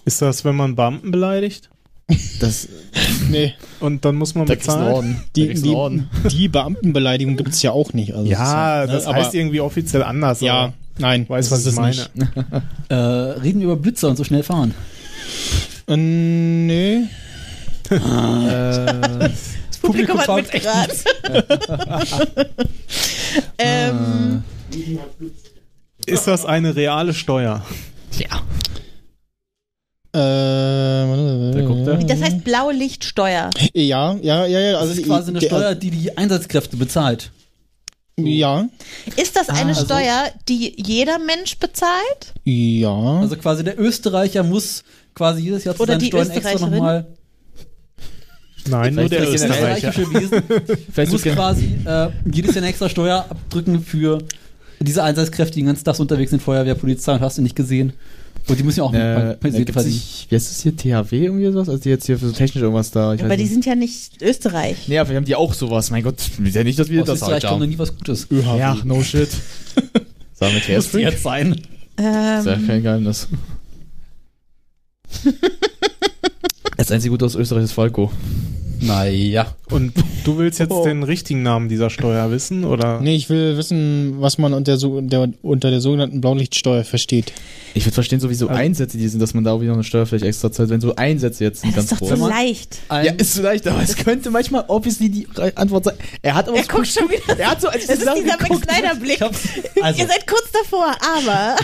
[SPEAKER 5] Ist das, wenn man Beamten beleidigt?
[SPEAKER 4] Das,
[SPEAKER 2] Nee,
[SPEAKER 5] Und dann muss man
[SPEAKER 4] da kriegst du einen
[SPEAKER 5] bezahlen?
[SPEAKER 4] Orden. Da
[SPEAKER 2] die,
[SPEAKER 4] kriegst du einen
[SPEAKER 2] die,
[SPEAKER 4] Orden.
[SPEAKER 2] die Beamtenbeleidigung gibt's ja auch nicht. Also
[SPEAKER 5] Ja,
[SPEAKER 2] es ist,
[SPEAKER 5] das
[SPEAKER 2] ne,
[SPEAKER 5] heißt irgendwie offiziell anders.
[SPEAKER 2] ja,
[SPEAKER 5] aber
[SPEAKER 2] nein,
[SPEAKER 5] Weiß,
[SPEAKER 2] das
[SPEAKER 5] was ich
[SPEAKER 2] ist
[SPEAKER 5] meine.
[SPEAKER 2] es
[SPEAKER 7] äh, reden wir über Blitzer und so schnell fahren.
[SPEAKER 2] Nicht. Äh, nee.
[SPEAKER 3] Das Publikum hat
[SPEAKER 7] Publikum schaut
[SPEAKER 3] mitgeraten. [laughs] ähm,
[SPEAKER 5] Ist das eine reale Steuer?
[SPEAKER 2] Äh,
[SPEAKER 4] guckt er.
[SPEAKER 3] das heißt blaue Lichtsteuer.
[SPEAKER 2] ja, ja, ja, ja. Also
[SPEAKER 7] Das ist quasi eine
[SPEAKER 2] der-
[SPEAKER 7] Steuer, die die Einsatzkräfte bezahlt.
[SPEAKER 2] Ja,
[SPEAKER 3] Ist das eine
[SPEAKER 7] also-
[SPEAKER 3] Steuer, die jeder Mensch bezahlt?
[SPEAKER 2] ja.
[SPEAKER 7] Also quasi der Österreicher muss quasi jedes Jahr zu
[SPEAKER 3] Oder
[SPEAKER 7] seinen
[SPEAKER 3] die
[SPEAKER 7] Steuern extra
[SPEAKER 3] Österreicherin?
[SPEAKER 7] nochmal.
[SPEAKER 5] Nein, nur der
[SPEAKER 4] Vielleicht-
[SPEAKER 5] Österreicher.
[SPEAKER 4] Österreicher.
[SPEAKER 7] österreichische
[SPEAKER 4] [laughs]
[SPEAKER 7] Wesen
[SPEAKER 4] Vielleicht
[SPEAKER 7] muss
[SPEAKER 4] so gen-
[SPEAKER 7] quasi äh, jedes Jahr eine extra Steuer abdrücken für diese Einsatzkräfte, die den ganzen Tag unterwegs sind, Feuerwehr, Polizei und hast du nicht gesehen. Und die müssen ja auch
[SPEAKER 4] Äh,
[SPEAKER 7] mit Pension
[SPEAKER 4] gibt's
[SPEAKER 7] verdienen.
[SPEAKER 4] nicht- wie heißt das hier? THW irgendwie sowas? Also die jetzt hier für so technisch irgendwas da. Ich
[SPEAKER 3] Aber
[SPEAKER 4] weiß
[SPEAKER 3] die
[SPEAKER 4] nicht.
[SPEAKER 3] sind ja nicht Österreich.
[SPEAKER 4] Nee, aber vielleicht haben die auch sowas. Mein Gott, ist ja nicht, dass
[SPEAKER 3] Oh,
[SPEAKER 4] wir
[SPEAKER 7] Aus
[SPEAKER 4] das
[SPEAKER 7] Österreich
[SPEAKER 4] halt
[SPEAKER 7] kommt noch
[SPEAKER 4] haben.
[SPEAKER 7] nie was Gutes.
[SPEAKER 4] Ja, no [laughs] shit. Sagen wir zuerst. Das
[SPEAKER 7] jetzt sein.
[SPEAKER 3] Ähm,
[SPEAKER 4] ist ja kein Geheimnis.
[SPEAKER 3] [laughs]
[SPEAKER 4] Das einzige Gute aus Österreich ist Falco.
[SPEAKER 7] Naja.
[SPEAKER 5] Und du willst jetzt den richtigen Namen dieser Steuer wissen, oder?
[SPEAKER 2] Nee, ich will wissen, was man unter, so, der, unter der sogenannten Blaulichtsteuer versteht.
[SPEAKER 4] Ich würde verstehen, sowieso Einsätze, die sind, dass man da auch wieder eine Steuer vielleicht extra zahlt, wenn so Einsätze jetzt
[SPEAKER 3] das
[SPEAKER 4] nicht
[SPEAKER 3] ist
[SPEAKER 4] ganz
[SPEAKER 3] doch
[SPEAKER 4] groß
[SPEAKER 3] zu
[SPEAKER 4] sind.
[SPEAKER 3] leicht.
[SPEAKER 7] Ein,
[SPEAKER 4] Ja, ist so leicht, aber es könnte manchmal obviously die re- Antwort sein. Er hat aber.
[SPEAKER 3] Er
[SPEAKER 4] so-
[SPEAKER 3] guckt schon wieder.
[SPEAKER 4] er hat so, als ich
[SPEAKER 3] Das
[SPEAKER 4] das
[SPEAKER 3] ist dieser Max
[SPEAKER 4] geguckt,
[SPEAKER 3] Snyder
[SPEAKER 7] ich
[SPEAKER 3] Blick.
[SPEAKER 7] glaub, also,
[SPEAKER 3] Ihr seid kurz davor, aber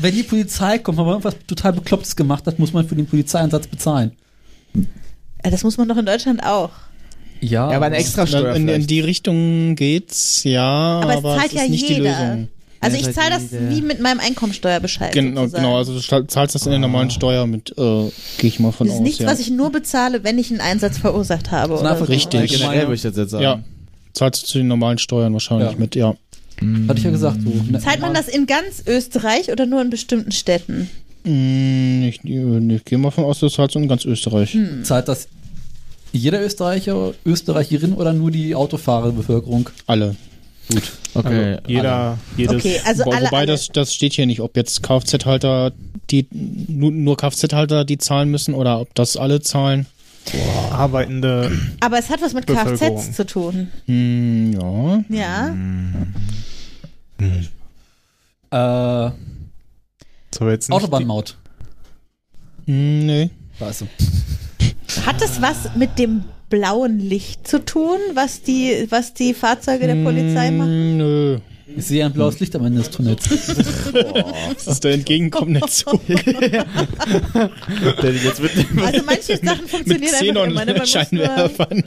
[SPEAKER 7] wenn die Polizei kommt, weil man irgendwas total Beklopptes gemacht hat, muss man für den Polizeieinsatz bezahlen.
[SPEAKER 3] Äh, das muss man doch in Deutschland auch.
[SPEAKER 4] Ja, aber eine extra Steuer.
[SPEAKER 2] In, in die Richtung geht's, ja,
[SPEAKER 3] Aber
[SPEAKER 2] aber,
[SPEAKER 3] es zahlt
[SPEAKER 2] es ist
[SPEAKER 3] ja
[SPEAKER 2] nicht die
[SPEAKER 3] jeder.
[SPEAKER 2] Lösung.
[SPEAKER 3] Also
[SPEAKER 4] Ja,
[SPEAKER 3] ich
[SPEAKER 4] das
[SPEAKER 3] zahle
[SPEAKER 4] heißt,
[SPEAKER 3] das
[SPEAKER 4] jeder-
[SPEAKER 3] wie mit meinem Einkommensteuerbbescheid.
[SPEAKER 2] Genau,
[SPEAKER 3] sozusagen. Ah.
[SPEAKER 2] genau, also du zahl- zahlst das in der normalen Steuer mit, äh, gehe ich mal von
[SPEAKER 3] Das ist
[SPEAKER 2] aus.
[SPEAKER 3] nichts,
[SPEAKER 2] ja.
[SPEAKER 3] was ich nur bezahle, wenn ich einen Einsatz verursacht habe.
[SPEAKER 7] So
[SPEAKER 3] Oder so.
[SPEAKER 7] nachvollziehbar.
[SPEAKER 4] Ja,
[SPEAKER 2] Richtig.
[SPEAKER 4] generell würde ich das jetzt sagen.
[SPEAKER 2] ja, zahlst du zu den normalen Steuern wahrscheinlich
[SPEAKER 7] Ja.
[SPEAKER 2] mit, ja.
[SPEAKER 7] Hatte ich ja gesagt. So, ne,
[SPEAKER 3] Zahlt man das in ganz Österreich oder nur in bestimmten Städten?
[SPEAKER 2] Mm, Ich, ich gehe mal von aus, das zahlst du in ganz Österreich.
[SPEAKER 3] Hm.
[SPEAKER 7] Zahlt das jeder Österreicher, Österreicherin oder nur die Autofahrerbevölkerung?
[SPEAKER 2] Alle.
[SPEAKER 7] Gut.
[SPEAKER 4] Okay.
[SPEAKER 5] Also jeder, jedes.
[SPEAKER 3] Okay, also
[SPEAKER 2] Wo-
[SPEAKER 3] alle.
[SPEAKER 2] Wobei
[SPEAKER 3] alle.
[SPEAKER 2] das, das steht hier nicht, ob jetzt Kfz-Halter, die nur, nur Kfz-Halter, die zahlen müssen oder ob das alle zahlen.
[SPEAKER 5] Arbeitende.
[SPEAKER 3] aber es hat was mit
[SPEAKER 5] Bevölkerung.
[SPEAKER 3] Kfz zu tun.
[SPEAKER 2] Hm, ja.
[SPEAKER 3] Ja.
[SPEAKER 7] Äh,
[SPEAKER 5] So jetzt nicht
[SPEAKER 7] Autobahnmaut.
[SPEAKER 2] Hm, nee.
[SPEAKER 7] Weißt du.
[SPEAKER 3] Hat das was mit dem blauen Licht zu tun, was die, was die Fahrzeuge der Polizei machen?
[SPEAKER 2] Hm, nö.
[SPEAKER 7] Ich sehe ein blaues Licht am Ende des Tunnels.
[SPEAKER 2] Das ist der entgegenkommende [laughs] Zug.
[SPEAKER 4] Der jetzt mit dem,
[SPEAKER 3] Also manche Sachen
[SPEAKER 2] Mit
[SPEAKER 3] funktionieren einfach immer. Ne? Man muss nur,
[SPEAKER 2] Xenon-Scheinwerfern.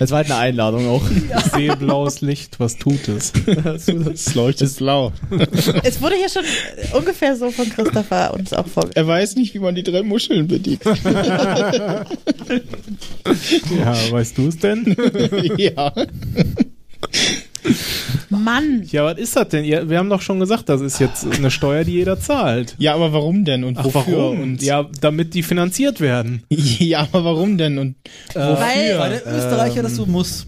[SPEAKER 4] das war halt eine Einladung auch.
[SPEAKER 5] Ich sehe blaues Licht, was tut es?
[SPEAKER 2] Das leuchtet blau.
[SPEAKER 3] es wurde ja schon äh, ungefähr so von Christopher uns auch vorgestellt.
[SPEAKER 2] Er weiß nicht, wie man die drei Muscheln bedient.
[SPEAKER 5] Ja, weißt du es denn?
[SPEAKER 2] ja.
[SPEAKER 3] Mann,
[SPEAKER 5] Ja, was ist das denn? Ihr- Wir haben doch schon gesagt, das ist jetzt eine Steuer, die jeder zahlt.
[SPEAKER 2] Ja, aber warum denn und wofür? Und
[SPEAKER 5] ja, damit die finanziert werden.
[SPEAKER 2] [laughs] ja, aber warum denn und
[SPEAKER 3] Weil-
[SPEAKER 7] weil der Österreicher das so muss.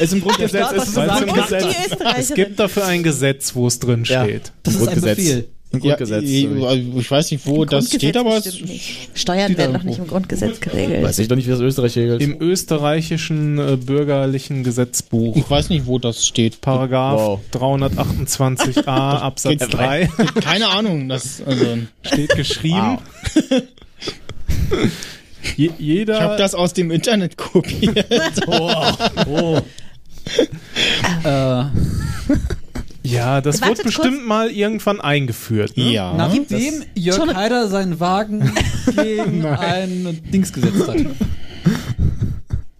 [SPEAKER 4] Ist im Grundgesetz,
[SPEAKER 7] Staat hat
[SPEAKER 4] ist im
[SPEAKER 7] gesagt,
[SPEAKER 3] und die
[SPEAKER 4] Grundgesetz.
[SPEAKER 5] Es
[SPEAKER 3] Österreicherin.
[SPEAKER 5] gibt dafür ein Gesetz, wo es drin
[SPEAKER 4] Ja.
[SPEAKER 5] steht.
[SPEAKER 7] Das ist ein
[SPEAKER 4] Grundgesetz.
[SPEAKER 7] Befehl.
[SPEAKER 4] Im
[SPEAKER 2] ja,
[SPEAKER 4] Grundgesetz.
[SPEAKER 2] ich,
[SPEAKER 4] sorry.
[SPEAKER 2] ich weiß nicht, wo das
[SPEAKER 3] Grundgesetz
[SPEAKER 2] steht, aber es,
[SPEAKER 3] bestimmt nicht. Steuern
[SPEAKER 7] steht da
[SPEAKER 3] werden doch nicht
[SPEAKER 7] irgendwo.
[SPEAKER 3] im Grundgesetz geregelt.
[SPEAKER 4] Weiß ich doch nicht, wie das Österreich regelt.
[SPEAKER 5] Im österreichischen äh, bürgerlichen Gesetzbuch,
[SPEAKER 2] ich weiß nicht, wo das steht.
[SPEAKER 5] Paragraph
[SPEAKER 4] Wow. [laughs]
[SPEAKER 5] 328a Absatz 3,
[SPEAKER 2] Keine Ahnung, das also
[SPEAKER 5] steht geschrieben. [laughs] Je, jeder.
[SPEAKER 2] ich habe das aus dem Internet
[SPEAKER 5] oh.
[SPEAKER 2] kopiert.
[SPEAKER 7] Äh, ich
[SPEAKER 5] Ja, das
[SPEAKER 3] Wartet
[SPEAKER 5] wird bestimmt
[SPEAKER 3] kurz.
[SPEAKER 5] mal irgendwann eingeführt. Ne?
[SPEAKER 2] Ja.
[SPEAKER 7] Nachdem Jörg
[SPEAKER 3] schon-
[SPEAKER 7] Haider seinen Wagen gegen ein Dings gesetzt hat.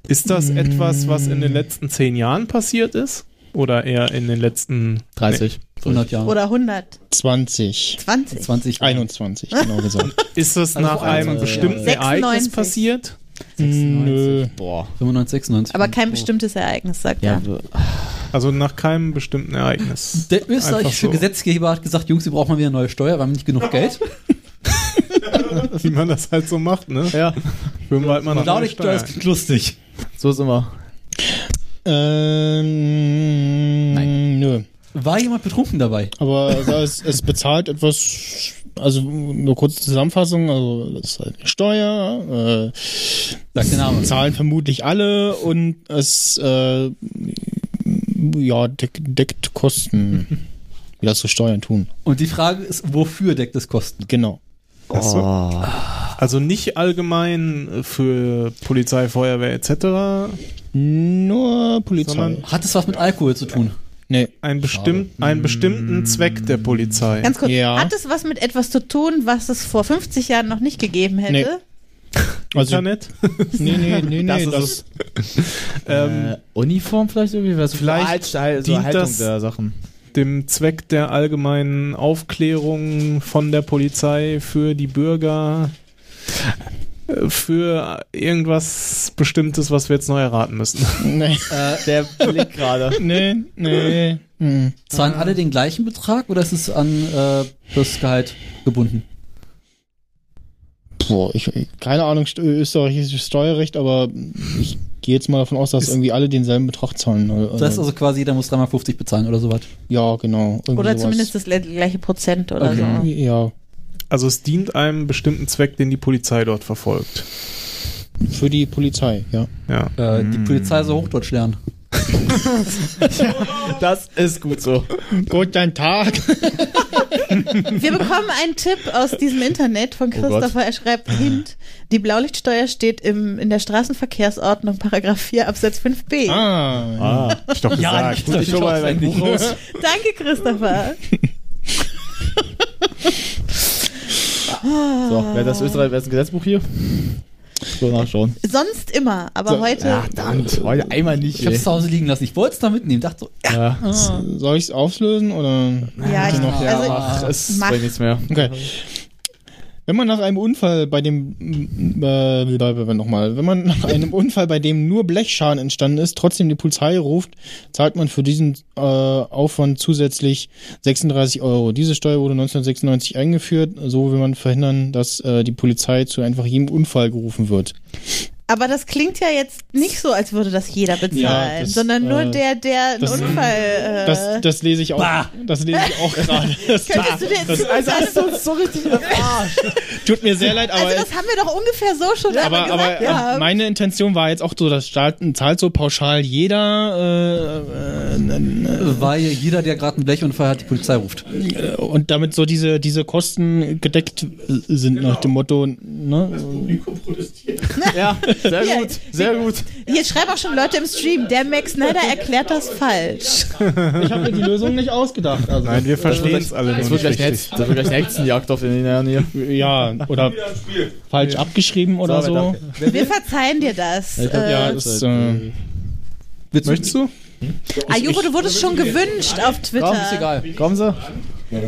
[SPEAKER 5] Ist das
[SPEAKER 3] Mm.
[SPEAKER 5] etwas, was in den letzten zehn Jahren passiert ist? Oder eher in den letzten
[SPEAKER 4] 30.
[SPEAKER 7] 100 Jahre.
[SPEAKER 3] Oder 120.
[SPEAKER 2] 20.
[SPEAKER 7] 20 Jahre.
[SPEAKER 2] 21, genau
[SPEAKER 7] [laughs]
[SPEAKER 2] gesagt.
[SPEAKER 5] Ist das
[SPEAKER 7] Also
[SPEAKER 5] nach
[SPEAKER 7] vor
[SPEAKER 5] einem
[SPEAKER 7] 21
[SPEAKER 5] bestimmten
[SPEAKER 3] Jahren.
[SPEAKER 5] Ereignis
[SPEAKER 3] 96.
[SPEAKER 5] passiert?
[SPEAKER 2] Nö.
[SPEAKER 4] Boah.
[SPEAKER 7] 95, 96.
[SPEAKER 3] Aber kein
[SPEAKER 7] Oh.
[SPEAKER 3] bestimmtes Ereignis, sagt
[SPEAKER 4] Ja,
[SPEAKER 3] er.
[SPEAKER 4] w-
[SPEAKER 5] Also nach keinem bestimmten
[SPEAKER 7] [laughs]
[SPEAKER 5] Ereignis.
[SPEAKER 7] Der
[SPEAKER 5] Einfach
[SPEAKER 7] österreichische
[SPEAKER 5] so.
[SPEAKER 7] Gesetzgeber hat gesagt, Jungs, wir brauchen mal wieder eine neue Steuer, wir haben nicht genug
[SPEAKER 5] [laughs]
[SPEAKER 7] Geld.
[SPEAKER 5] Wie man das halt so macht, ne?
[SPEAKER 4] ja.
[SPEAKER 5] Schwimmen halt mal nach neuen
[SPEAKER 7] Laudicsteuer
[SPEAKER 5] Steuern.
[SPEAKER 7] ist klingt lustig.
[SPEAKER 4] so ist immer.
[SPEAKER 2] Ähm,
[SPEAKER 7] Nein.
[SPEAKER 2] Nö.
[SPEAKER 7] War jemand betrunken dabei?
[SPEAKER 2] Aber da es, es bezahlt etwas, also nur kurze Zusammenfassung, also das ist halt eine Steuer,
[SPEAKER 7] Sagt
[SPEAKER 2] äh,
[SPEAKER 7] der Name.
[SPEAKER 2] zahlen vermutlich alle und es äh, ja, deck, deckt
[SPEAKER 7] [laughs]
[SPEAKER 2] Kosten, wie das so Steuern tun.
[SPEAKER 7] Und die Frage ist, wofür deckt es Kosten?
[SPEAKER 2] Genau.
[SPEAKER 5] Ach so. Also nicht allgemein für Polizei, Feuerwehr etc.
[SPEAKER 2] Nur Polizei.
[SPEAKER 5] Sondern-
[SPEAKER 7] Hat es was mit Alkohol zu tun?
[SPEAKER 2] nee.
[SPEAKER 5] Ein bestimm
[SPEAKER 4] Mm.
[SPEAKER 5] einen bestimmten Zweck der Polizei.
[SPEAKER 3] Ganz kurz,
[SPEAKER 2] Ja.
[SPEAKER 3] hat es was mit etwas zu tun, was es vor 50 Jahren noch nicht gegeben hätte?
[SPEAKER 2] Also, nee,
[SPEAKER 5] Internet?
[SPEAKER 2] nee,
[SPEAKER 4] [laughs]
[SPEAKER 2] nee, nee.
[SPEAKER 4] Das
[SPEAKER 2] Das
[SPEAKER 4] ist
[SPEAKER 2] das,
[SPEAKER 5] Ähm,
[SPEAKER 4] Äh, Uniform vielleicht irgendwie? Was
[SPEAKER 5] Vielleicht
[SPEAKER 4] Altstyle, so
[SPEAKER 5] dient
[SPEAKER 4] Haltung
[SPEAKER 5] das-
[SPEAKER 4] der Sachen.
[SPEAKER 5] dem Zweck der allgemeinen Aufklärung von der Polizei für die Bürger äh, für irgendwas Bestimmtes, was wir jetzt neu erraten müssen.
[SPEAKER 2] nee,
[SPEAKER 4] Der Blick gerade.
[SPEAKER 5] [laughs]
[SPEAKER 2] nee, nee. Hm.
[SPEAKER 7] Zahlen alle den gleichen Betrag oder ist es an äh, das Gehalt gebunden?
[SPEAKER 2] Boah, ich, keine Ahnung, st- österreichisches Steuerrecht, aber ich gehe jetzt mal davon aus, dass irgendwie alle denselben Betrag zahlen. Also,
[SPEAKER 7] Das heißt also quasi, jeder muss 3x50 bezahlen oder sowas.
[SPEAKER 2] ja, genau. irgendwie
[SPEAKER 3] Oder
[SPEAKER 2] sowas. Mhm.
[SPEAKER 3] zumindest das le- gleiche Prozent oder so.
[SPEAKER 2] Ja,
[SPEAKER 5] Also es dient einem bestimmten Zweck, den die Polizei dort verfolgt.
[SPEAKER 2] für die Polizei, ja.
[SPEAKER 5] Ja.
[SPEAKER 7] Äh,
[SPEAKER 5] Hm.
[SPEAKER 7] die Polizei soll Hochdeutsch lernen.
[SPEAKER 4] [laughs] Das ist gut so.
[SPEAKER 2] Guten Tag.
[SPEAKER 3] Wir bekommen einen Tipp aus diesem Internet
[SPEAKER 2] Oh
[SPEAKER 3] von Christopher. er schreibt, Hint, die Blaulichtsteuer steht im, in der Straßenverkehrsordnung, Paragraph 4 Absatz 5b.
[SPEAKER 2] Ah,
[SPEAKER 4] Ah,
[SPEAKER 5] Ich doch gesagt.
[SPEAKER 4] ich schon mal mein Buch raus.
[SPEAKER 3] Danke, Christopher.
[SPEAKER 4] So, wer
[SPEAKER 3] Ah.
[SPEAKER 4] das Österreich, wer ist ein Gesetzbuch hier? So nachschauen.
[SPEAKER 3] Sonst immer, aber heute.
[SPEAKER 4] Verdammt, heute einmal nicht.
[SPEAKER 7] Ich hab's zu Hause liegen lassen. Ich wollte es da mitnehmen. Dachte so, ja,
[SPEAKER 3] Ah.
[SPEAKER 4] ja.
[SPEAKER 2] soll ich es auflösen oder?
[SPEAKER 3] ja, ich,
[SPEAKER 7] noch, ja.
[SPEAKER 3] also,
[SPEAKER 4] Ach, es
[SPEAKER 3] Mach.
[SPEAKER 4] bringt nichts mehr.
[SPEAKER 2] Okay. Wenn man nach einem Unfall bei dem äh, äh, nochmal, wenn man nach einem Unfall, bei dem nur Blechschaden entstanden ist, trotzdem die Polizei ruft, zahlt man für diesen äh, Aufwand zusätzlich 36 Euro. Diese Steuer wurde 1996 eingeführt, so will man verhindern, dass äh, die Polizei zu einfach jedem Unfall gerufen wird.
[SPEAKER 3] aber das klingt ja jetzt nicht so, als würde das jeder bezahlen,
[SPEAKER 2] Ja, das,
[SPEAKER 3] sondern nur
[SPEAKER 2] äh,
[SPEAKER 3] der, der einen
[SPEAKER 2] das-
[SPEAKER 3] Unfall. Äh,
[SPEAKER 2] Das, das lese ich auch.
[SPEAKER 7] Bah!
[SPEAKER 2] Das lese ich
[SPEAKER 3] [laughs]
[SPEAKER 2] auch gerade. Das
[SPEAKER 3] könntest du dir jetzt
[SPEAKER 2] das-
[SPEAKER 3] also, also,
[SPEAKER 4] so richtig im Arsch.
[SPEAKER 2] tut mir sehr leid, aber
[SPEAKER 3] das haben wir doch ungefähr so schon
[SPEAKER 2] aber,
[SPEAKER 3] einmal gesagt.
[SPEAKER 2] aber äh, ähm,
[SPEAKER 3] ja.
[SPEAKER 2] meine Intention war jetzt auch so, das zahlt, zahlt so pauschal jeder äh,
[SPEAKER 7] weil also jeder, der gerade einen Blechunfall hat, die Polizei ruft.
[SPEAKER 2] äh, und damit so diese, diese Kosten gedeckt äh, sind nach dem Motto, ne? [laughs]
[SPEAKER 4] Ja, sehr
[SPEAKER 3] Ja,
[SPEAKER 4] gut, sehr gut.
[SPEAKER 3] Hier schreiben auch schon Leute im Stream, der Max Snyder erklärt das falsch.
[SPEAKER 2] Ich habe mir die Lösung nicht ausgedacht. Also,
[SPEAKER 5] Nein, wir verstehen es alle
[SPEAKER 4] Das wird
[SPEAKER 5] nicht
[SPEAKER 4] gleich eine
[SPEAKER 5] richtig.
[SPEAKER 4] Hetz- das wird gleich eine Hexenjagd auf den Herrn hier.
[SPEAKER 2] ja, oder falsch abgeschrieben oder
[SPEAKER 4] So, aber
[SPEAKER 2] so.
[SPEAKER 3] Wir verzeihen dir das.
[SPEAKER 2] Ja,
[SPEAKER 3] Äh,
[SPEAKER 2] das, äh,
[SPEAKER 7] Willst
[SPEAKER 5] Möchtest du?
[SPEAKER 3] Ayuro, du wurdest schon gewünscht auf
[SPEAKER 4] Komm, ist
[SPEAKER 3] Twitter.
[SPEAKER 4] egal. Kommen Sie?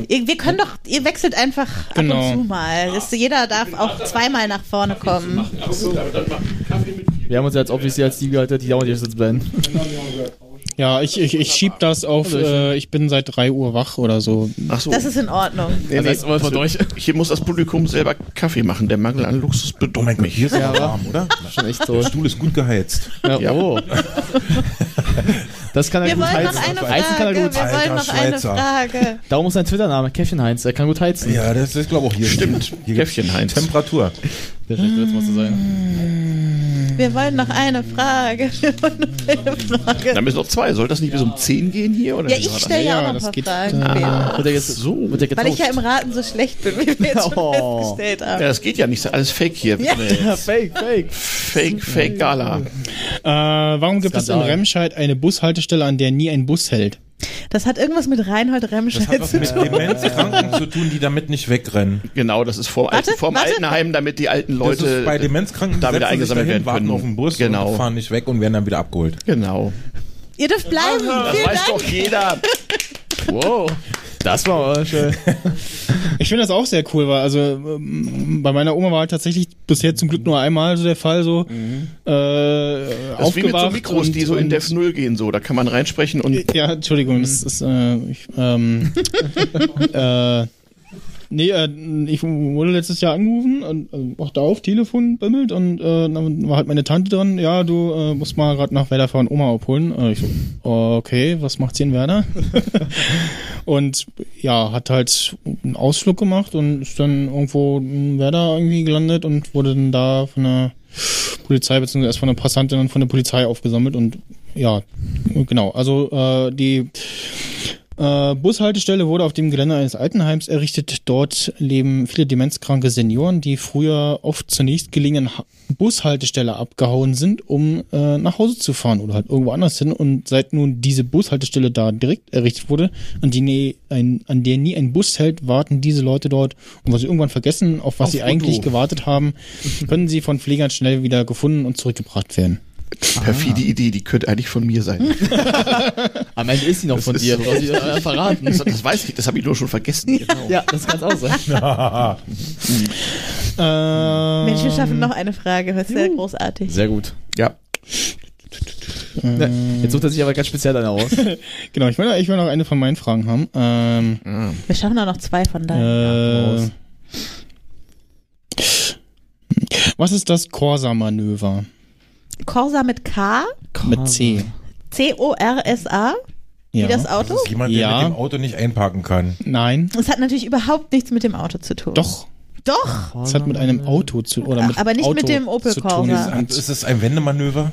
[SPEAKER 3] Ihr, wir können doch, ihr wechselt einfach ab
[SPEAKER 2] Genau.
[SPEAKER 3] und zu mal. Das, jeder darf auch zweimal nach vorne kommen.
[SPEAKER 4] Wir haben uns ja als obviously als die gehalten, die dauernd hier sitzen bleiben.
[SPEAKER 2] ja ich, ich, ich schieb das auf, äh, ich bin seit 3 Uhr wach oder so.
[SPEAKER 8] Ach so.
[SPEAKER 3] Das ist in Ordnung.
[SPEAKER 4] Das heißt, immer
[SPEAKER 8] also,
[SPEAKER 4] durch.
[SPEAKER 8] Hier muss das Publikum selber Kaffee machen. Der Mangel an Luxus
[SPEAKER 6] Oh mein
[SPEAKER 8] bedroht
[SPEAKER 6] Gott,
[SPEAKER 8] mich.
[SPEAKER 6] hier ist
[SPEAKER 4] Ja,
[SPEAKER 6] aber
[SPEAKER 4] wa?
[SPEAKER 6] warm, oder?
[SPEAKER 4] Schon echt so.
[SPEAKER 6] Der Stuhl ist gut geheizt.
[SPEAKER 4] Ja, oh. Das kann er
[SPEAKER 3] Wir
[SPEAKER 4] gut
[SPEAKER 3] wollen noch
[SPEAKER 4] heizen.
[SPEAKER 3] eine
[SPEAKER 4] heizen kann
[SPEAKER 3] Frage.
[SPEAKER 4] er
[SPEAKER 3] Wir
[SPEAKER 4] gut.
[SPEAKER 3] wollen noch eine
[SPEAKER 6] Schweizer.
[SPEAKER 3] Frage.
[SPEAKER 4] Darum ist sein Twitter-Name, Käffchen Heinz. Er kann gut heizen.
[SPEAKER 6] Ja, das ist, glaube ich, auch hier.
[SPEAKER 8] Stimmt.
[SPEAKER 6] Hier gibt's
[SPEAKER 8] Käffchen,
[SPEAKER 6] [laughs]
[SPEAKER 8] Heinz.
[SPEAKER 6] Temperatur.
[SPEAKER 4] Der schlechte Witz muss sein.
[SPEAKER 3] Wir wollen noch eine Frage. [laughs] Wir wollen noch eine
[SPEAKER 8] Da
[SPEAKER 3] Frage.
[SPEAKER 8] müssen noch zwei. Soll das nicht bis um 10 gehen hier? Oder
[SPEAKER 3] Ja,
[SPEAKER 8] wie
[SPEAKER 3] ich
[SPEAKER 8] war das?
[SPEAKER 3] stelle ja auch
[SPEAKER 2] Ja,
[SPEAKER 3] noch
[SPEAKER 2] das
[SPEAKER 3] ein
[SPEAKER 2] geht,
[SPEAKER 3] paar Fragen. Bea.
[SPEAKER 4] Wird er jetzt,
[SPEAKER 8] So.
[SPEAKER 4] wird er getauscht?
[SPEAKER 3] Weil ich ja im Raten so schlecht bin, wie wir jetzt schon
[SPEAKER 4] Oh.
[SPEAKER 3] festgestellt
[SPEAKER 8] Ja,
[SPEAKER 3] haben.
[SPEAKER 8] das geht ja nicht. Das ist alles fake hier.
[SPEAKER 3] Ja.
[SPEAKER 4] Ja, fake, fake.
[SPEAKER 8] Fake, fake Gala.
[SPEAKER 2] Äh, warum gibt es in
[SPEAKER 4] Skandal.
[SPEAKER 2] Remscheid eine Bushaltestelle, an der nie ein Bus hält?
[SPEAKER 3] Das hat irgendwas mit Reinhold
[SPEAKER 6] Das hat
[SPEAKER 3] Remscheid
[SPEAKER 6] was
[SPEAKER 3] zu
[SPEAKER 6] mit
[SPEAKER 3] tun.
[SPEAKER 6] Demenzkranken zu tun, die damit nicht wegrennen.
[SPEAKER 8] Genau, das ist vorm,
[SPEAKER 3] Warte,
[SPEAKER 8] alten, vorm
[SPEAKER 3] warte.
[SPEAKER 8] Altenheim, damit die
[SPEAKER 6] Das
[SPEAKER 8] alten Leute.
[SPEAKER 6] ist bei Demenzkranken, die
[SPEAKER 8] da wieder
[SPEAKER 6] setzen sich
[SPEAKER 8] eingesammelt
[SPEAKER 6] dahin,
[SPEAKER 8] werden
[SPEAKER 6] warten
[SPEAKER 8] können.
[SPEAKER 6] auf den Bus
[SPEAKER 8] Genau.
[SPEAKER 6] und fahren nicht weg und werden dann wieder abgeholt.
[SPEAKER 8] Genau.
[SPEAKER 3] Ihr dürft bleiben.
[SPEAKER 8] Das
[SPEAKER 3] Vielen
[SPEAKER 8] weiß
[SPEAKER 3] Dank.
[SPEAKER 8] doch jeder. Wow.
[SPEAKER 5] Das war aber schön.
[SPEAKER 2] Ich finde das auch sehr cool, weil also ähm, bei meiner Oma war tatsächlich bisher zum Glück nur einmal so der Fall so äh,
[SPEAKER 8] Das ist wie mit so
[SPEAKER 2] aufgewacht
[SPEAKER 8] Mikros, die
[SPEAKER 2] und-
[SPEAKER 8] so in
[SPEAKER 2] und-
[SPEAKER 8] Def 0 gehen, so. Da kann man reinsprechen und.
[SPEAKER 2] Ja, Entschuldigung, das ist äh, ich, ähm, äh, Nee, äh, ich wurde letztes Jahr angerufen und äh, auch da auf Telefon bimmelt und äh, dann war halt meine Tante dran, ja, du äh, musst mal gerade nach Werder fahren, Oma abholen. Äh, ich so, okay, was macht sie in Werder? und ja, hat halt einen Ausflug gemacht und ist dann irgendwo in Werder irgendwie gelandet und wurde dann da von der Polizei, beziehungsweise erst von der Passantin und von der Polizei aufgesammelt und ja, genau. Also äh, die äh, Bushaltestelle wurde auf dem Gelände eines Altenheims errichtet. Dort leben viele demenzkranke Senioren, die früher auf zunächst gelegenen Ha- Bushaltestelle abgehauen sind, um äh, nach Hause zu fahren oder halt irgendwo anders hin. Und seit nun diese Bushaltestelle da direkt errichtet wurde, an, die nie ein, an der nie ein Bus hält, warten diese Leute dort. Und was sie irgendwann vergessen, auf was sie eigentlich gewartet haben, können sie von Pflegern schnell wieder gefunden und zurückgebracht werden.
[SPEAKER 8] Perfide Idee, die könnte eigentlich von mir [laughs] sein.
[SPEAKER 4] Am Ende ist sie noch von
[SPEAKER 8] ist
[SPEAKER 4] dir,
[SPEAKER 8] so.
[SPEAKER 4] du hast sie äh, verraten.
[SPEAKER 8] Ah, Das, das weiß ich, das habe ich nur schon vergessen.
[SPEAKER 4] Ja, das kann es auch
[SPEAKER 8] [laughs]
[SPEAKER 4] sein.
[SPEAKER 2] Äh,
[SPEAKER 3] Mensch, wir schaffen noch eine Frage. Das ist ja großartig.
[SPEAKER 4] Sehr gut.
[SPEAKER 8] Ja.
[SPEAKER 4] Ne, Jetzt sucht er sich aber ganz speziell eine aus.
[SPEAKER 2] Genau, ich will, noch- ich will noch eine von meinen Fragen haben. Ähm,
[SPEAKER 3] Wir schaffen auch noch zwei von da.
[SPEAKER 2] äh, was ist das Corsa-Manöver
[SPEAKER 3] Corsa mit K.
[SPEAKER 2] mit C?
[SPEAKER 3] C-O-R-S-A.
[SPEAKER 2] Ja.
[SPEAKER 3] Wie das Auto.
[SPEAKER 6] Das ist jemand, der
[SPEAKER 2] Ja.
[SPEAKER 6] mit dem Auto nicht einparken kann.
[SPEAKER 2] Nein,
[SPEAKER 3] Das hat natürlich überhaupt nichts mit dem Auto zu tun.
[SPEAKER 2] doch.
[SPEAKER 3] Doch.
[SPEAKER 2] Es hat mit einem Auto zu oder mit
[SPEAKER 3] Aber nicht
[SPEAKER 2] Auto
[SPEAKER 3] mit dem Opel
[SPEAKER 2] zu
[SPEAKER 3] Corsa.
[SPEAKER 2] tun.
[SPEAKER 3] Ja.
[SPEAKER 6] Ist- Ist es ein Wendemanöver?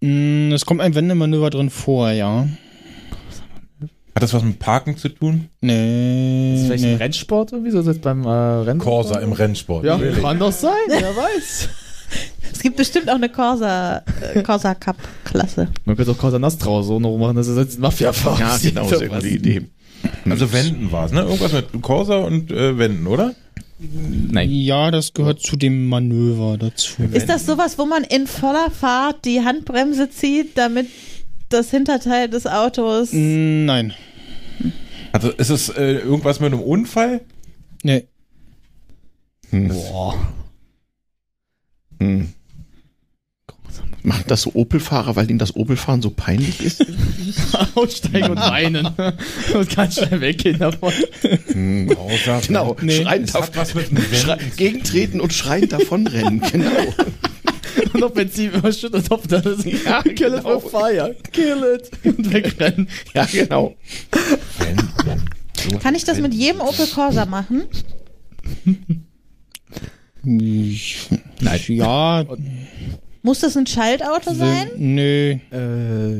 [SPEAKER 2] Mm, Es kommt ein Wendemanöver drin vor, ja.
[SPEAKER 6] Hat das was mit Parken zu tun?
[SPEAKER 2] Nee.
[SPEAKER 4] Ist vielleicht ein
[SPEAKER 2] nee.
[SPEAKER 4] Rennsport irgendwie, so jetzt beim äh, Rennen?
[SPEAKER 6] Corsa im Rennsport.
[SPEAKER 4] Ja,
[SPEAKER 6] Natürlich.
[SPEAKER 4] kann doch sein, wer weiß.
[SPEAKER 3] Es gibt bestimmt auch eine Corsa, äh, Corsa Cup Klasse.
[SPEAKER 4] Man könnte auch Corsa Nastra so noch machen, das ist jetzt ein Mafia-Fahrer.
[SPEAKER 8] Ja,
[SPEAKER 4] [laughs]
[SPEAKER 8] genau, sehr gute Idee.
[SPEAKER 6] Also Wenden war es, ne? Irgendwas mit Corsa und äh, Wenden, oder?
[SPEAKER 4] Nein.
[SPEAKER 2] Ja, das gehört zu dem Manöver dazu.
[SPEAKER 3] Ist das sowas, wo man in voller Fahrt die Handbremse zieht, damit das Hinterteil des Autos.
[SPEAKER 2] Mm, Nein.
[SPEAKER 6] Also ist es äh, irgendwas mit einem Unfall?
[SPEAKER 2] Nee.
[SPEAKER 7] Boah.
[SPEAKER 8] Hm. Machen das so Opel-Fahrer, weil ihnen das Opel-Fahren so peinlich ist?
[SPEAKER 4] [laughs]
[SPEAKER 8] [laughs]
[SPEAKER 4] Aussteigen und weinen. und ganz schnell weggehen davon.
[SPEAKER 6] Corsa,
[SPEAKER 8] Genau,
[SPEAKER 2] Nee.
[SPEAKER 8] schreien,
[SPEAKER 6] Es
[SPEAKER 8] dav
[SPEAKER 6] hat was mit einem
[SPEAKER 8] schrei
[SPEAKER 6] Wenden.
[SPEAKER 8] gegentreten und schreien davonrennen, [laughs] genau.
[SPEAKER 4] Und auf Benzin überschüttet auf das.
[SPEAKER 8] Ja,
[SPEAKER 4] Kill it
[SPEAKER 8] genau.
[SPEAKER 4] with fire. Kill it. [laughs] Und wegrennen.
[SPEAKER 8] Ja, genau.
[SPEAKER 6] Wenden.
[SPEAKER 3] Kann ich das mit jedem Opel Corsa machen?
[SPEAKER 2] Nein. Ja.
[SPEAKER 3] Muss das ein Schaltauto sein?
[SPEAKER 2] Nee.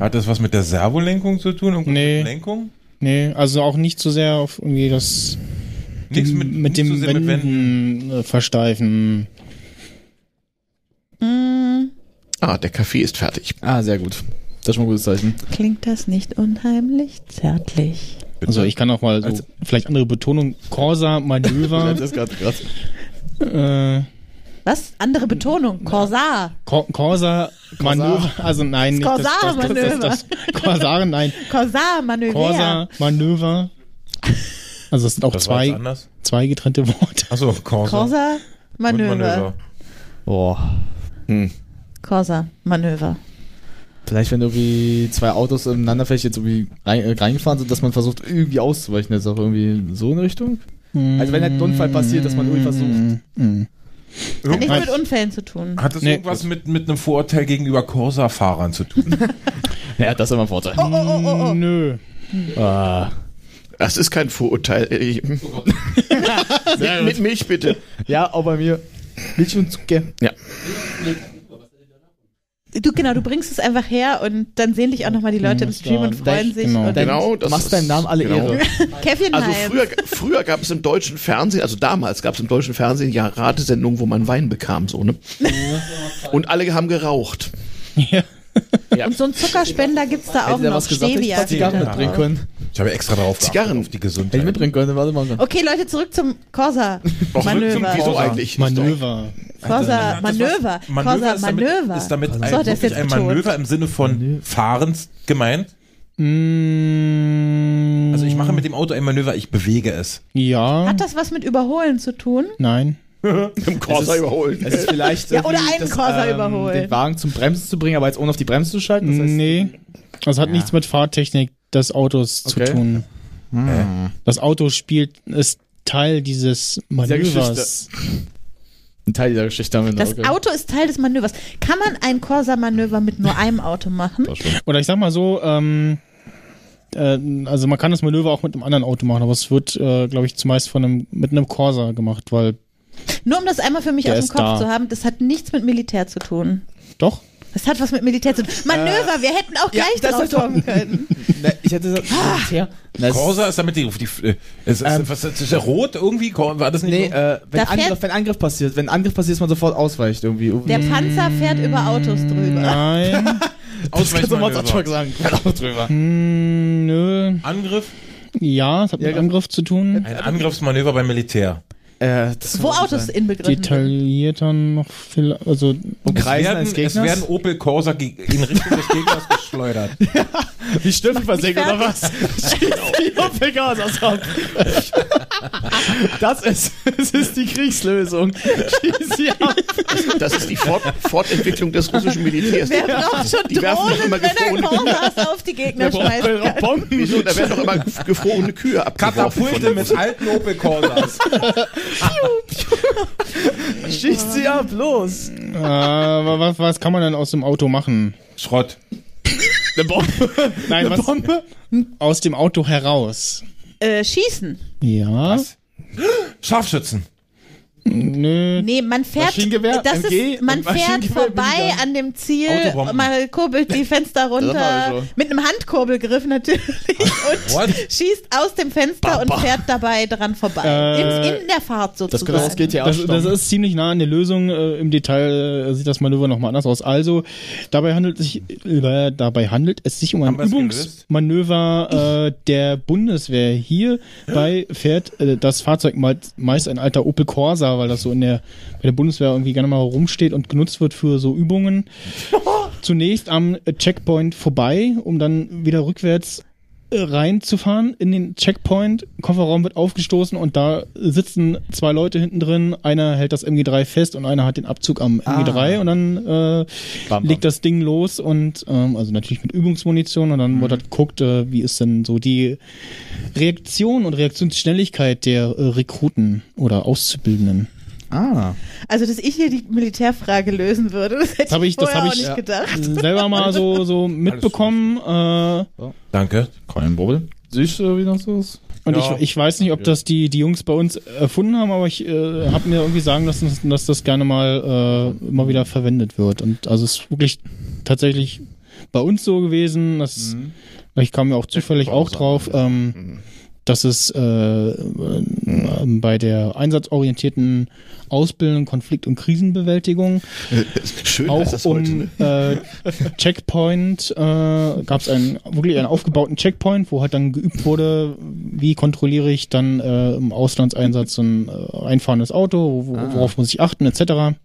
[SPEAKER 6] Hat das was mit der Servolenkung zu tun? Irgendwas
[SPEAKER 2] Nee.
[SPEAKER 6] Mit Lenkung?
[SPEAKER 2] Nee. Also auch nicht so sehr auf irgendwie das
[SPEAKER 6] Nichts
[SPEAKER 2] mit, mit dem
[SPEAKER 6] nichts zu sehen mit Wenden.
[SPEAKER 2] Wenden äh, versteifen.
[SPEAKER 8] Ah, der Kaffee ist fertig.
[SPEAKER 4] Ah, sehr gut. Das ist schon mal ein gutes Zeichen.
[SPEAKER 3] Klingt das nicht unheimlich zärtlich?
[SPEAKER 2] Also ich kann auch mal so vielleicht andere Betonung. Corsa, Manöver.
[SPEAKER 4] Das ist gerade krass.
[SPEAKER 2] äh,
[SPEAKER 3] Was? Andere Betonung. Corsa.
[SPEAKER 2] Cor Corsa, Manöver. Also nein, nicht das-
[SPEAKER 3] Corsair
[SPEAKER 2] das, das, das, das, das Corsare, nein.
[SPEAKER 3] Corsa Manöver.
[SPEAKER 2] Corsa, Manöver. Also es sind auch
[SPEAKER 6] Das war jetzt
[SPEAKER 2] zwei,
[SPEAKER 6] anders.
[SPEAKER 2] zwei getrennte Worte.
[SPEAKER 6] Achso, Corsa. und
[SPEAKER 3] Corsa Manöver.
[SPEAKER 4] Boah.
[SPEAKER 3] Corsa Manöver.
[SPEAKER 4] Vielleicht, wenn irgendwie zwei Autos ineinander vielleicht jetzt irgendwie rein, äh, reingefahren sind, dass man versucht, irgendwie auszuweichen. Jetzt auch irgendwie so in Richtung. Also, wenn halt ein Unfall passiert, dass man irgendwie versucht.
[SPEAKER 3] Hat nichts
[SPEAKER 6] Irgendwas-
[SPEAKER 3] mit Unfällen zu tun.
[SPEAKER 6] Hat das
[SPEAKER 2] Nee.
[SPEAKER 6] irgendwas mit, mit einem Vorurteil gegenüber Corsa-Fahrern zu tun?
[SPEAKER 4] Ja, das ist immer ein Vorteil.
[SPEAKER 3] Oh, oh, oh, oh.
[SPEAKER 2] Nö.
[SPEAKER 4] Ah.
[SPEAKER 8] Das ist kein Vorurteil. Äh, mit, mit Milch bitte.
[SPEAKER 4] Ja, auch bei mir. Milch und Zucker.
[SPEAKER 3] Du, genau, du bringst es einfach her und dann sehen dich auch nochmal die Leute im Stream und freuen sich.
[SPEAKER 2] Genau.
[SPEAKER 3] Und
[SPEAKER 4] Dein,
[SPEAKER 8] Genau, das
[SPEAKER 4] machst
[SPEAKER 8] ist-
[SPEAKER 4] Äh, deinem Namen alle
[SPEAKER 8] genau.
[SPEAKER 4] Ehre.
[SPEAKER 3] [laughs] Käffchen
[SPEAKER 8] Also
[SPEAKER 3] Hype.
[SPEAKER 8] früher, früher gab es im deutschen Fernsehen, also damals gab es im deutschen Fernsehen ja Ratesendungen, wo man Wein bekam, so, ne? Und alle haben geraucht.
[SPEAKER 3] Und so einen Zuckerspender gibt's da auch
[SPEAKER 4] Hätte der
[SPEAKER 3] noch.
[SPEAKER 4] was gesagt, hätte ich
[SPEAKER 3] Stevia.
[SPEAKER 4] Zigarren
[SPEAKER 3] steht da
[SPEAKER 4] mitbringen
[SPEAKER 3] drauf.
[SPEAKER 4] können.
[SPEAKER 6] Ich habe extra darauf
[SPEAKER 8] Zigarren.
[SPEAKER 6] geachtet, auf die Gesundheit.
[SPEAKER 4] Hätte ich mitbringen können, warte mal.
[SPEAKER 3] Okay, Leute, zurück zum
[SPEAKER 8] Doch,
[SPEAKER 3] Corsa-Manöver.
[SPEAKER 8] Wieso eigentlich?
[SPEAKER 2] Manöver.
[SPEAKER 3] Corsa Manöver.
[SPEAKER 6] Das war- Manöver
[SPEAKER 3] Corsa
[SPEAKER 6] ist damit,
[SPEAKER 3] Manöver.
[SPEAKER 6] Ist damit ein,
[SPEAKER 3] So, der ist
[SPEAKER 6] wirklich
[SPEAKER 3] jetzt
[SPEAKER 6] ein
[SPEAKER 3] betont.
[SPEAKER 6] Manöver im Sinne von fahrens gemeint?
[SPEAKER 2] Mm,
[SPEAKER 6] Also ich mache mit dem Auto ein Manöver, ich bewege es.
[SPEAKER 2] ja.
[SPEAKER 3] Hat das was mit Überholen zu tun?
[SPEAKER 2] Nein.
[SPEAKER 8] Im Corsa überholen.
[SPEAKER 4] Es ist vielleicht
[SPEAKER 3] Ja, oder
[SPEAKER 4] irgendwie
[SPEAKER 3] einen Corsa
[SPEAKER 2] ähm,
[SPEAKER 3] überholen.
[SPEAKER 4] den Wagen zum Bremsen zu bringen, aber jetzt ohne auf die Bremse zu schalten. Das heißt,
[SPEAKER 2] nee. Das hat nichts mit Fahrtechnik des Autos
[SPEAKER 4] Okay. Hm.
[SPEAKER 2] zu tun. Das Auto spielt, ist Teil dieses Manövers.
[SPEAKER 4] ein Teil dieser Geschichte damit.
[SPEAKER 3] Das Auto ist Teil des Manövers. Kann man ein Corsa-Manöver mit nur einem Auto machen?
[SPEAKER 2] Oder ich sag mal so, ähm, äh, also man kann das Manöver auch mit einem anderen Auto machen, aber es wird, äh, glaube ich, zumeist von einem, mit einem Corsa gemacht, weil
[SPEAKER 3] Nur um das einmal für mich
[SPEAKER 2] Der
[SPEAKER 3] aus
[SPEAKER 2] ist
[SPEAKER 3] dem Kopf
[SPEAKER 2] da.
[SPEAKER 3] zu haben, das hat nichts mit Militär zu tun.
[SPEAKER 2] doch.
[SPEAKER 3] Das hat was mit Militär zu tun. Manöver, wir hätten auch
[SPEAKER 4] ja,
[SPEAKER 3] gleich
[SPEAKER 4] das
[SPEAKER 3] drauf
[SPEAKER 4] ist doch-
[SPEAKER 3] kommen können.
[SPEAKER 4] [laughs]
[SPEAKER 3] Ah.
[SPEAKER 4] Na, ich hätte gesagt, Militär. Na, es-
[SPEAKER 6] Corsa ist damit die, die äh, es ist,
[SPEAKER 4] Ähm,
[SPEAKER 6] was, ist das rot irgendwie? Cor- War das nicht?
[SPEAKER 4] Nee,
[SPEAKER 6] so?
[SPEAKER 4] äh, wenn,
[SPEAKER 3] Da fährt-
[SPEAKER 4] Angriff, wenn Angriff passiert, wenn Angriff passiert, dass man sofort ausweicht irgendwie.
[SPEAKER 3] Der Panzer fährt über Autos drüber.
[SPEAKER 4] [laughs]
[SPEAKER 2] Nein.
[SPEAKER 6] [laughs] Ausweichmanöver.
[SPEAKER 4] sagen, fährt auch [laughs] drüber.
[SPEAKER 2] mm, nö.
[SPEAKER 6] Angriff,
[SPEAKER 2] Ja, es hat mit
[SPEAKER 4] Ja,
[SPEAKER 2] Angriff zu
[SPEAKER 4] [laughs]
[SPEAKER 2] tun.
[SPEAKER 6] ein Angriffsmanöver beim Militär.
[SPEAKER 4] Äh, das
[SPEAKER 3] Wo
[SPEAKER 4] muss
[SPEAKER 3] Autos
[SPEAKER 4] sein.
[SPEAKER 3] inbegriffen sind.
[SPEAKER 2] Detaillierter noch viel, also
[SPEAKER 4] Umkreisen
[SPEAKER 6] es werden,
[SPEAKER 4] eines
[SPEAKER 6] es
[SPEAKER 4] Gegners.
[SPEAKER 6] werden Opel Corsa ge- in Richtung des [laughs] Gegners geschleudert.
[SPEAKER 4] die Stirn versenkt
[SPEAKER 3] oder
[SPEAKER 4] oder was? Das ist, das ist die Kriegslösung. Schieß sie ab.
[SPEAKER 8] Das ist die Fort Fortentwicklung des russischen Militärs.
[SPEAKER 3] Wer braucht schon
[SPEAKER 8] Die werfen doch
[SPEAKER 3] Drohnen,
[SPEAKER 8] immer
[SPEAKER 3] wenn er
[SPEAKER 8] gefrorene,
[SPEAKER 3] Corsa auf die Gegner schmeißt?
[SPEAKER 8] Wieso? Da werden doch immer gefrorene Kühe abgeworfen. von
[SPEAKER 6] Katapulte
[SPEAKER 8] den
[SPEAKER 6] mit alten Opel Corsas.
[SPEAKER 4] Schieß sie ab, los.
[SPEAKER 2] äh, wa- was, was kann man denn aus dem Auto machen?
[SPEAKER 6] Schrott.
[SPEAKER 4] Eine Bombe.
[SPEAKER 2] Nein, was? Aus dem Auto heraus.
[SPEAKER 3] Äh, schießen.
[SPEAKER 2] Ja.
[SPEAKER 6] Scharfschützen.
[SPEAKER 2] Nö.
[SPEAKER 3] Nee, man fährt,
[SPEAKER 4] Maschinengewehr,
[SPEAKER 3] das
[SPEAKER 4] MG
[SPEAKER 3] ist, man
[SPEAKER 4] und
[SPEAKER 3] fährt
[SPEAKER 4] Maschinengewehr
[SPEAKER 3] vorbei
[SPEAKER 4] weniger.
[SPEAKER 3] an dem Ziel,
[SPEAKER 6] Autobomben.
[SPEAKER 3] man kurbelt die Fenster
[SPEAKER 4] war
[SPEAKER 3] runter,
[SPEAKER 4] so.
[SPEAKER 3] mit einem Handkurbelgriff natürlich und
[SPEAKER 6] What?
[SPEAKER 3] schießt aus dem Fenster und fährt dabei dran vorbei.
[SPEAKER 2] Äh,
[SPEAKER 3] in, in der Fahrt sozusagen.
[SPEAKER 4] Das könnte auch das GTA
[SPEAKER 2] Das, das
[SPEAKER 4] stammen.
[SPEAKER 2] ist ziemlich nah an der Lösung. Äh, Im Detail äh, sieht das Manöver nochmal anders aus. Also, dabei handelt, sich, äh, dabei handelt es sich um ein
[SPEAKER 6] Haben wir's gelöst?
[SPEAKER 2] Übungsmanöver äh, der Bundeswehr. Hierbei fährt äh, das Fahrzeug mal- meist ein alter Opel Corsa, weil das so in der, bei der Bundeswehr irgendwie gerne mal rumsteht und genutzt wird für so
[SPEAKER 6] [laughs]
[SPEAKER 2] Übungen. Zunächst am äh, Checkpoint vorbei, um dann wieder rückwärts äh, reinzufahren in den Checkpoint. Kofferraum wird aufgestoßen und da sitzen zwei Leute hinten drin. Einer hält das MG3 fest und einer hat den Abzug am MG3 und dann äh,
[SPEAKER 4] bam.
[SPEAKER 2] legt das Ding los und ähm, also natürlich mit Übungsmunition und dann
[SPEAKER 4] Mhm.
[SPEAKER 2] wird halt geguckt, äh, wie ist denn so die Reaktion und Reaktionsschnelligkeit der äh, Rekruten oder Auszubildenden.
[SPEAKER 4] Ah.
[SPEAKER 3] also, dass ich hier die Militärfrage lösen würde, das hätte
[SPEAKER 2] hab
[SPEAKER 3] ich,
[SPEAKER 2] ich- das
[SPEAKER 3] vorher
[SPEAKER 2] hab
[SPEAKER 3] auch
[SPEAKER 2] ich-
[SPEAKER 3] nicht
[SPEAKER 2] ja.
[SPEAKER 3] gedacht.
[SPEAKER 2] Selber mal so, so mitbekommen. Äh,
[SPEAKER 6] Danke.
[SPEAKER 4] Kein Problem. Siehst du, wie das so ist?
[SPEAKER 2] Und
[SPEAKER 6] Ja.
[SPEAKER 2] ich, ich weiß nicht, ob das die, die Jungs bei uns erfunden haben, aber ich äh, habe mir irgendwie sagen lassen, dass, dass das gerne mal äh, immer wieder verwendet wird. Und also es ist wirklich tatsächlich bei uns so gewesen, dass ich kam ja auch zufällig auch drauf, ähm, dass es äh, ähm, bei der einsatzorientierten Ausbildung, Konflikt- und Krisenbewältigung
[SPEAKER 8] Schön heißt
[SPEAKER 2] auch
[SPEAKER 8] das heute.
[SPEAKER 2] um
[SPEAKER 8] ne? [laughs]
[SPEAKER 2] äh, Checkpoint äh, gab es einen wirklich einen aufgebauten Checkpoint, wo halt dann geübt wurde, wie kontrolliere ich dann äh, im Auslandseinsatz so ein äh, einfahrendes Auto,
[SPEAKER 8] Ah.
[SPEAKER 2] wo, worauf muss ich achten, etc.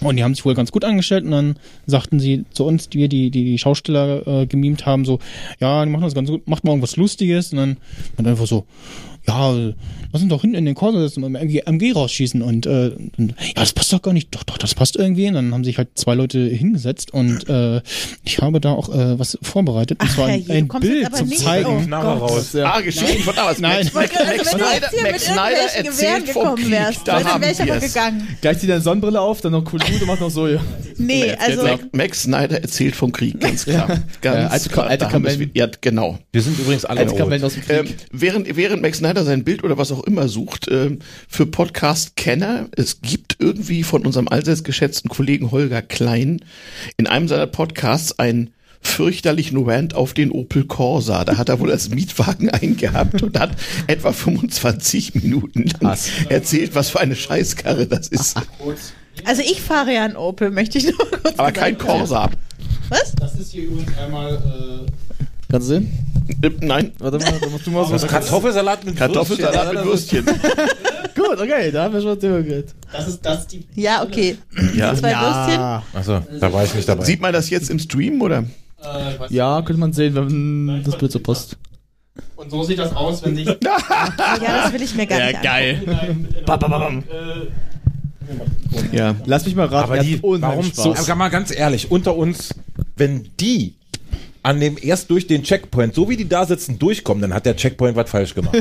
[SPEAKER 2] Und die haben sich wohl ganz gut angestellt und dann sagten sie zu uns, die wir die, die, die Schausteller äh, gemimt haben, so, ja, die machen das ganz gut, macht mal irgendwas Lustiges und dann, und einfach so, ja, lass uns doch hinten in den Corsa sitzen und mit dem MG, MG rausschießen und, äh, und ja, das passt doch gar nicht, doch, doch, das passt irgendwie. Und dann haben sich halt zwei Leute hingesetzt und äh, ich habe da auch äh, was vorbereitet. und
[SPEAKER 3] Ach,
[SPEAKER 2] zwar ein,
[SPEAKER 3] Herrje, du
[SPEAKER 2] ein
[SPEAKER 3] kommst
[SPEAKER 2] Bild
[SPEAKER 3] jetzt aber
[SPEAKER 2] zum
[SPEAKER 3] nicht
[SPEAKER 2] Zeigen.
[SPEAKER 6] Knarre raus.
[SPEAKER 4] Ja.
[SPEAKER 8] Ah, Geschichten von damals.
[SPEAKER 2] Nein.
[SPEAKER 8] Max, Max,
[SPEAKER 3] Also,
[SPEAKER 8] Max
[SPEAKER 3] wenn du
[SPEAKER 8] Snyder,
[SPEAKER 3] jetzt hier mit
[SPEAKER 8] Max Snyder
[SPEAKER 3] irgendwelchen Gewehren
[SPEAKER 8] erzählt vom
[SPEAKER 3] gekommen
[SPEAKER 8] Krieg.
[SPEAKER 3] wärst,
[SPEAKER 8] da
[SPEAKER 3] dann
[SPEAKER 8] haben
[SPEAKER 3] wäre ich aber
[SPEAKER 8] wir's.
[SPEAKER 3] gegangen.
[SPEAKER 4] Gleich zieht deine Sonnenbrille auf, dann noch cool Dude und macht noch so. Ja.
[SPEAKER 3] Nee, also,
[SPEAKER 8] Max- Max Snyder erzählt vom Krieg, ganz klar. Ganz
[SPEAKER 4] Ja, alte-
[SPEAKER 8] klar.
[SPEAKER 4] alte
[SPEAKER 8] da haben wir's
[SPEAKER 4] Kamellen.
[SPEAKER 8] wieder- ja, genau.
[SPEAKER 6] Wir sind übrigens alle
[SPEAKER 4] Als
[SPEAKER 6] rot.
[SPEAKER 4] Kamellen aus dem Krieg.
[SPEAKER 8] Ähm, während, während Max Snyder sein Bild oder was auch immer sucht, ähm, für Podcast-Kenner, es gibt irgendwie von unserem allseits geschätzten Kollegen Holger Klein in einem seiner Podcasts einen fürchterlichen Rant auf den Opel Corsa. Da hat er wohl als Mietwagen [laughs] eingehabt und hat etwa 25 Minuten lang erzählt, was für eine Scheißkarre das ist.
[SPEAKER 3] also ich fahre ja einen Opel, möchte ich nur kurz
[SPEAKER 8] Aber
[SPEAKER 3] gesagt
[SPEAKER 8] kein
[SPEAKER 3] haben.
[SPEAKER 8] Corsa.
[SPEAKER 3] Was?
[SPEAKER 2] Das ist hier übrigens einmal
[SPEAKER 4] Kannst du sehen?
[SPEAKER 8] Äh, Nein,
[SPEAKER 4] Warte mal, da musst du mal so.
[SPEAKER 6] Was Kartoffelsalat mit
[SPEAKER 8] Kartoffelsalat mit Würstchen.
[SPEAKER 4] Gut, okay, da haben wir schon mal drüber geredet.
[SPEAKER 2] Das ist das ist die.
[SPEAKER 3] Ja, okay.
[SPEAKER 8] Ja.
[SPEAKER 3] Zwei Würstchen.
[SPEAKER 6] Achso, da war ich nicht dabei.
[SPEAKER 8] Sieht man das jetzt im Stream oder?
[SPEAKER 4] Ja, könnte man sehen, wenn das Bild zur Post.
[SPEAKER 2] Und so sieht das aus, wenn sich.
[SPEAKER 3] Ja, das will ich mir gar nicht angucken.
[SPEAKER 4] Bam, bam, bam.
[SPEAKER 8] Ja.
[SPEAKER 4] Lass mich mal raten,
[SPEAKER 6] Aber
[SPEAKER 4] er hat
[SPEAKER 6] die,
[SPEAKER 4] unheimlich
[SPEAKER 6] warum so? Aber mal ganz ehrlich, unter uns, wenn die an dem erst durch den Checkpoint, so wie die da sitzen, durchkommen, dann hat der Checkpoint was falsch gemacht.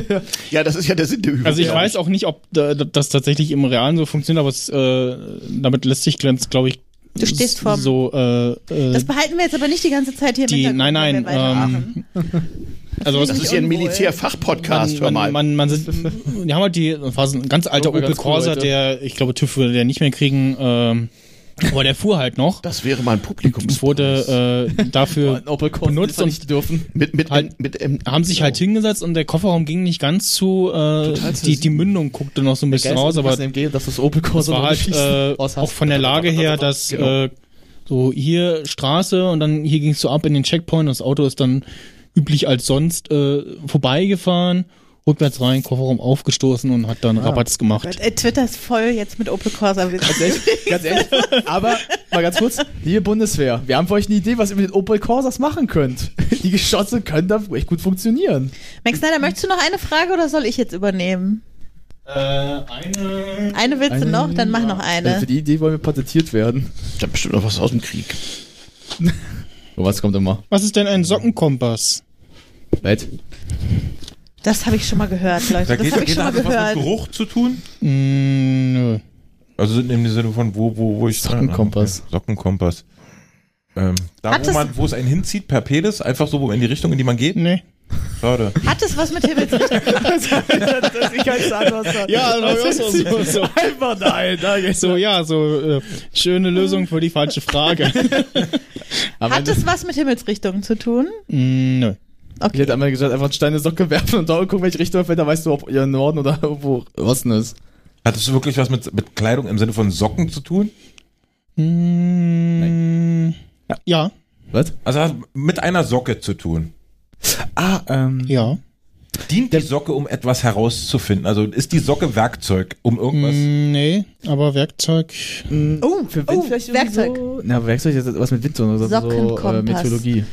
[SPEAKER 8] Ja, das ist ja der Sinn der Übung.
[SPEAKER 2] Also ich
[SPEAKER 8] ja.
[SPEAKER 2] weiß auch nicht, ob da, das tatsächlich im Realen so funktioniert, aber es, äh, damit lässt sich ganz, glaube ich,
[SPEAKER 3] Du stehst vorm-
[SPEAKER 2] so äh, äh,
[SPEAKER 3] Das behalten wir jetzt aber nicht die ganze Zeit hier
[SPEAKER 2] die.
[SPEAKER 3] im
[SPEAKER 2] Nein, nein.
[SPEAKER 3] Hintergrund, wenn wir weitermachen.
[SPEAKER 2] Ähm, also was
[SPEAKER 8] Das ist ja ein
[SPEAKER 3] unwohl.
[SPEAKER 8] Militärfachpodcast, hör
[SPEAKER 2] man,
[SPEAKER 8] mal.
[SPEAKER 2] man, man, man sind, die haben halt die, das war so ein ganz alter
[SPEAKER 4] Guck mal,
[SPEAKER 2] Opel
[SPEAKER 4] ganz cool,
[SPEAKER 2] Corsa,
[SPEAKER 4] Leute.
[SPEAKER 2] der, ich glaube, TÜV würde der nicht mehr kriegen, ähm, aber der fuhr halt noch.
[SPEAKER 8] Das wäre mal ein Publikum.
[SPEAKER 2] Es wurde äh, [laughs] dafür benutzt und
[SPEAKER 4] dürfen.
[SPEAKER 8] mit mit
[SPEAKER 2] halt-
[SPEAKER 8] mit ähm,
[SPEAKER 2] haben sich halt hingesetzt und der Kofferraum ging nicht ganz zu, äh, die, die Mündung guckte noch so ein bisschen raus, Genau, aber
[SPEAKER 4] MG, dass das Opel
[SPEAKER 2] das
[SPEAKER 4] Corsa
[SPEAKER 2] war halt
[SPEAKER 4] [laughs]
[SPEAKER 2] äh, auch von der Lage her, dass äh, so hier Straße und dann hier ging es so ab in den Checkpoint. Das Auto ist dann üblich als sonst äh, vorbeigefahren, rückwärts rein, Kofferraum aufgestoßen und hat dann Rabatz gemacht.
[SPEAKER 3] Äh, Twitter ist voll jetzt mit Opel Corsa.
[SPEAKER 4] Also- ganz ehrlich, aber mal ganz kurz, liebe Bundeswehr, wir haben für euch eine Idee, was ihr mit den Opel Corsas machen könnt. [laughs] Die Geschosse können da echt gut funktionieren.
[SPEAKER 3] Max Snyder, möchtest du noch eine Frage oder soll ich jetzt übernehmen?
[SPEAKER 2] eine
[SPEAKER 3] Eine willst du
[SPEAKER 4] Eine-
[SPEAKER 3] noch? Dann mach noch
[SPEAKER 4] Also für
[SPEAKER 3] eine.
[SPEAKER 4] die Idee wollen wir patentiert werden.
[SPEAKER 8] da bestimmt noch was aus dem Krieg.
[SPEAKER 4] [laughs] Oh, was kommt immer?
[SPEAKER 2] Was ist denn ein Sockenkompass?
[SPEAKER 4] Weit.
[SPEAKER 3] Das habe ich schon mal gehört,
[SPEAKER 6] Da
[SPEAKER 3] Leute. Das
[SPEAKER 6] geht,
[SPEAKER 3] habe ich
[SPEAKER 6] geht
[SPEAKER 3] schon mal
[SPEAKER 6] hat das was
[SPEAKER 3] gehört.
[SPEAKER 6] mit Geruch zu tun?
[SPEAKER 2] Mm, nö.
[SPEAKER 6] Also sind im Sinne von wo, wo, wo ich
[SPEAKER 4] Sockenkompass.
[SPEAKER 6] Sockenkompass. Ähm, da,
[SPEAKER 3] Hat
[SPEAKER 6] wo
[SPEAKER 3] es-
[SPEAKER 6] man, wo es einen hinzieht, per Pedis, einfach so wo in die Richtung, in die man geht.
[SPEAKER 2] Nee.
[SPEAKER 6] Schade.
[SPEAKER 3] Hat es was mit Himmelsrichtung?
[SPEAKER 4] ich kann sagen, was da.
[SPEAKER 2] Ja, also, so, so,
[SPEAKER 4] [laughs] Einfach nein. Da geht's
[SPEAKER 2] so, ja, so äh, schöne Lösung für die falsche
[SPEAKER 4] [laughs]
[SPEAKER 2] Frage.
[SPEAKER 4] Aber
[SPEAKER 3] Hat es was mit Himmelsrichtung zu tun?
[SPEAKER 2] Mm, nö.
[SPEAKER 4] Ich hätte einmal gesagt, einfach einen Stein in die Socke werfen und da gucken, welche Richtung er fällt, da weißt du, ob ihr Norden oder [laughs] irgendwo Osten ist.
[SPEAKER 6] Hat es wirklich was mit, mit Kleidung im Sinne von Socken zu tun?
[SPEAKER 2] Mm, ja,
[SPEAKER 4] Was?
[SPEAKER 6] Also hat mit einer Socke zu tun.
[SPEAKER 4] Ah, ähm.
[SPEAKER 2] ja.
[SPEAKER 6] Dient die Socke, um etwas herauszufinden? Also ist die Socke Werkzeug, um irgendwas?
[SPEAKER 2] Mm, nee, aber Werkzeug.
[SPEAKER 4] Oh, für
[SPEAKER 3] oh,
[SPEAKER 4] vielleicht irgendwie
[SPEAKER 3] Werkzeug.
[SPEAKER 4] So, na, Werkzeug ist was mit Wind und so, so äh,
[SPEAKER 3] Sockenkompass.
[SPEAKER 4] Meteorologie.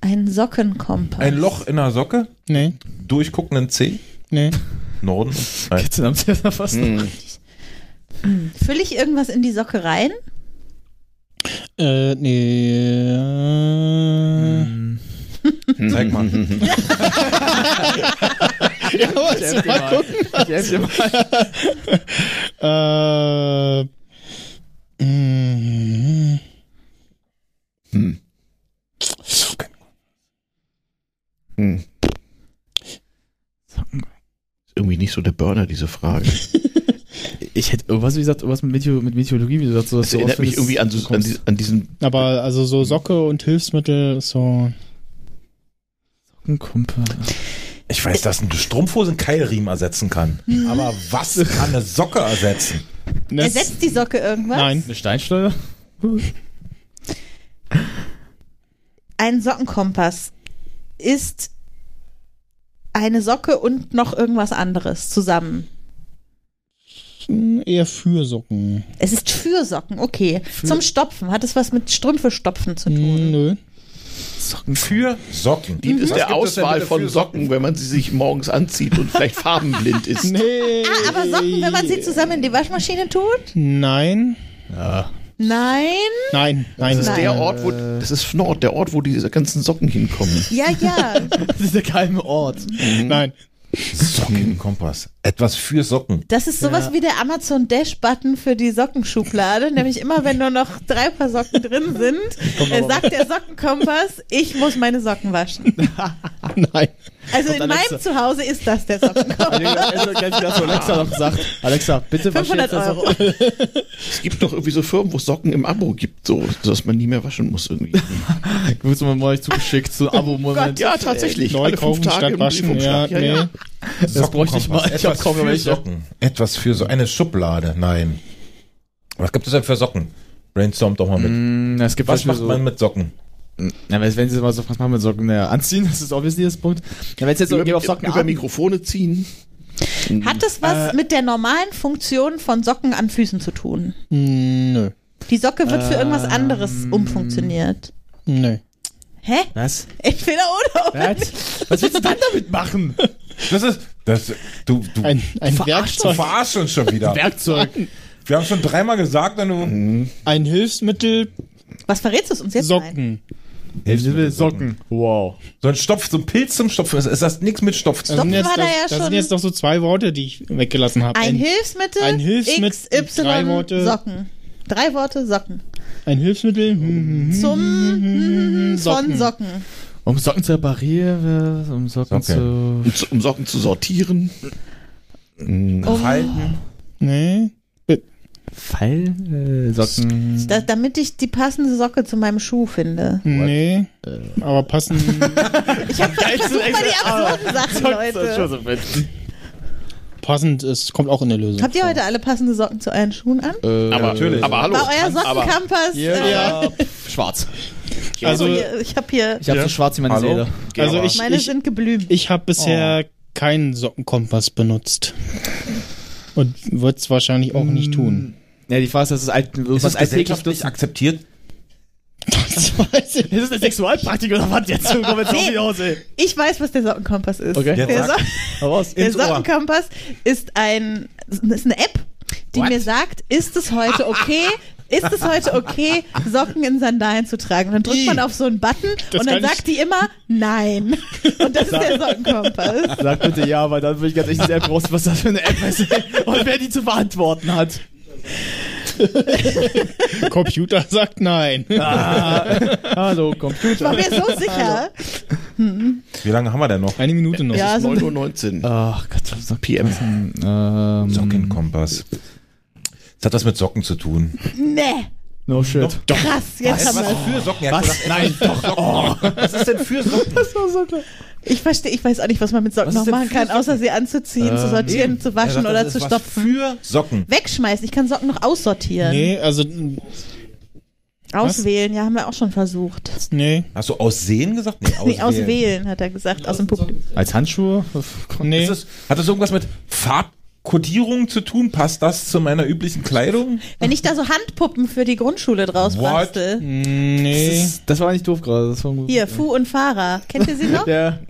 [SPEAKER 3] Ein Sockenkompass.
[SPEAKER 6] Ein Loch in der Socke?
[SPEAKER 2] Nee,
[SPEAKER 6] Durchguckenden C?
[SPEAKER 2] nee.
[SPEAKER 6] Norden? Nein.
[SPEAKER 4] Jetzt haben sie das erfasst.
[SPEAKER 3] Fülle ich irgendwas in die Socke rein?
[SPEAKER 2] Äh, nee. Äh,
[SPEAKER 6] Zeig mal.
[SPEAKER 2] ja, was,
[SPEAKER 4] [laughs]
[SPEAKER 2] mal gucken.
[SPEAKER 4] Ich helfe dir mal.
[SPEAKER 2] Äh, mm,
[SPEAKER 8] Hm. Ist irgendwie nicht so der Burner,
[SPEAKER 2] [laughs]
[SPEAKER 8] diese Frage.
[SPEAKER 4] Ich hätte irgendwas, Oh, wie gesagt, irgendwas mit, Meteor mit Meteorologie, wie du sagst, so
[SPEAKER 8] Das erinnert mich irgendwie an, so, an, die, an diesen.
[SPEAKER 2] aber also so Socke und Hilfsmittel, so.
[SPEAKER 4] Kumpel.
[SPEAKER 6] Ich weiß, dass ein Strumpfhose einen Keilriemen ersetzen kann.
[SPEAKER 4] Mhm.
[SPEAKER 6] Aber
[SPEAKER 4] [laughs]
[SPEAKER 6] was kann eine Socke ersetzen?
[SPEAKER 2] Das-
[SPEAKER 3] Ersetzt die Socke irgendwas?
[SPEAKER 2] Nein.
[SPEAKER 4] Eine Steinschleuder?
[SPEAKER 3] Ein Sockenkompass ist eine Socke und noch irgendwas anderes zusammen.
[SPEAKER 2] Mm, Eher für Socken.
[SPEAKER 3] Es ist für Socken, okay. Zum Stopfen. Hat es was mit Strümpfe stopfen zu
[SPEAKER 2] Mm,
[SPEAKER 3] tun?
[SPEAKER 2] nö.
[SPEAKER 6] Für Socken.
[SPEAKER 4] Mhm.
[SPEAKER 8] Dient es
[SPEAKER 6] Was
[SPEAKER 8] der
[SPEAKER 6] gibt es denn
[SPEAKER 8] Auswahl
[SPEAKER 6] bitte
[SPEAKER 8] von
[SPEAKER 6] für
[SPEAKER 8] Socken, wenn man sie sich morgens anzieht und vielleicht farbenblind ist?
[SPEAKER 2] Nee.
[SPEAKER 3] Ah, aber Socken, wenn man sie zusammen in die Waschmaschine tut?
[SPEAKER 2] Nein.
[SPEAKER 3] Nein.
[SPEAKER 2] Nein, nein.
[SPEAKER 8] Das ist
[SPEAKER 3] Nein.
[SPEAKER 8] der Ort, wo. Das ist Nord, der Ort, wo diese ganzen Socken hinkommen.
[SPEAKER 3] Ja, ja.
[SPEAKER 4] Dieser geheime Ort.
[SPEAKER 2] Nein.
[SPEAKER 6] Sockenkompass. Etwas für Socken.
[SPEAKER 3] Das ist sowas wie der Amazon Dash Button für die Sockenschublade, nämlich immer wenn nur noch drei Paar Socken drin sind, äh, sagt der Sockenkompass, ich muss meine Socken waschen.
[SPEAKER 2] Nein.
[SPEAKER 3] Also in
[SPEAKER 4] Kommt Alexa.
[SPEAKER 3] meinem Zuhause ist das der Sockenkompass.
[SPEAKER 4] Also, ganz klar, was Alexa noch gesagt. Alexa, bitte wasch jetzt
[SPEAKER 3] 500
[SPEAKER 4] das
[SPEAKER 3] Euro.
[SPEAKER 8] Es gibt doch irgendwie so Firmen, wo es Socken im Abo gibt, so, dass man nie mehr waschen muss irgendwie.
[SPEAKER 4] Wurde mal euch zugeschickt, Äh, so ein Abo-Moment.
[SPEAKER 8] Ja, tatsächlich.
[SPEAKER 2] Neu kaufen statt waschen. Ja,
[SPEAKER 8] Briefumschlag.
[SPEAKER 2] nee.
[SPEAKER 4] Das bräuchte ich mal. Ich hab
[SPEAKER 6] Etwas
[SPEAKER 4] kaum noch
[SPEAKER 6] für
[SPEAKER 4] welche.
[SPEAKER 6] Socken. Etwas für so eine Schublade. Nein. Was gibt es denn für Socken? Brainstorm doch mal mit.
[SPEAKER 4] Mm, Es gibt
[SPEAKER 6] Was
[SPEAKER 4] zum Beispiel
[SPEAKER 6] macht
[SPEAKER 4] so-
[SPEAKER 6] man mit Socken?
[SPEAKER 4] Na, aber wenn sie mal so was machen mit Socken, naja, anziehen, das ist obviously das Punkt. Na, wenn es jetzt irgendwie auf Socken
[SPEAKER 8] über
[SPEAKER 4] an-
[SPEAKER 2] [laughs]
[SPEAKER 8] Mikrofone ziehen.
[SPEAKER 3] Hat es
[SPEAKER 2] Äh,
[SPEAKER 3] was mit der normalen Funktion von Socken an Füßen zu tun?
[SPEAKER 2] Nö. Ähm,
[SPEAKER 3] Die Socke wird für irgendwas anderes umfunktioniert.
[SPEAKER 2] Nö.
[SPEAKER 3] Hä?
[SPEAKER 4] Was?
[SPEAKER 3] Entweder oder. oder.
[SPEAKER 4] Was? Was willst du dann damit machen?
[SPEAKER 6] Das ist. Das, du du
[SPEAKER 2] Ein, ein
[SPEAKER 6] du
[SPEAKER 2] Werkzeug.
[SPEAKER 6] verarschst uns schon wieder.
[SPEAKER 4] Werkzeug.
[SPEAKER 6] Wir haben schon dreimal gesagt, wenn du.
[SPEAKER 2] Ein Hilfsmittel
[SPEAKER 3] Was verrätst du es uns jetzt? Nein.
[SPEAKER 2] Socken.
[SPEAKER 4] Socken. Socken. Wow.
[SPEAKER 6] So ein Stopf, so ein Pilz zum Stopfen. Ist, ist das nichts mit Stopf zu
[SPEAKER 2] Das sind
[SPEAKER 3] Socken
[SPEAKER 2] jetzt,
[SPEAKER 3] war da
[SPEAKER 2] das,
[SPEAKER 3] ja
[SPEAKER 2] das sind
[SPEAKER 3] schon.
[SPEAKER 2] jetzt doch so zwei Worte, die ich weggelassen habe.
[SPEAKER 3] Ein Hilfsmittel.
[SPEAKER 2] ein Hilfsmittel,
[SPEAKER 3] XY
[SPEAKER 2] drei Worte.
[SPEAKER 3] Socken. Drei Worte Socken.
[SPEAKER 2] ein Hilfsmittel hm, hm,
[SPEAKER 3] Zum hm,
[SPEAKER 2] [laughs] Socken.
[SPEAKER 3] von Socken.
[SPEAKER 4] Um Socken zu reparieren, um Socken zu.
[SPEAKER 8] Um, zu- um Socken zu sortieren.
[SPEAKER 3] Um,
[SPEAKER 6] halten?
[SPEAKER 2] nee.
[SPEAKER 4] Fall? Äh, Socken.
[SPEAKER 3] da, damit ich die passende Socke zu meinem Schuh finde.
[SPEAKER 2] Nee. Aber passen.
[SPEAKER 3] Ich
[SPEAKER 2] [laughs]
[SPEAKER 3] habe super die absurden Sachen, Leute.
[SPEAKER 2] passend ist, kommt auch in der Lösung.
[SPEAKER 3] Habt ihr heute alle passende Socken zu euren Schuhen an?
[SPEAKER 4] aber
[SPEAKER 6] natürlich.
[SPEAKER 8] Aber hallo.
[SPEAKER 3] War euer Sockencampus? äh,
[SPEAKER 4] Schwarz.
[SPEAKER 2] also,
[SPEAKER 3] hier- ich habe hier,
[SPEAKER 4] Ich hab so schwarz wie meine
[SPEAKER 6] Hallo?
[SPEAKER 4] Seele.
[SPEAKER 2] also ich,
[SPEAKER 3] meine
[SPEAKER 2] ich,
[SPEAKER 3] sind geblümt.
[SPEAKER 2] ich habe bisher keinen Sockenkompass benutzt. Und würde es wahrscheinlich auch nicht tun.
[SPEAKER 4] Ja, die Frage ist, halt das ist alt,
[SPEAKER 6] Ist
[SPEAKER 4] was
[SPEAKER 6] das gesellschaftlich akzeptiert?
[SPEAKER 2] Das weiß ich.
[SPEAKER 4] Ist das eine Sexualpraktik oder was jetzt? Komm jetzt
[SPEAKER 3] Nee.
[SPEAKER 4] nicht aus, ey.
[SPEAKER 3] Ich weiß, was der Sockenkompass ist.
[SPEAKER 4] Okay.
[SPEAKER 6] Jetzt
[SPEAKER 3] Der,
[SPEAKER 6] sag.
[SPEAKER 3] so
[SPEAKER 4] Hau raus.
[SPEAKER 3] der
[SPEAKER 6] Ins Ohr.
[SPEAKER 3] Sockenkompass ist, ein, ist eine App, die mir sagt, ist es heute okay? Ist es heute okay, Socken in Sandalen zu tragen? Und dann drückt man auf so einen Button
[SPEAKER 2] Das
[SPEAKER 3] und dann
[SPEAKER 2] kann ich-
[SPEAKER 3] sagt die immer Nein. Und das ist der Sockenkompass.
[SPEAKER 4] Sag bitte ja, weil dann will ich ganz echt sehr groß, was das für eine App ist ey. [laughs] und wer die zu verantworten hat.
[SPEAKER 2] Computer sagt nein.
[SPEAKER 4] Hallo, Computer.
[SPEAKER 3] War mir so sicher.
[SPEAKER 6] Wie lange haben wir denn noch?
[SPEAKER 2] Eine Minute noch.
[SPEAKER 3] Ja, so
[SPEAKER 8] 9.19 Uhr
[SPEAKER 4] Ach Gott, was sagt
[SPEAKER 8] PM.
[SPEAKER 4] Ähm,
[SPEAKER 6] Sockenkompass. Das hat was mit Socken zu tun.
[SPEAKER 3] nee.
[SPEAKER 4] No shit.
[SPEAKER 6] Doch.
[SPEAKER 3] Krass, jetzt haben wir
[SPEAKER 6] für Socken? Er hat
[SPEAKER 4] Was?
[SPEAKER 6] gesagt,
[SPEAKER 4] Nein, doch.
[SPEAKER 6] Was ist denn für Socken?
[SPEAKER 3] Ich verstehe, ich weiß auch nicht, was man mit Socken
[SPEAKER 6] Was
[SPEAKER 3] noch
[SPEAKER 6] ist denn
[SPEAKER 3] machen
[SPEAKER 6] für
[SPEAKER 3] kann, außer sie anzuziehen, zu sortieren, zu
[SPEAKER 6] Er sagt,
[SPEAKER 3] waschen
[SPEAKER 6] das
[SPEAKER 3] oder
[SPEAKER 6] ist
[SPEAKER 3] zu
[SPEAKER 6] was
[SPEAKER 3] stopfen.
[SPEAKER 6] Für Socken.
[SPEAKER 3] Wegschmeißen, ich kann Socken noch aussortieren.
[SPEAKER 2] Nee, also,
[SPEAKER 3] Auswählen, ja, haben wir auch schon versucht.
[SPEAKER 2] nee,
[SPEAKER 6] Hast du aussehen gesagt? Nee,
[SPEAKER 3] Nee, auswählen, hat er gesagt, aus dem Publikum.
[SPEAKER 4] Als Handschuhe?
[SPEAKER 2] nee.
[SPEAKER 6] Ist das, hat das irgendwas mit Farbkodierung zu tun? Passt das zu meiner üblichen Kleidung?
[SPEAKER 3] Wenn ich da so Handpuppen für die Grundschule draus
[SPEAKER 6] What?
[SPEAKER 3] bastel.
[SPEAKER 2] Nee.
[SPEAKER 4] Das, das war nicht doof gerade. Das war gut.
[SPEAKER 3] Hier, Fu und Farah. Kennt ihr sie noch?
[SPEAKER 4] Der.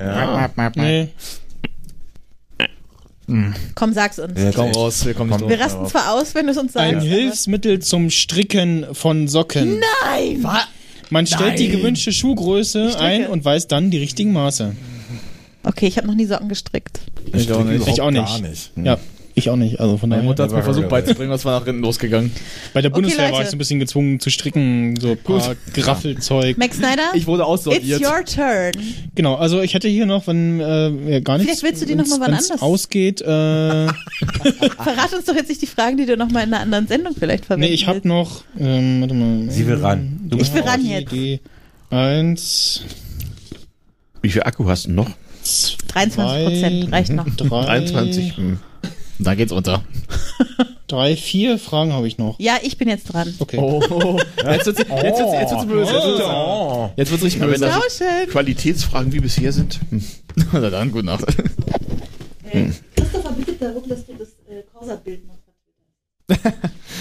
[SPEAKER 2] Nee.
[SPEAKER 3] Komm, sag's uns.
[SPEAKER 4] Komm raus, wir kommen nicht
[SPEAKER 6] Komm.
[SPEAKER 4] drauf.
[SPEAKER 3] Wir rasten zwar aus, wenn du es uns sagst.
[SPEAKER 2] Ein
[SPEAKER 3] aber-
[SPEAKER 2] Hilfsmittel zum Stricken von Socken.
[SPEAKER 3] Nein!
[SPEAKER 2] Man stellt die gewünschte Schuhgröße
[SPEAKER 3] stricke.
[SPEAKER 2] ein und weiß dann die richtigen Maße.
[SPEAKER 3] Okay, ich habe noch nie Socken gestrickt.
[SPEAKER 4] Ich auch nicht.
[SPEAKER 2] Ich auch nicht.
[SPEAKER 6] Gar nicht.
[SPEAKER 2] Ja, ich auch nicht. Also von
[SPEAKER 4] Meine
[SPEAKER 2] daher.
[SPEAKER 4] Mutter hat mir versucht beizubringen, was war nach hinten losgegangen.
[SPEAKER 2] Bei der Bundeswehr war
[SPEAKER 3] Leute.
[SPEAKER 2] ich so ein bisschen gezwungen zu stricken, so ein paar Graffelzeug.
[SPEAKER 3] Max Snyder,
[SPEAKER 4] Ich wurde
[SPEAKER 3] it's
[SPEAKER 4] aussortiert.
[SPEAKER 3] your turn.
[SPEAKER 2] Genau, also ich hätte hier noch, wenn äh, ja, gar nichts.
[SPEAKER 3] Vielleicht willst du die noch
[SPEAKER 2] wenn's-
[SPEAKER 3] mal wann
[SPEAKER 2] wenn's
[SPEAKER 3] anders-
[SPEAKER 2] ausgeht.
[SPEAKER 3] [laughs]
[SPEAKER 2] Äh,
[SPEAKER 3] Verrat uns doch jetzt nicht die Fragen, die du nochmal in einer anderen Sendung vielleicht
[SPEAKER 2] nee,
[SPEAKER 3] verwendest.
[SPEAKER 2] ich habe noch. Ähm, warte mal.
[SPEAKER 6] Sie will ran. Du
[SPEAKER 3] Ich will ran
[SPEAKER 2] Die
[SPEAKER 3] jetzt.
[SPEAKER 2] Idee. Eins,
[SPEAKER 8] Wie viel Akku hast du noch?
[SPEAKER 2] zwei,
[SPEAKER 3] 23 Prozent, reicht noch.
[SPEAKER 2] drei,
[SPEAKER 8] 23. Hm.
[SPEAKER 2] Äh,
[SPEAKER 4] Da geht's unter.
[SPEAKER 2] drei, vier Fragen habe ich noch.
[SPEAKER 3] Ja, ich bin jetzt dran.
[SPEAKER 2] Okay.
[SPEAKER 4] Oh. Jetzt wird's, jetzt wird's, jetzt wird's böse. Jetzt wird's,
[SPEAKER 6] Oh.
[SPEAKER 4] jetzt wird's richtig
[SPEAKER 8] Aber wenn
[SPEAKER 4] böse.
[SPEAKER 8] das
[SPEAKER 3] Tauschen.
[SPEAKER 8] Qualitätsfragen wie bisher sind. Hm.
[SPEAKER 4] Na dann, gute Nacht.
[SPEAKER 3] Christopher bittet darum, dass du das äh, Corsa-Bild machst.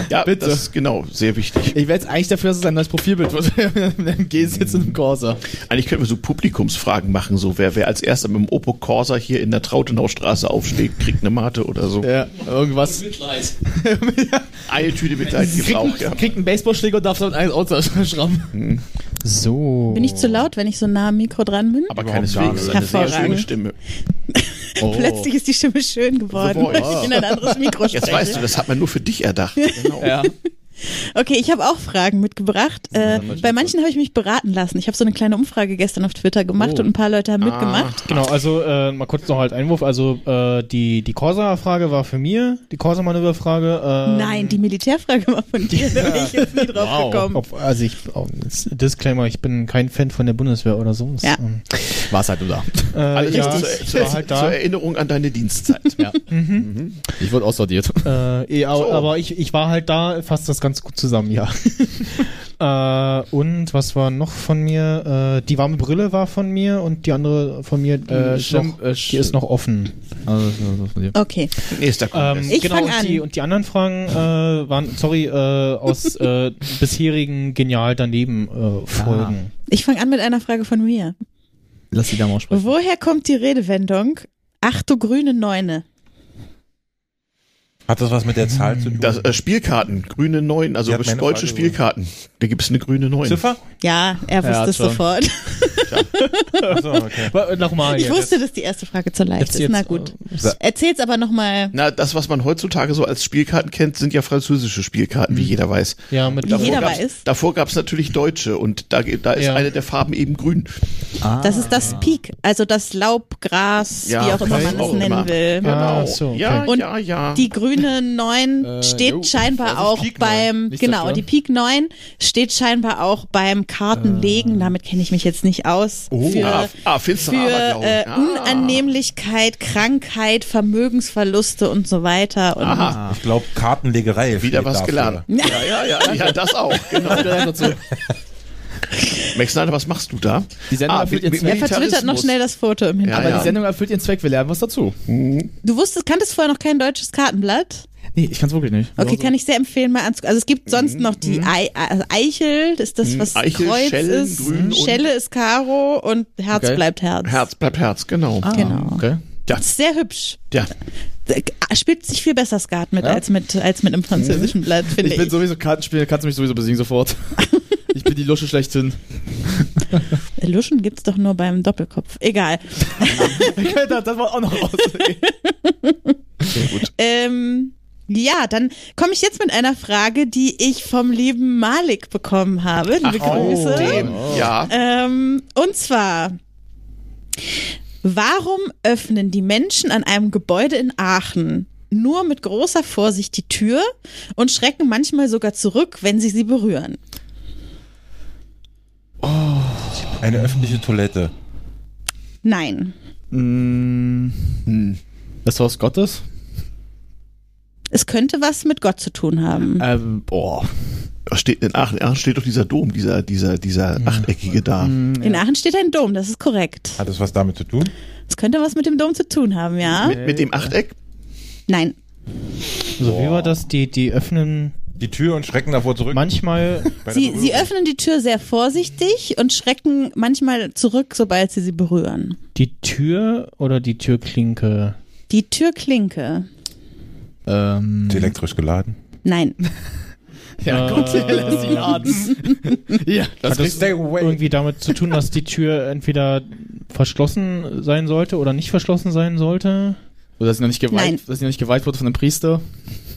[SPEAKER 8] Ja,
[SPEAKER 4] Bitte.
[SPEAKER 8] das ist genau sehr wichtig.
[SPEAKER 4] Ich wäre jetzt eigentlich dafür, dass es ein neues Profilbild wird. [laughs] Mit einem G-Sitz und einem Corsa.
[SPEAKER 8] Eigentlich könnten wir so Publikumsfragen machen, so wer, wer als erster mit dem Opel Corsa hier in der Trautenaustraße aufsteht, kriegt eine Mate oder
[SPEAKER 2] Äh,
[SPEAKER 8] so.
[SPEAKER 4] Ja, irgendwas.
[SPEAKER 8] Eine Tüte mit Leid gebraucht. Ja.
[SPEAKER 4] Kriegt einen Baseballschläger und darf damit eins ausschrammen.
[SPEAKER 2] So.
[SPEAKER 3] Bin ich zu laut, wenn ich so nah am Mikro dran [laughs] bin?
[SPEAKER 8] Aber keineswegs eine sehr
[SPEAKER 3] Hervorragend.
[SPEAKER 8] schöne Stimme.
[SPEAKER 3] Plötzlich ist die Stimme schön geworden,
[SPEAKER 8] The Voice.
[SPEAKER 3] weil ich in ein anderes Mikro spreche.
[SPEAKER 8] Jetzt weißt du, das hat man nur für dich erdacht. Genau.
[SPEAKER 4] Ja.
[SPEAKER 3] Okay, ich habe auch Fragen mitgebracht. Äh, bei manchen habe ich mich beraten lassen. Ich habe so eine kleine Umfrage gestern auf Twitter gemacht und ein paar Leute haben mitgemacht.
[SPEAKER 2] Genau, also äh, mal kurz noch halt Einwurf. Also äh, die, die Corsa-Frage war für mir, die Corsa-Manöverfrage. Äh,
[SPEAKER 3] Nein, die Militärfrage war von dir, da bin ich jetzt nie drauf
[SPEAKER 4] Wow.
[SPEAKER 3] gekommen.
[SPEAKER 2] Ob, also ich, oh, jetzt Disclaimer, ich bin kein Fan von der Bundeswehr oder so.
[SPEAKER 3] Ja.
[SPEAKER 2] Ähm,
[SPEAKER 4] War's halt du da.
[SPEAKER 2] äh,
[SPEAKER 8] Alles
[SPEAKER 2] ja,
[SPEAKER 8] zur,
[SPEAKER 2] ich
[SPEAKER 8] zur,
[SPEAKER 2] war halt
[SPEAKER 8] zur
[SPEAKER 2] da.
[SPEAKER 8] Erinnerung an deine Dienstzeit. Mhm.
[SPEAKER 4] Ich wurde aussortiert.
[SPEAKER 2] Äh, eh, au-
[SPEAKER 8] So.
[SPEAKER 2] Aber ich, ich war halt da, fasst das ganz gut zusammen, ja. Äh, und was war noch von mir? Äh, die warme Brille war von mir und die andere von mir, die,
[SPEAKER 4] Äh,
[SPEAKER 2] ist,
[SPEAKER 4] Schirm-
[SPEAKER 2] noch,
[SPEAKER 4] äh,
[SPEAKER 2] die ist noch offen.
[SPEAKER 4] Also, das ist was von dir.
[SPEAKER 3] Okay.
[SPEAKER 8] Nächster Kongress.
[SPEAKER 2] Ähm,
[SPEAKER 3] Ich
[SPEAKER 2] genau,
[SPEAKER 3] fang
[SPEAKER 2] und
[SPEAKER 3] an.
[SPEAKER 2] die, und die anderen Fragen äh, waren, sorry, äh,
[SPEAKER 3] [laughs]
[SPEAKER 2] aus äh, bisherigen genial daneben äh, Folgen.
[SPEAKER 3] Ich fange an mit einer Frage von mir.
[SPEAKER 4] Lass die Dame auch sprechen.
[SPEAKER 3] Woher kommt die Redewendung? Ach du grüne Neune.
[SPEAKER 6] Hat das was mit der Zahl zu tun?
[SPEAKER 8] das, äh, Spielkarten, grüne Neun, also
[SPEAKER 6] Ja, Ähm, meine Frage
[SPEAKER 8] deutsche Spielkarten. Da gibt es eine grüne Neun.
[SPEAKER 6] Ziffer?
[SPEAKER 3] Ja, er
[SPEAKER 4] Ja,
[SPEAKER 3] wusste es
[SPEAKER 4] schon.
[SPEAKER 3] sofort.
[SPEAKER 6] Achso, okay.
[SPEAKER 2] Wa- äh, Nochmal.
[SPEAKER 3] Ich
[SPEAKER 2] jetzt.
[SPEAKER 3] wusste, dass die erste Frage zu leicht ist. Na gut.
[SPEAKER 2] äh,
[SPEAKER 3] Erzähl's aber nochmal.
[SPEAKER 8] Na, das, was man heutzutage so als Spielkarten kennt, sind ja französische Spielkarten, wie jeder weiß.
[SPEAKER 2] ja, mit
[SPEAKER 3] Wie jeder
[SPEAKER 8] gab's-
[SPEAKER 3] weiß.
[SPEAKER 8] Davor gab es natürlich deutsche und da, ge- da ist
[SPEAKER 2] Ja.
[SPEAKER 8] eine der Farben eben grün.
[SPEAKER 4] Ah.
[SPEAKER 3] Das ist das Peak, also das Laub, Gras,
[SPEAKER 8] Ja,
[SPEAKER 3] wie auch immer
[SPEAKER 8] okay.
[SPEAKER 3] man es
[SPEAKER 8] Auch
[SPEAKER 3] nennen
[SPEAKER 8] immer.
[SPEAKER 3] will.
[SPEAKER 2] Ah, so, okay.
[SPEAKER 8] Oh, Ja,
[SPEAKER 3] Und
[SPEAKER 8] ja, ja.
[SPEAKER 3] Die grüne 9
[SPEAKER 4] Äh,
[SPEAKER 3] steht
[SPEAKER 4] jo, das
[SPEAKER 3] scheinbar
[SPEAKER 4] ist
[SPEAKER 3] auch
[SPEAKER 4] Pik 9,
[SPEAKER 3] beim,
[SPEAKER 4] nicht
[SPEAKER 3] genau,
[SPEAKER 4] dafür.
[SPEAKER 3] die Pik 9 steht scheinbar auch beim
[SPEAKER 4] Äh.
[SPEAKER 3] Kartenlegen, damit kenne ich mich jetzt nicht aus,
[SPEAKER 4] Oh.
[SPEAKER 8] ah,
[SPEAKER 3] für,
[SPEAKER 8] ah, finsterer
[SPEAKER 3] für
[SPEAKER 8] Aberglaube.
[SPEAKER 3] äh,
[SPEAKER 8] ah.
[SPEAKER 3] Unannehmlichkeit, Krankheit, Vermögensverluste und so weiter. Und
[SPEAKER 8] Aha,
[SPEAKER 6] Ah. Ich glaube, Kartenlegerei.
[SPEAKER 8] wieder
[SPEAKER 6] steht
[SPEAKER 8] was
[SPEAKER 6] dafür.
[SPEAKER 3] [laughs]
[SPEAKER 8] gelernt. Ja, ja, ja, ja, das auch, genau. Max Snyder, was machst du da?
[SPEAKER 4] Die Sendung erfüllt ihren
[SPEAKER 8] Mi-
[SPEAKER 4] Zweck.
[SPEAKER 3] er vertwittert noch
[SPEAKER 8] Militarismus.
[SPEAKER 3] schnell das Foto im
[SPEAKER 8] Ja,
[SPEAKER 3] Hintergrund.
[SPEAKER 4] Aber
[SPEAKER 8] ja.
[SPEAKER 4] die Sendung erfüllt ihren Zweck, wir lernen was dazu.
[SPEAKER 3] Du wusstest, kanntest vorher noch kein deutsches Kartenblatt?
[SPEAKER 4] Nee, ich kann's wirklich nicht.
[SPEAKER 3] Okay, kann ich sehr empfehlen, mal anzugucken. Also es gibt sonst noch die Ei, also Eichel, das ist das, was
[SPEAKER 8] Mhm, Eichel,
[SPEAKER 3] Kreuz
[SPEAKER 8] Schellen,
[SPEAKER 3] ist. Mhm.
[SPEAKER 8] Grün und-
[SPEAKER 3] Schelle ist Karo und Herz
[SPEAKER 4] Okay.
[SPEAKER 3] bleibt Herz.
[SPEAKER 8] Herz bleibt Herz, genau.
[SPEAKER 3] Genau.
[SPEAKER 4] Okay.
[SPEAKER 3] Das ist sehr hübsch.
[SPEAKER 8] Ja.
[SPEAKER 3] Da Spielt sich viel besser Skat mit,
[SPEAKER 4] Ja?
[SPEAKER 3] als mit, als
[SPEAKER 8] Mhm.
[SPEAKER 3] mit einem französischen Blatt, finde
[SPEAKER 4] Ich
[SPEAKER 3] ich.
[SPEAKER 4] bin sowieso Kartenspieler, kannst du mich sowieso besiegen [laughs] sofort. ich bin die Lusche schlechthin.
[SPEAKER 3] Luschen gibt's doch nur beim Doppelkopf. Egal.
[SPEAKER 4] Ich könnte [laughs] das- das war auch noch raus.
[SPEAKER 3] Ähm, ja, dann komme ich jetzt mit einer Frage, die ich vom lieben Malik bekommen habe. Liebe Grüße.
[SPEAKER 8] Dem,
[SPEAKER 4] Oh.
[SPEAKER 8] ja.
[SPEAKER 3] Ähm, und zwar, warum öffnen die Menschen an einem Gebäude in Aachen nur mit großer Vorsicht die Tür und schrecken manchmal sogar zurück, wenn sie sie berühren?
[SPEAKER 6] Eine öffentliche Toilette.
[SPEAKER 3] Nein.
[SPEAKER 4] Mm, Das Haus Gottes?
[SPEAKER 3] Es könnte was mit Gott zu tun haben.
[SPEAKER 4] [laughs] Ähm, boah.
[SPEAKER 8] Steht in Aachen, in Aachen steht doch dieser Dom, dieser, dieser, dieser achteckige da.
[SPEAKER 4] Ähm,
[SPEAKER 3] In Aachen steht ein Dom, das ist korrekt.
[SPEAKER 6] Hat es was damit zu tun?
[SPEAKER 3] Es könnte was mit dem Dom zu tun haben, ja?
[SPEAKER 8] Mit, mit dem Achteck?
[SPEAKER 3] Nein.
[SPEAKER 2] So, wie war das? Die, die öffnen
[SPEAKER 6] Die Tür und schrecken davor zurück.
[SPEAKER 2] manchmal.
[SPEAKER 6] Bei der
[SPEAKER 3] Sie, sie
[SPEAKER 6] Berührung.
[SPEAKER 3] öffnen die Tür sehr vorsichtig und schrecken manchmal zurück, sobald sie sie berühren.
[SPEAKER 2] Die Tür oder die Türklinke?
[SPEAKER 3] Die Türklinke.
[SPEAKER 4] Ähm,
[SPEAKER 6] Ist elektrisch geladen.
[SPEAKER 3] Nein.
[SPEAKER 4] ja, [laughs] Gott, der lässt ihn atmen. ja, das ist
[SPEAKER 6] Stay away.
[SPEAKER 2] Irgendwie damit zu tun, dass die
[SPEAKER 4] [laughs]
[SPEAKER 2] Tür entweder verschlossen sein sollte oder nicht verschlossen sein sollte?
[SPEAKER 4] Oder dass sie noch nicht geweiht,
[SPEAKER 3] Nein.
[SPEAKER 4] dass sie noch nicht geweiht wurde von einem Priester.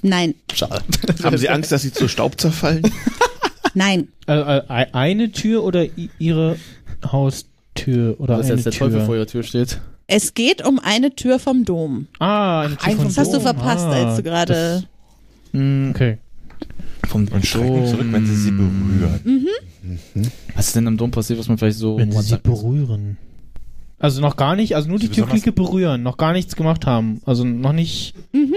[SPEAKER 3] Nein.
[SPEAKER 4] Schade.
[SPEAKER 8] [laughs] Haben Sie Angst, dass Sie zu Staub zerfallen?
[SPEAKER 3] Nein.
[SPEAKER 2] Äh, äh, ei- eine Tür oder i- ihre Haustür oder
[SPEAKER 4] Dass
[SPEAKER 2] eine
[SPEAKER 4] jetzt der
[SPEAKER 2] Tür?
[SPEAKER 4] Teufel vor ihrer Tür steht.
[SPEAKER 3] Es geht um eine Tür vom Dom.
[SPEAKER 2] ah, eine Tür
[SPEAKER 4] Ein-
[SPEAKER 2] von
[SPEAKER 3] Das hast du
[SPEAKER 2] Dom.
[SPEAKER 3] verpasst,
[SPEAKER 2] ah,
[SPEAKER 3] als du gerade.
[SPEAKER 4] Mm,
[SPEAKER 2] das- Okay.
[SPEAKER 4] Vom
[SPEAKER 6] Und schrecken zurück, wenn sie sie
[SPEAKER 3] Hm.
[SPEAKER 6] berühren.
[SPEAKER 4] Was ist denn am Dom passiert, was man vielleicht so.
[SPEAKER 2] Wenn sie
[SPEAKER 4] man
[SPEAKER 2] sie
[SPEAKER 4] sagt-
[SPEAKER 2] berühren. Also noch gar nicht, also nur die
[SPEAKER 6] Sie besonders-
[SPEAKER 2] Türklinke berühren, noch gar nichts gemacht haben. Also noch nicht
[SPEAKER 3] Mhm.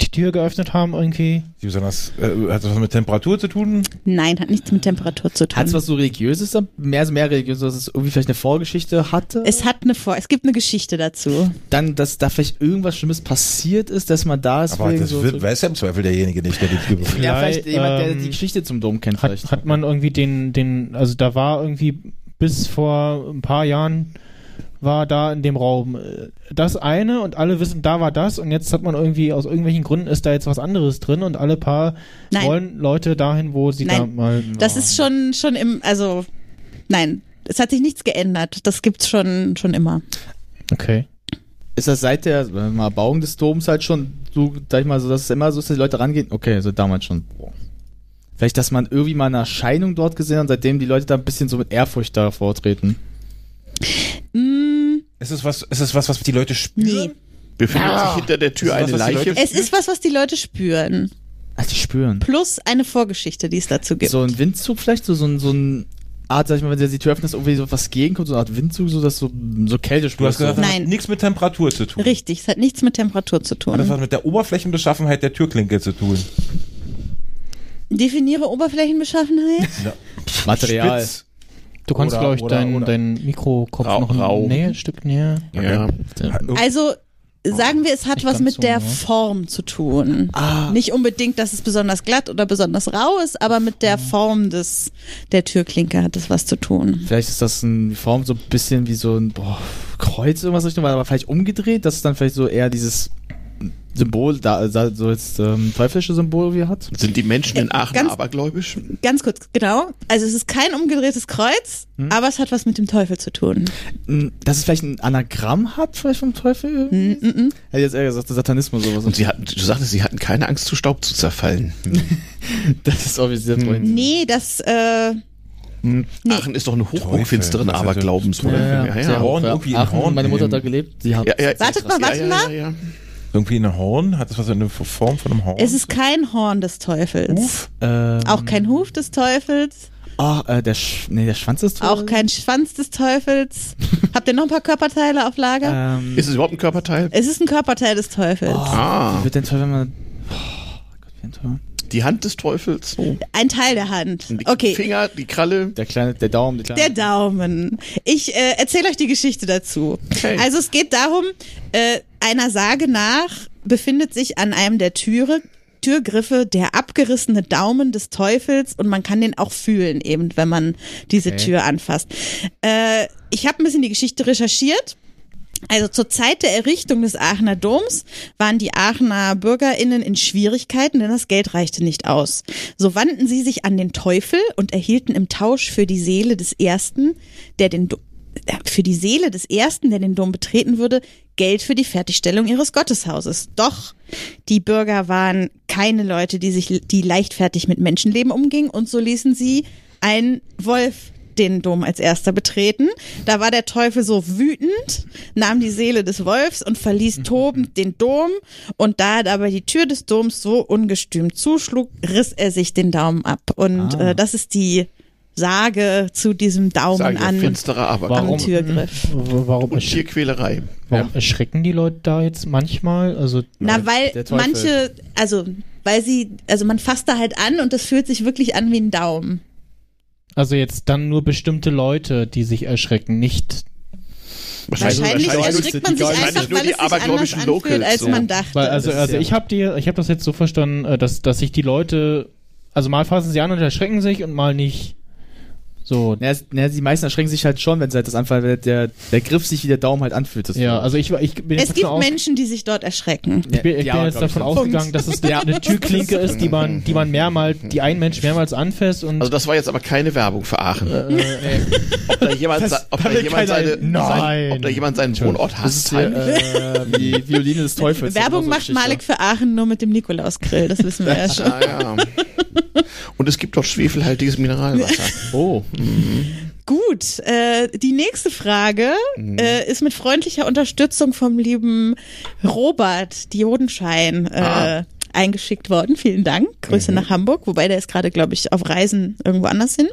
[SPEAKER 2] die Tür geöffnet haben irgendwie.
[SPEAKER 6] Sie besonders, äh, hat das was mit Temperatur zu tun?
[SPEAKER 3] Nein, hat nichts mit Temperatur zu tun.
[SPEAKER 4] Hat's was so religiöses, da- mehr, also mehr religiöses, dass es irgendwie vielleicht eine Vorgeschichte hatte?
[SPEAKER 3] es hat eine Vor es gibt eine Geschichte dazu.
[SPEAKER 4] dann, dass da vielleicht irgendwas Schlimmes passiert ist, dass man da ist.
[SPEAKER 6] Aber
[SPEAKER 4] wegen
[SPEAKER 6] das
[SPEAKER 4] so,
[SPEAKER 6] wird, weiß ja im Zweifel derjenige nicht, der die
[SPEAKER 3] [laughs]
[SPEAKER 6] Tür berührt.
[SPEAKER 4] ja, vielleicht
[SPEAKER 2] Vielleicht,
[SPEAKER 4] jemand, der
[SPEAKER 2] ähm,
[SPEAKER 4] die Geschichte zum Dom kennt, vielleicht.
[SPEAKER 2] Hat, hat man irgendwie den, den, also da war irgendwie bis vor ein paar Jahren war da in dem Raum äh, das eine und alle wissen, da war das und jetzt hat man irgendwie aus irgendwelchen Gründen ist da jetzt was anderes drin und alle paar
[SPEAKER 3] Nein.
[SPEAKER 2] wollen Leute dahin, wo sie da
[SPEAKER 3] Nein.
[SPEAKER 2] mal.
[SPEAKER 3] Das ist schon, schon im, also, nein. Es hat sich nichts geändert. Das gibt's schon, schon immer.
[SPEAKER 2] Okay.
[SPEAKER 4] ist das seit der sagen wir mal, Erbauung des Doms halt schon so, sag ich mal, so, dass es immer so ist, dass die Leute rangehen? Okay, so damals schon. Boah. Vielleicht, dass man irgendwie mal eine Erscheinung dort gesehen hat und seitdem die Leute da ein bisschen so mit Ehrfurcht da vortreten.
[SPEAKER 3] Mm,
[SPEAKER 6] Ist es was, ist es was, was die Leute spüren?
[SPEAKER 3] nee.
[SPEAKER 8] Befindet sich hinter der Tür
[SPEAKER 6] Ist das,
[SPEAKER 8] eine
[SPEAKER 6] was die
[SPEAKER 8] Leiche?
[SPEAKER 6] Leute-
[SPEAKER 3] Es ist was, was die Leute spüren.
[SPEAKER 4] Also die spüren.
[SPEAKER 3] Plus eine Vorgeschichte, die es dazu gibt.
[SPEAKER 4] So ein Windzug vielleicht, so, so ein, so ein Art, sag ich mal, wenn du die Tür öffnest, irgendwie so was gegenkommt, so eine Art Windzug, so dass so, so Kälte
[SPEAKER 6] Du hast
[SPEAKER 4] spürst,
[SPEAKER 6] gesagt,
[SPEAKER 4] so.
[SPEAKER 6] das hat
[SPEAKER 3] Nein.
[SPEAKER 6] nichts mit Temperatur zu tun.
[SPEAKER 3] Richtig, es hat nichts mit Temperatur zu
[SPEAKER 6] Hat das
[SPEAKER 3] tun.
[SPEAKER 6] was mit der Oberflächenbeschaffenheit der Türklinke zu tun?
[SPEAKER 3] Definiere Oberflächenbeschaffenheit.
[SPEAKER 4] Material.
[SPEAKER 6] Spitz.
[SPEAKER 2] Du kannst,
[SPEAKER 6] Oder-
[SPEAKER 2] glaube ich,
[SPEAKER 6] oder-
[SPEAKER 2] dein,
[SPEAKER 6] oder-
[SPEAKER 2] dein Mikrokopf
[SPEAKER 8] Rau-
[SPEAKER 2] noch ein
[SPEAKER 8] Rau.
[SPEAKER 2] näher, Stück näher.
[SPEAKER 8] Ja.
[SPEAKER 3] Also sagen wir, es hat
[SPEAKER 2] Nicht
[SPEAKER 3] was
[SPEAKER 2] ganz
[SPEAKER 3] mit
[SPEAKER 2] so, ne?
[SPEAKER 3] der Form zu tun. Nicht unbedingt, dass es besonders glatt oder besonders rau ist, aber mit der Form des der Türklinke hat es was zu tun.
[SPEAKER 4] Vielleicht ist das in Form so ein bisschen wie so ein boah, Kreuz, irgendwas Richtung, aber vielleicht umgedreht, dass es dann vielleicht so eher dieses Symbol, da, da so jetzt ähm, teuflische Symbol wie hat.
[SPEAKER 8] Sind die Menschen in Aachen
[SPEAKER 3] Ganz-
[SPEAKER 8] abergläubisch?
[SPEAKER 3] Ganz kurz, genau. Also es ist kein umgedrehtes Kreuz, aber es hat was mit dem Teufel zu tun.
[SPEAKER 4] Mm, Dass es vielleicht ein Anagramm hat, vielleicht vom Teufel? Mhm.
[SPEAKER 3] Mm, mm, mm.
[SPEAKER 4] Hätte ich jetzt eher gesagt, der Satanismus sowas.
[SPEAKER 8] Und sie hatten, du sagtest, sie hatten keine Angst, zu Staub zu zerfallen.
[SPEAKER 4] das ist obviously der Freund.
[SPEAKER 3] Nee, das äh, Nee.
[SPEAKER 8] Aachen ist doch eine
[SPEAKER 6] Teufel,
[SPEAKER 8] hochfinsteren
[SPEAKER 6] das hätte-
[SPEAKER 8] Aberglaubens. oder?
[SPEAKER 4] ja. Sehr
[SPEAKER 6] Horn,
[SPEAKER 4] hoch,
[SPEAKER 6] irgendwie in
[SPEAKER 4] Aachen,
[SPEAKER 6] Horn
[SPEAKER 4] meine Mutter hat da
[SPEAKER 6] nehmen.
[SPEAKER 4] gelebt. Die hat,
[SPEAKER 8] ja,
[SPEAKER 3] Wartet
[SPEAKER 8] krass.
[SPEAKER 3] mal, wartet
[SPEAKER 8] ja,
[SPEAKER 3] mal.
[SPEAKER 8] Ja, ja,
[SPEAKER 6] Irgendwie eine Horn? Hat das was in der Form von einem Horn?
[SPEAKER 3] es ist kein Horn des Teufels.
[SPEAKER 4] ähm,
[SPEAKER 3] Auch kein Huf des Teufels,
[SPEAKER 4] Ah, äh, der, Sch nee, der Schwanz ist tot.
[SPEAKER 3] auch kein Schwanz des Teufels. Habt ihr noch ein paar Körperteile auf Lager?
[SPEAKER 8] ja.
[SPEAKER 4] Ähm,
[SPEAKER 8] Ist es überhaupt ein Körperteil?
[SPEAKER 3] Es ist ein Körperteil des Teufels.
[SPEAKER 8] Ah,
[SPEAKER 4] wie wird denn Teufel, wenn man. Oh Gott, wie ein Teufel.
[SPEAKER 8] die Hand des Teufels. So.
[SPEAKER 3] Ein Teil der Hand.
[SPEAKER 8] Die
[SPEAKER 3] Okay.
[SPEAKER 8] Finger, die Kralle.
[SPEAKER 4] Der kleine, der Daumen, der kleine.
[SPEAKER 3] Der Daumen. Ich äh, erzähle euch die Geschichte dazu.
[SPEAKER 8] Okay.
[SPEAKER 3] Also es geht darum, äh, einer Sage nach befindet sich an einem der Türe, Türgriffe der abgerissene Daumen des Teufels und man kann den auch fühlen, eben wenn man diese
[SPEAKER 4] Okay.
[SPEAKER 3] Tür anfasst. Äh, ich habe ein bisschen die Geschichte recherchiert. Also zur Zeit der Errichtung des Aachener Doms waren die Aachener Bürgerinnen in Schwierigkeiten, denn das Geld reichte nicht aus. So wandten sie sich an den Teufel und erhielten im Tausch für die Seele des ersten, der den Do äh, für die Seele des ersten, der den Dom betreten würde, Geld für die Fertigstellung ihres Gotteshauses. Doch die Bürger waren keine Leute, die sich die leichtfertig mit Menschenleben umgingen und so ließen sie einen Wolf den Dom als erster betreten. Da war der Teufel so wütend, nahm die Seele des Wolfs und
[SPEAKER 8] [laughs]
[SPEAKER 3] verließ tobend den Dom. Und da er aber die Tür des Doms so ungestüm zuschlug, riss er sich den Daumen ab. Und
[SPEAKER 8] Ah.
[SPEAKER 3] äh, das ist die Sage zu diesem Daumen
[SPEAKER 8] Sage Mhm. ich ja,
[SPEAKER 3] an
[SPEAKER 8] finsterer Aberglaube.
[SPEAKER 3] am
[SPEAKER 2] Warum?
[SPEAKER 3] Türgriff.
[SPEAKER 2] W- Warum,
[SPEAKER 8] Und
[SPEAKER 2] ersch
[SPEAKER 8] Tierquälerei.
[SPEAKER 2] warum erschrecken die Leute da jetzt manchmal? Also,
[SPEAKER 3] Na, weil
[SPEAKER 4] der Teufel.
[SPEAKER 3] manche, also weil sie, also man fasst da halt an und das fühlt sich wirklich an wie ein Daumen.
[SPEAKER 2] also jetzt dann nur bestimmte Leute, die sich erschrecken, nicht.
[SPEAKER 3] Wahrscheinlich erschrickt man sich
[SPEAKER 8] wahrscheinlich
[SPEAKER 3] einfach,
[SPEAKER 8] nur
[SPEAKER 3] weil
[SPEAKER 8] die
[SPEAKER 3] es sich anders
[SPEAKER 8] abergläubischen
[SPEAKER 3] anfühlt,
[SPEAKER 8] Locals,
[SPEAKER 3] als
[SPEAKER 8] so.
[SPEAKER 3] man dachte.
[SPEAKER 2] Weil, also,
[SPEAKER 4] Das ist
[SPEAKER 2] also
[SPEAKER 4] ja-
[SPEAKER 2] ich habe die, ich habe das jetzt so verstanden, äh, dass, dass sich die Leute, also mal fassen sie an und erschrecken sich und mal nicht. So.
[SPEAKER 4] Naja, es- naja, die meisten erschrecken sich halt schon, wenn es halt das Anfall, wenn der, der Griff sich wie der Daumen halt anfühlt. Das
[SPEAKER 2] Ja, also ich, war- ich bin
[SPEAKER 3] es
[SPEAKER 2] jetzt
[SPEAKER 3] gibt
[SPEAKER 2] davon aus-
[SPEAKER 3] Menschen, die sich dort erschrecken.
[SPEAKER 2] Ich bin, ich bin jetzt davon ausgegangen, dass es eine, eine Türklinke ist, die man, die man mehrmals, die ein Mensch mehrmals anfasst und
[SPEAKER 8] Also das war jetzt aber keine Werbung für Aachen.
[SPEAKER 2] äh,
[SPEAKER 8] [laughs] Ob da jemand, sa- ob da
[SPEAKER 2] damit
[SPEAKER 8] jemand,
[SPEAKER 2] keiner-
[SPEAKER 8] seine,
[SPEAKER 2] Nein.
[SPEAKER 8] sein, ob da jemand seinen Wohnort
[SPEAKER 4] Das
[SPEAKER 8] hasst.
[SPEAKER 4] ist hier, äh, [laughs] die Violine des Teufels.
[SPEAKER 3] Werbung
[SPEAKER 4] Genauso
[SPEAKER 3] macht
[SPEAKER 4] Geschichte.
[SPEAKER 3] Malik für Aachen nur mit dem Nikolausgrill, das wissen wir ja schon.
[SPEAKER 8] Ah, ja. Und es gibt auch schwefelhaltiges Mineralwasser.
[SPEAKER 4] Oh,
[SPEAKER 3] Gut, äh, die nächste Frage äh, ist mit freundlicher Unterstützung vom lieben Robert Diodenschein äh,
[SPEAKER 8] Ah.
[SPEAKER 3] eingeschickt worden. Vielen Dank. Grüße nach Hamburg, wobei der ist gerade, glaube ich, auf Reisen irgendwo anders hin.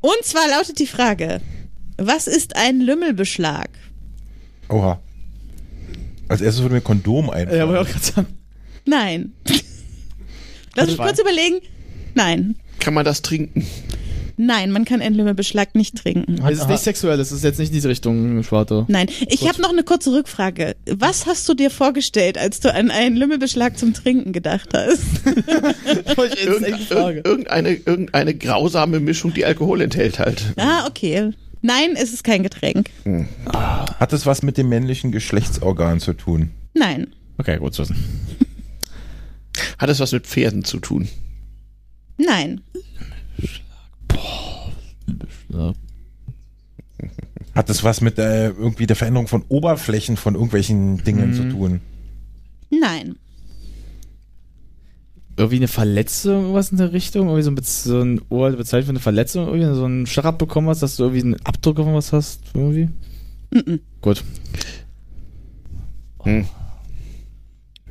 [SPEAKER 3] Und zwar lautet die Frage: Was ist ein Lümmelbeschlag?
[SPEAKER 6] Oha. Als erstes würde mir Kondom
[SPEAKER 4] [laughs]
[SPEAKER 6] einfallen.
[SPEAKER 4] ja, wollte ich auch gerade sagen.
[SPEAKER 3] Nein. Lass mich kurz überlegen. Nein.
[SPEAKER 8] Kann man das trinken?
[SPEAKER 3] Nein, man kann einen Lümmelbeschlag nicht trinken.
[SPEAKER 4] Es ist nicht sexuell, es ist jetzt nicht in diese
[SPEAKER 3] [laughs]
[SPEAKER 4] Richtung, Schwarter.
[SPEAKER 3] Nein, ich
[SPEAKER 4] Gut.
[SPEAKER 3] habe noch eine kurze Rückfrage. Was hast du dir vorgestellt, als du an einen Lümmelbeschlag zum Trinken gedacht hast?
[SPEAKER 6] [laughs]
[SPEAKER 8] Irgende, irg- irgendeine, irgendeine grausame Mischung, die Alkohol enthält halt.
[SPEAKER 3] Ah, okay. Nein, es ist kein Getränk.
[SPEAKER 6] Hat es was mit dem männlichen Geschlechtsorgan zu tun?
[SPEAKER 3] Nein.
[SPEAKER 4] Okay, gut zu wissen.
[SPEAKER 8] Hat es was mit Pferden zu tun?
[SPEAKER 3] Nein.
[SPEAKER 6] Hat es was mit äh, irgendwie der Veränderung von Oberflächen von irgendwelchen Dingen zu tun?
[SPEAKER 3] Nein.
[SPEAKER 4] Irgendwie eine Verletzung, irgendwas in der Richtung? Irgendwie so ein, bisschen- so ein Ohr bezeichnet für eine Verletzung, irgendwie so einen Schlag bekommen hast, dass du irgendwie einen Abdruck auf was hast, irgendwie?
[SPEAKER 3] Mhm.
[SPEAKER 4] Gut.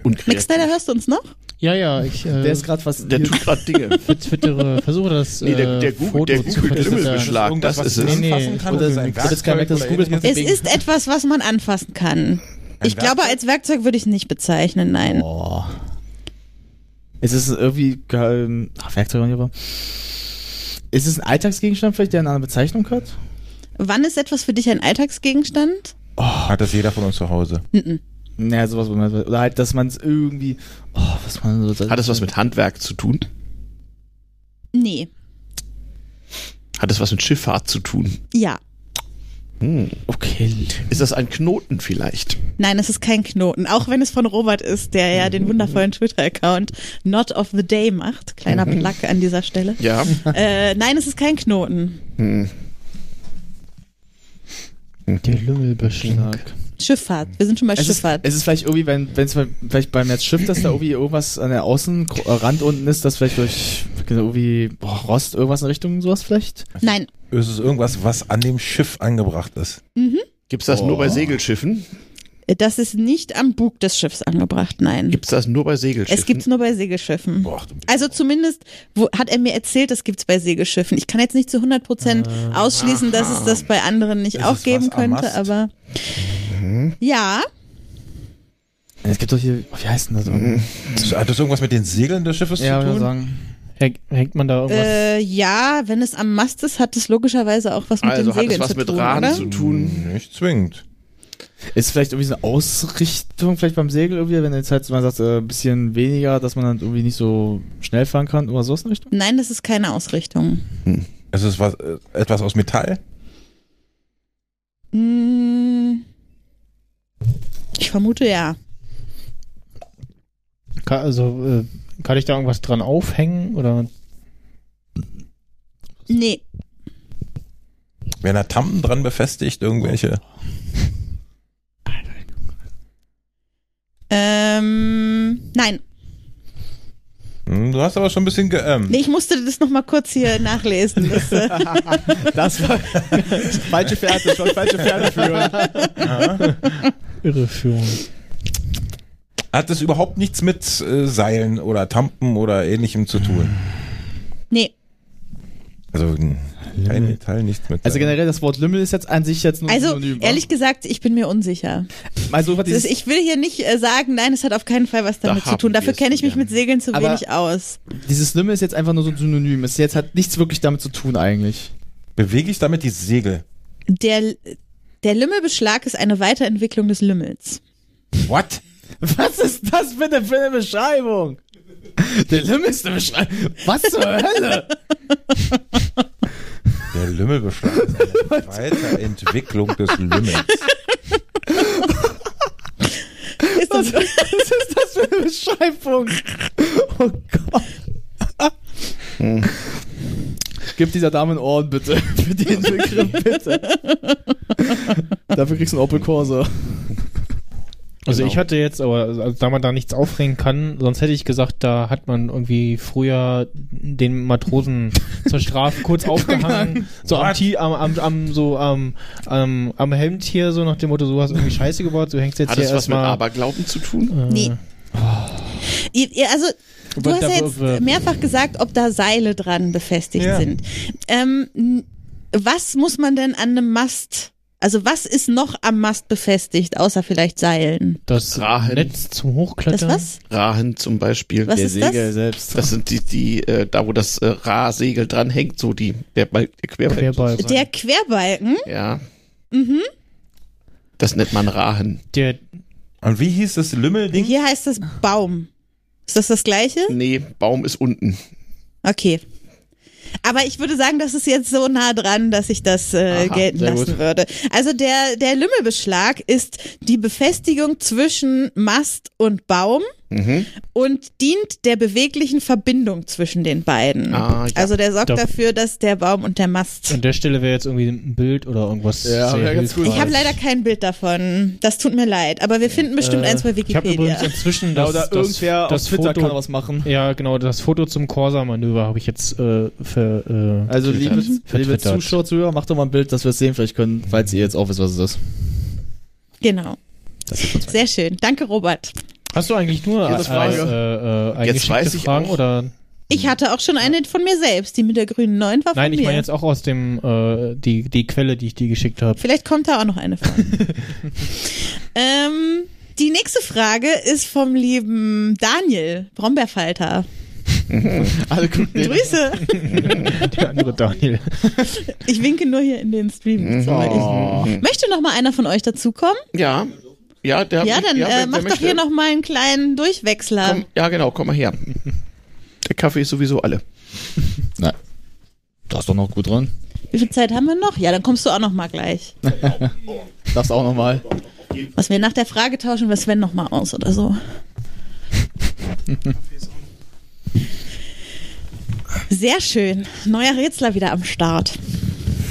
[SPEAKER 8] Und
[SPEAKER 3] Mick Snyder, hörst du uns noch?
[SPEAKER 2] ja, ja, ich äh,
[SPEAKER 4] Der ist gerade was. [laughs]
[SPEAKER 8] der tut gerade Dinge.
[SPEAKER 2] twittere, versuche das äh,
[SPEAKER 8] Nee, der, der Google,
[SPEAKER 2] Foto
[SPEAKER 8] der
[SPEAKER 2] zu
[SPEAKER 8] Google
[SPEAKER 2] vergessen.
[SPEAKER 8] Lümmelbeschlag, das
[SPEAKER 6] was
[SPEAKER 8] ist
[SPEAKER 6] ich
[SPEAKER 8] es.
[SPEAKER 2] Nee,
[SPEAKER 6] anfassen
[SPEAKER 2] nee,
[SPEAKER 6] kann?
[SPEAKER 2] oder
[SPEAKER 6] Ist es ein
[SPEAKER 4] ich hab jetzt gemerkt, dass
[SPEAKER 6] Werkzeug
[SPEAKER 4] Google
[SPEAKER 6] oder
[SPEAKER 4] das
[SPEAKER 3] Es
[SPEAKER 6] ähnliches?
[SPEAKER 3] ist etwas, was man anfassen kann.
[SPEAKER 6] Ein
[SPEAKER 3] Ich glaube,
[SPEAKER 6] Werkzeug? Oh.
[SPEAKER 3] als Werkzeug würde ich es nicht bezeichnen, nein.
[SPEAKER 4] Oh. Ist es irgendwie, ähm, ach, Werkzeug war nicht, aber. Ist es ein Alltagsgegenstand vielleicht, der eine andere Bezeichnung hat?
[SPEAKER 3] Wann ist etwas für dich ein Alltagsgegenstand?
[SPEAKER 6] Hat das jeder von uns zu Hause?
[SPEAKER 4] Naja, sowas, wo man- oder halt, dass man es irgendwie, oh, was man so.
[SPEAKER 8] Hat es was mit Handwerk zu tun?
[SPEAKER 3] Nee.
[SPEAKER 8] Hat es was mit Schifffahrt zu tun?
[SPEAKER 3] Ja.
[SPEAKER 8] Hm.
[SPEAKER 4] Okay.
[SPEAKER 8] Ist das ein Knoten vielleicht?
[SPEAKER 3] Nein, es ist kein Knoten. Auch wenn es von Robert ist, der ja den wundervollen Twitter-Account Not of the Day macht. Kleiner
[SPEAKER 6] Mhm.
[SPEAKER 3] Plug an dieser Stelle.
[SPEAKER 8] Ja.
[SPEAKER 3] Äh, nein, es ist kein Knoten.
[SPEAKER 8] Hm.
[SPEAKER 4] Der Lümmelbeschlag.
[SPEAKER 3] Schifffahrt. Wir sind schon bei
[SPEAKER 4] Es ist,
[SPEAKER 3] Schifffahrt.
[SPEAKER 4] es ist vielleicht irgendwie, wenn es vielleicht beim jetzt Schiff, dass da irgendwie irgendwas an der Außenrand unten ist, dass vielleicht durch irgendwie boah, Rost irgendwas in Richtung sowas vielleicht.
[SPEAKER 3] nein,
[SPEAKER 6] Ist es irgendwas, was an dem Schiff angebracht ist?
[SPEAKER 8] Gibt's das nur bei Segelschiffen?
[SPEAKER 3] das ist nicht am Bug des Schiffs angebracht. Nein.
[SPEAKER 8] Gibt's das nur bei Segelschiffen?
[SPEAKER 3] es gibt's nur bei Segelschiffen.
[SPEAKER 6] Boah, du-
[SPEAKER 3] Also zumindest wo, hat er mir erzählt, das gibt's bei Segelschiffen. Ich kann jetzt nicht zu 100 Prozent ausschließen, dass es das bei anderen nicht
[SPEAKER 6] Ist
[SPEAKER 3] auch
[SPEAKER 6] es
[SPEAKER 3] geben
[SPEAKER 6] was am
[SPEAKER 3] könnte,
[SPEAKER 6] Mast?
[SPEAKER 3] aber ja,
[SPEAKER 4] Es gibt doch hier, oh, wie heißt denn das?
[SPEAKER 6] Hat das irgendwas mit den Segeln des Schiffes
[SPEAKER 4] Ja,
[SPEAKER 6] zu
[SPEAKER 4] würde ich
[SPEAKER 6] tun?
[SPEAKER 4] sagen.
[SPEAKER 2] Häng- Hängt man da irgendwas?
[SPEAKER 3] äh, ja, wenn es am Mast ist, hat es logischerweise auch was mit
[SPEAKER 8] also
[SPEAKER 3] den
[SPEAKER 8] hat
[SPEAKER 3] Segeln
[SPEAKER 8] es was
[SPEAKER 3] zu
[SPEAKER 8] mit
[SPEAKER 3] tun,
[SPEAKER 8] Rahn
[SPEAKER 3] oder?
[SPEAKER 8] zu tun?
[SPEAKER 6] Hm, Nicht zwingend.
[SPEAKER 4] Ist vielleicht irgendwie so eine Ausrichtung vielleicht beim Segel irgendwie, wenn jetzt halt man sagt, äh, ein bisschen weniger, dass man dann irgendwie nicht so schnell fahren kann oder sowas in Richtung?
[SPEAKER 3] Nein, das ist keine Ausrichtung.
[SPEAKER 6] Es ist was, äh, etwas aus Metall?
[SPEAKER 3] Hm, ich vermute ja.
[SPEAKER 2] Ka- also, äh, kann ich da irgendwas dran aufhängen? Oder
[SPEAKER 3] Nee,
[SPEAKER 6] Werden da Tampen dran befestigt? Irgendwelche?
[SPEAKER 3] ähm, nein.
[SPEAKER 6] Hm, du hast aber schon ein bisschen geämmt.
[SPEAKER 3] Nee, ich musste das nochmal kurz hier nachlesen. Das,
[SPEAKER 4] [laughs]
[SPEAKER 3] äh,
[SPEAKER 4] Das war falsche Fährte, schon falsche Fährte für.
[SPEAKER 2] Irreführung?
[SPEAKER 6] Hat das überhaupt nichts mit äh, Seilen oder Tampen oder ähnlichem zu tun?
[SPEAKER 3] nee,
[SPEAKER 6] Also mh, kein Metall, nichts mit ähm,
[SPEAKER 4] Also
[SPEAKER 6] Seilen.
[SPEAKER 4] generell, das Wort Lümmel ist jetzt an sich jetzt nur ein
[SPEAKER 3] also
[SPEAKER 4] Synonym, ne? wa?
[SPEAKER 3] ehrlich gesagt, ich bin mir unsicher.
[SPEAKER 4] also hat
[SPEAKER 3] Das
[SPEAKER 4] dieses,
[SPEAKER 3] ist, ich will hier nicht äh, sagen, nein, es hat auf keinen Fall was damit
[SPEAKER 8] Da
[SPEAKER 3] zu tun.
[SPEAKER 8] haben wir
[SPEAKER 3] Dafür
[SPEAKER 8] es
[SPEAKER 3] kenne ich mich
[SPEAKER 8] wieder.
[SPEAKER 3] mit Segeln zu
[SPEAKER 4] Aber-
[SPEAKER 3] wenig aus.
[SPEAKER 4] dieses Lümmel ist jetzt einfach nur so ein Synonym. Es jetzt hat nichts wirklich damit zu tun eigentlich.
[SPEAKER 6] Bewege ich damit die Segel?
[SPEAKER 3] Der, der Lümmelbeschlag ist eine Weiterentwicklung des Lümmels.
[SPEAKER 4] [laughs]
[SPEAKER 6] What?
[SPEAKER 4] Was ist das bitte für eine Beschreibung? Der Lümmel ist eine Beschreibung. Was zur Hölle?
[SPEAKER 6] Der Lümmelbeschlag ist eine Weiterentwicklung des Lümmels.
[SPEAKER 3] Ist das,
[SPEAKER 4] Was ist das
[SPEAKER 3] [laughs]
[SPEAKER 4] für eine Beschreibung? Oh Gott. Gib dieser Dame einen Ohren, bitte. [laughs] Für den Begriff, bitte. [laughs] Dafür kriegst du einen Opel Corsa.
[SPEAKER 2] Also
[SPEAKER 4] Genau.
[SPEAKER 2] ich hatte jetzt, aber also da man da nichts aufhängen kann, sonst hätte ich gesagt, da hat man irgendwie früher den
[SPEAKER 4] [laughs]
[SPEAKER 2] Matrosen zur Strafe kurz aufgehangen, so am, Ti- am, am, am, so am, am, am Hemd hier, so nach dem Motto, so hast
[SPEAKER 4] [laughs]
[SPEAKER 2] du irgendwie Scheiße gebaut, so hängst jetzt
[SPEAKER 8] Hat
[SPEAKER 2] hier
[SPEAKER 8] es was mit
[SPEAKER 2] erstmal.
[SPEAKER 8] Aberglauben zu tun?
[SPEAKER 2] äh,
[SPEAKER 3] Nee. Ihr- ihr- also, du
[SPEAKER 2] Aber
[SPEAKER 3] hast ja
[SPEAKER 2] da-
[SPEAKER 3] jetzt mehrfach gesagt, ob da Seile dran befestigt
[SPEAKER 5] Ja.
[SPEAKER 3] sind. Ähm, n- was muss man denn an einem Mast, also was ist noch am Mast befestigt, außer vielleicht Seilen?
[SPEAKER 2] Das
[SPEAKER 8] Rahen.
[SPEAKER 2] Netz zum
[SPEAKER 3] Das
[SPEAKER 2] Hochklettern.
[SPEAKER 3] was?
[SPEAKER 8] Rahen zum Beispiel.
[SPEAKER 3] Was ist das?
[SPEAKER 4] selbst.
[SPEAKER 8] Das sind die, die äh, da wo das äh, Rahsegel dranhängt, so die der, Bal- der Querbalken.
[SPEAKER 2] Querball.
[SPEAKER 3] Der Querbalken?
[SPEAKER 8] Ja.
[SPEAKER 3] Mhm.
[SPEAKER 8] Das nennt man Rahen.
[SPEAKER 2] Der,
[SPEAKER 6] Und wie hieß das Lümmelding?
[SPEAKER 3] Hier heißt das Baum. Ist das das gleiche?
[SPEAKER 8] Nee, Baum ist unten.
[SPEAKER 3] Okay. Aber ich würde sagen, das ist jetzt so nah dran, dass ich das äh,
[SPEAKER 8] Aha,
[SPEAKER 3] gelten
[SPEAKER 8] sehr
[SPEAKER 3] lassen
[SPEAKER 8] gut.
[SPEAKER 3] würde. Also der, der Lümmelbeschlag ist die Befestigung zwischen Mast und Baum
[SPEAKER 8] Mhm.
[SPEAKER 3] und dient der beweglichen Verbindung zwischen den beiden.
[SPEAKER 8] Ah, ja.
[SPEAKER 3] Also der sorgt
[SPEAKER 2] Da-
[SPEAKER 3] dafür, dass der Baum und der Mast.
[SPEAKER 2] an der Stelle wäre jetzt irgendwie ein Bild oder irgendwas.
[SPEAKER 4] Ja,
[SPEAKER 2] sehr
[SPEAKER 4] wäre ganz gut.
[SPEAKER 2] hilfreich.
[SPEAKER 3] Ich habe leider kein Bild davon. Das tut mir leid. Aber wir finden bestimmt
[SPEAKER 2] Äh,
[SPEAKER 3] eins bei
[SPEAKER 2] Ich habe übrigens
[SPEAKER 3] Wikipedia.
[SPEAKER 2] inzwischen
[SPEAKER 4] Ja,
[SPEAKER 2] das,
[SPEAKER 4] oder
[SPEAKER 2] das,
[SPEAKER 4] irgendwer
[SPEAKER 2] das
[SPEAKER 4] auf Twitter
[SPEAKER 2] Foto,
[SPEAKER 4] kann da was machen.
[SPEAKER 2] Ja, genau, das Foto zum Corsa-Manöver habe ich jetzt äh, ver, äh,
[SPEAKER 4] Also liebe, liebe
[SPEAKER 2] Vertwittert.
[SPEAKER 4] Zuschauer, Zuhörer, macht doch mal ein Bild, dass wir es sehen vielleicht können, falls ihr jetzt auch wisst, was es ist.
[SPEAKER 3] Genau. Sehr schön. Danke, Robert.
[SPEAKER 2] Hast du eigentlich nur
[SPEAKER 8] Jetzt
[SPEAKER 2] äh,
[SPEAKER 8] Frage.
[SPEAKER 2] äh, äh,
[SPEAKER 8] Jetzt weiß
[SPEAKER 2] eingeschickte
[SPEAKER 8] ich
[SPEAKER 2] Fragen
[SPEAKER 8] auch.
[SPEAKER 2] oder?
[SPEAKER 3] Ich hatte auch schon eine von mir selbst. Die mit der grünen Neun war von
[SPEAKER 2] Mhm. Nein, ich
[SPEAKER 3] mir.
[SPEAKER 2] meine jetzt auch aus dem äh, die die Quelle, die ich dir geschickt habe.
[SPEAKER 8] [laughs]
[SPEAKER 3] Vielleicht kommt da auch noch eine von. ähm, Die nächste Frage ist vom lieben Daniel
[SPEAKER 8] [laughs]
[SPEAKER 3] Brombeerfalter.
[SPEAKER 4] Alle gucken den
[SPEAKER 3] Grüße.
[SPEAKER 2] Der andere Daniel.
[SPEAKER 3] Ich winke nur hier in den
[SPEAKER 8] Mhm.
[SPEAKER 3] Stream.
[SPEAKER 4] Oh.
[SPEAKER 3] Ich möchte noch mal einer von euch dazukommen?
[SPEAKER 8] Ja. Ja, der
[SPEAKER 3] Ja, dann
[SPEAKER 8] ja,
[SPEAKER 3] äh,
[SPEAKER 8] wer-
[SPEAKER 3] mach
[SPEAKER 8] wer
[SPEAKER 3] doch hier
[SPEAKER 8] möchte.
[SPEAKER 3] noch mal einen kleinen Durchwechsler.
[SPEAKER 8] Komm, ja, genau, komm mal her. Der Kaffee ist sowieso alle.
[SPEAKER 4] Nein. Da ist doch noch gut dran.
[SPEAKER 3] Wie viel Zeit haben wir noch? Ja, dann kommst du auch noch mal gleich.
[SPEAKER 4] Darfst auch nochmal.
[SPEAKER 3] Was wir nach der Frage tauschen, wir Sven noch mal aus oder so. Sehr schön. Neuer Rätsler wieder am Start.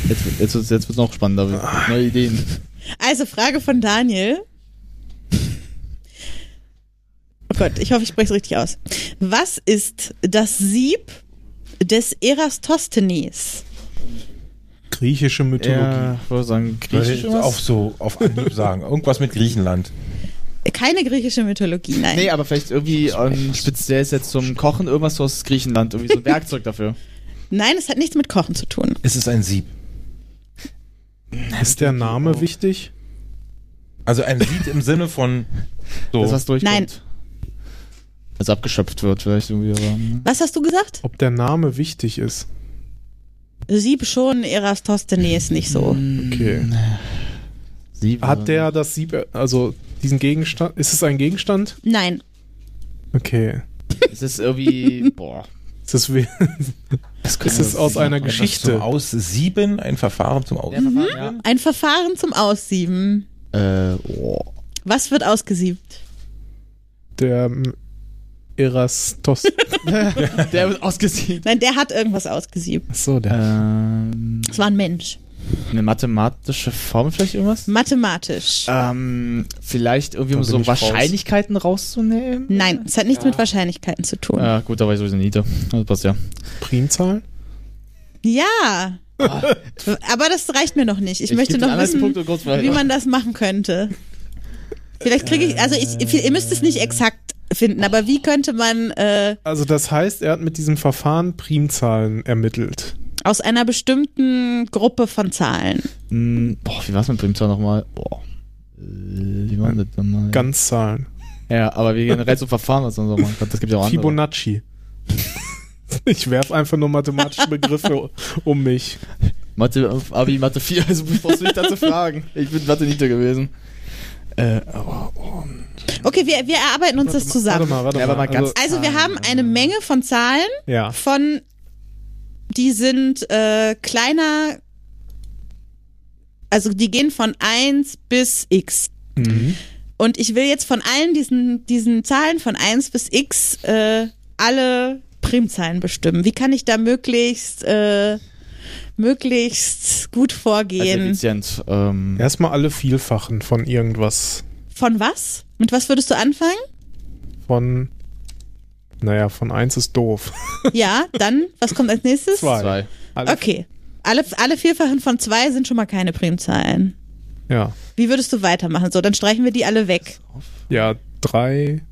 [SPEAKER 4] Jetzt, jetzt, wird's- jetzt wird es noch spannender. Neue Ideen.
[SPEAKER 3] Also, Frage von Daniel. Oh Gott, ich hoffe, ich spreche es richtig aus. Was ist das Sieb des Erastosthenes?
[SPEAKER 5] Griechische Mythologie.
[SPEAKER 4] Ja, ich wollte sagen, griechisch
[SPEAKER 6] Würde ich auf
[SPEAKER 4] irgendwas?
[SPEAKER 6] so auf Anhieb sagen. Irgendwas mit Griechenland.
[SPEAKER 3] Keine griechische Mythologie, nein.
[SPEAKER 4] Nee, aber vielleicht irgendwie ähm, speziell ist jetzt zum Kochen irgendwas aus Griechenland. Irgendwie so [laughs] ein Werkzeug dafür.
[SPEAKER 3] Nein, es hat nichts mit Kochen zu tun.
[SPEAKER 6] Es ist ein Sieb.
[SPEAKER 5] Ist der Name
[SPEAKER 4] Genau.
[SPEAKER 5] wichtig?
[SPEAKER 6] Also ein Sieb im Sinne von so.
[SPEAKER 4] Dass was durchkommt.
[SPEAKER 3] Nein.
[SPEAKER 4] Also abgeschöpft wird vielleicht irgendwie. Aber, ne?
[SPEAKER 3] Was hast du gesagt?
[SPEAKER 5] Ob der Name wichtig ist?
[SPEAKER 3] Sieb schon Erastosthenes nicht so.
[SPEAKER 4] Mm,
[SPEAKER 5] Okay.
[SPEAKER 4] Sie
[SPEAKER 5] Hat der das Sieb, also diesen Gegenstand? Ist es ein Gegenstand?
[SPEAKER 3] Nein.
[SPEAKER 5] Okay.
[SPEAKER 4] Es ist [laughs] irgendwie. Boah.
[SPEAKER 5] Ist es, we- [laughs] ist es aus einer Geschichte?
[SPEAKER 6] Zum Aussieben, ein Verfahren zum Aussieben.
[SPEAKER 4] Hm?
[SPEAKER 3] Ein Verfahren zum Aussieben.
[SPEAKER 4] Äh, oh.
[SPEAKER 3] Was wird ausgesiebt?
[SPEAKER 5] Der ähm, Erastos.
[SPEAKER 4] Der wird ausgesiebt.
[SPEAKER 3] Nein, der hat irgendwas ausgesiebt.
[SPEAKER 5] Achso, der.
[SPEAKER 4] Ähm,
[SPEAKER 3] Es war ein Mensch.
[SPEAKER 4] eine mathematische Formel vielleicht irgendwas?
[SPEAKER 3] Mathematisch.
[SPEAKER 4] Ähm, vielleicht irgendwie, um
[SPEAKER 5] Da bin
[SPEAKER 4] so
[SPEAKER 5] ich raus.
[SPEAKER 4] Wahrscheinlichkeiten rauszunehmen?
[SPEAKER 3] Nein, es hat nichts mit Wahrscheinlichkeiten zu tun.
[SPEAKER 4] Ja, gut, da war ich sowieso nicht. da. Das passt ja.
[SPEAKER 5] Primzahlen?
[SPEAKER 3] Ja. Aber das reicht mir noch nicht. Ich, möchte
[SPEAKER 4] geb den
[SPEAKER 3] noch
[SPEAKER 4] anderen
[SPEAKER 3] wissen,
[SPEAKER 4] Punkt und kurz weiter.
[SPEAKER 3] wie man das machen könnte. Vielleicht kriege ich, also ich, ihr müsst es nicht exakt finden, aber wie könnte man äh,
[SPEAKER 5] Also, das heißt, er hat mit diesem Verfahren Primzahlen ermittelt.
[SPEAKER 3] aus einer bestimmten Gruppe von Zahlen?
[SPEAKER 4] Hm, boah, wie war's mit Primzahl nochmal? Boah. Äh, Wie war das nochmal?
[SPEAKER 5] Ganzzahlen.
[SPEAKER 4] Ja, aber wie generell so Verfahren, was man so machen kann. Das gibt ja auch andere.
[SPEAKER 5] Fibonacci. Ich werf einfach nur mathematische Begriffe um mich.
[SPEAKER 4] Mathe, Abi, Mathe 4, also brauchst du mich dazu fragen. Ich bin Mathe Niete gewesen. Äh, aber, oh.
[SPEAKER 3] Okay, wir, wir erarbeiten uns das
[SPEAKER 5] Warte
[SPEAKER 3] zusammen.
[SPEAKER 5] mal, warte
[SPEAKER 4] Ja, aber mal ganz-
[SPEAKER 5] also,
[SPEAKER 3] Also wir haben eine Menge von Zahlen
[SPEAKER 5] ja.
[SPEAKER 3] von, die sind äh, kleiner, also die gehen von 1 bis x.
[SPEAKER 5] Mhm.
[SPEAKER 3] Und ich will jetzt von allen diesen, diesen Zahlen von 1 bis x äh, alle Primzahlen bestimmen. Wie kann ich da möglichst, äh, möglichst gut
[SPEAKER 4] Also
[SPEAKER 3] vorgehen?
[SPEAKER 4] effizient. Ähm,
[SPEAKER 5] Erstmal alle Vielfachen von irgendwas.
[SPEAKER 3] von was? Mit was würdest du anfangen?
[SPEAKER 5] Von. Naja, von 1 ist doof.
[SPEAKER 3] ja, dann, was kommt als nächstes?
[SPEAKER 5] Zwei.
[SPEAKER 4] Zwei.
[SPEAKER 5] Alle,
[SPEAKER 3] Okay. Alle, alle Vielfachen von 2 sind schon mal keine Primzahlen.
[SPEAKER 5] Ja.
[SPEAKER 3] Wie würdest du weitermachen? So, dann streichen wir die alle weg.
[SPEAKER 5] Ja, 3.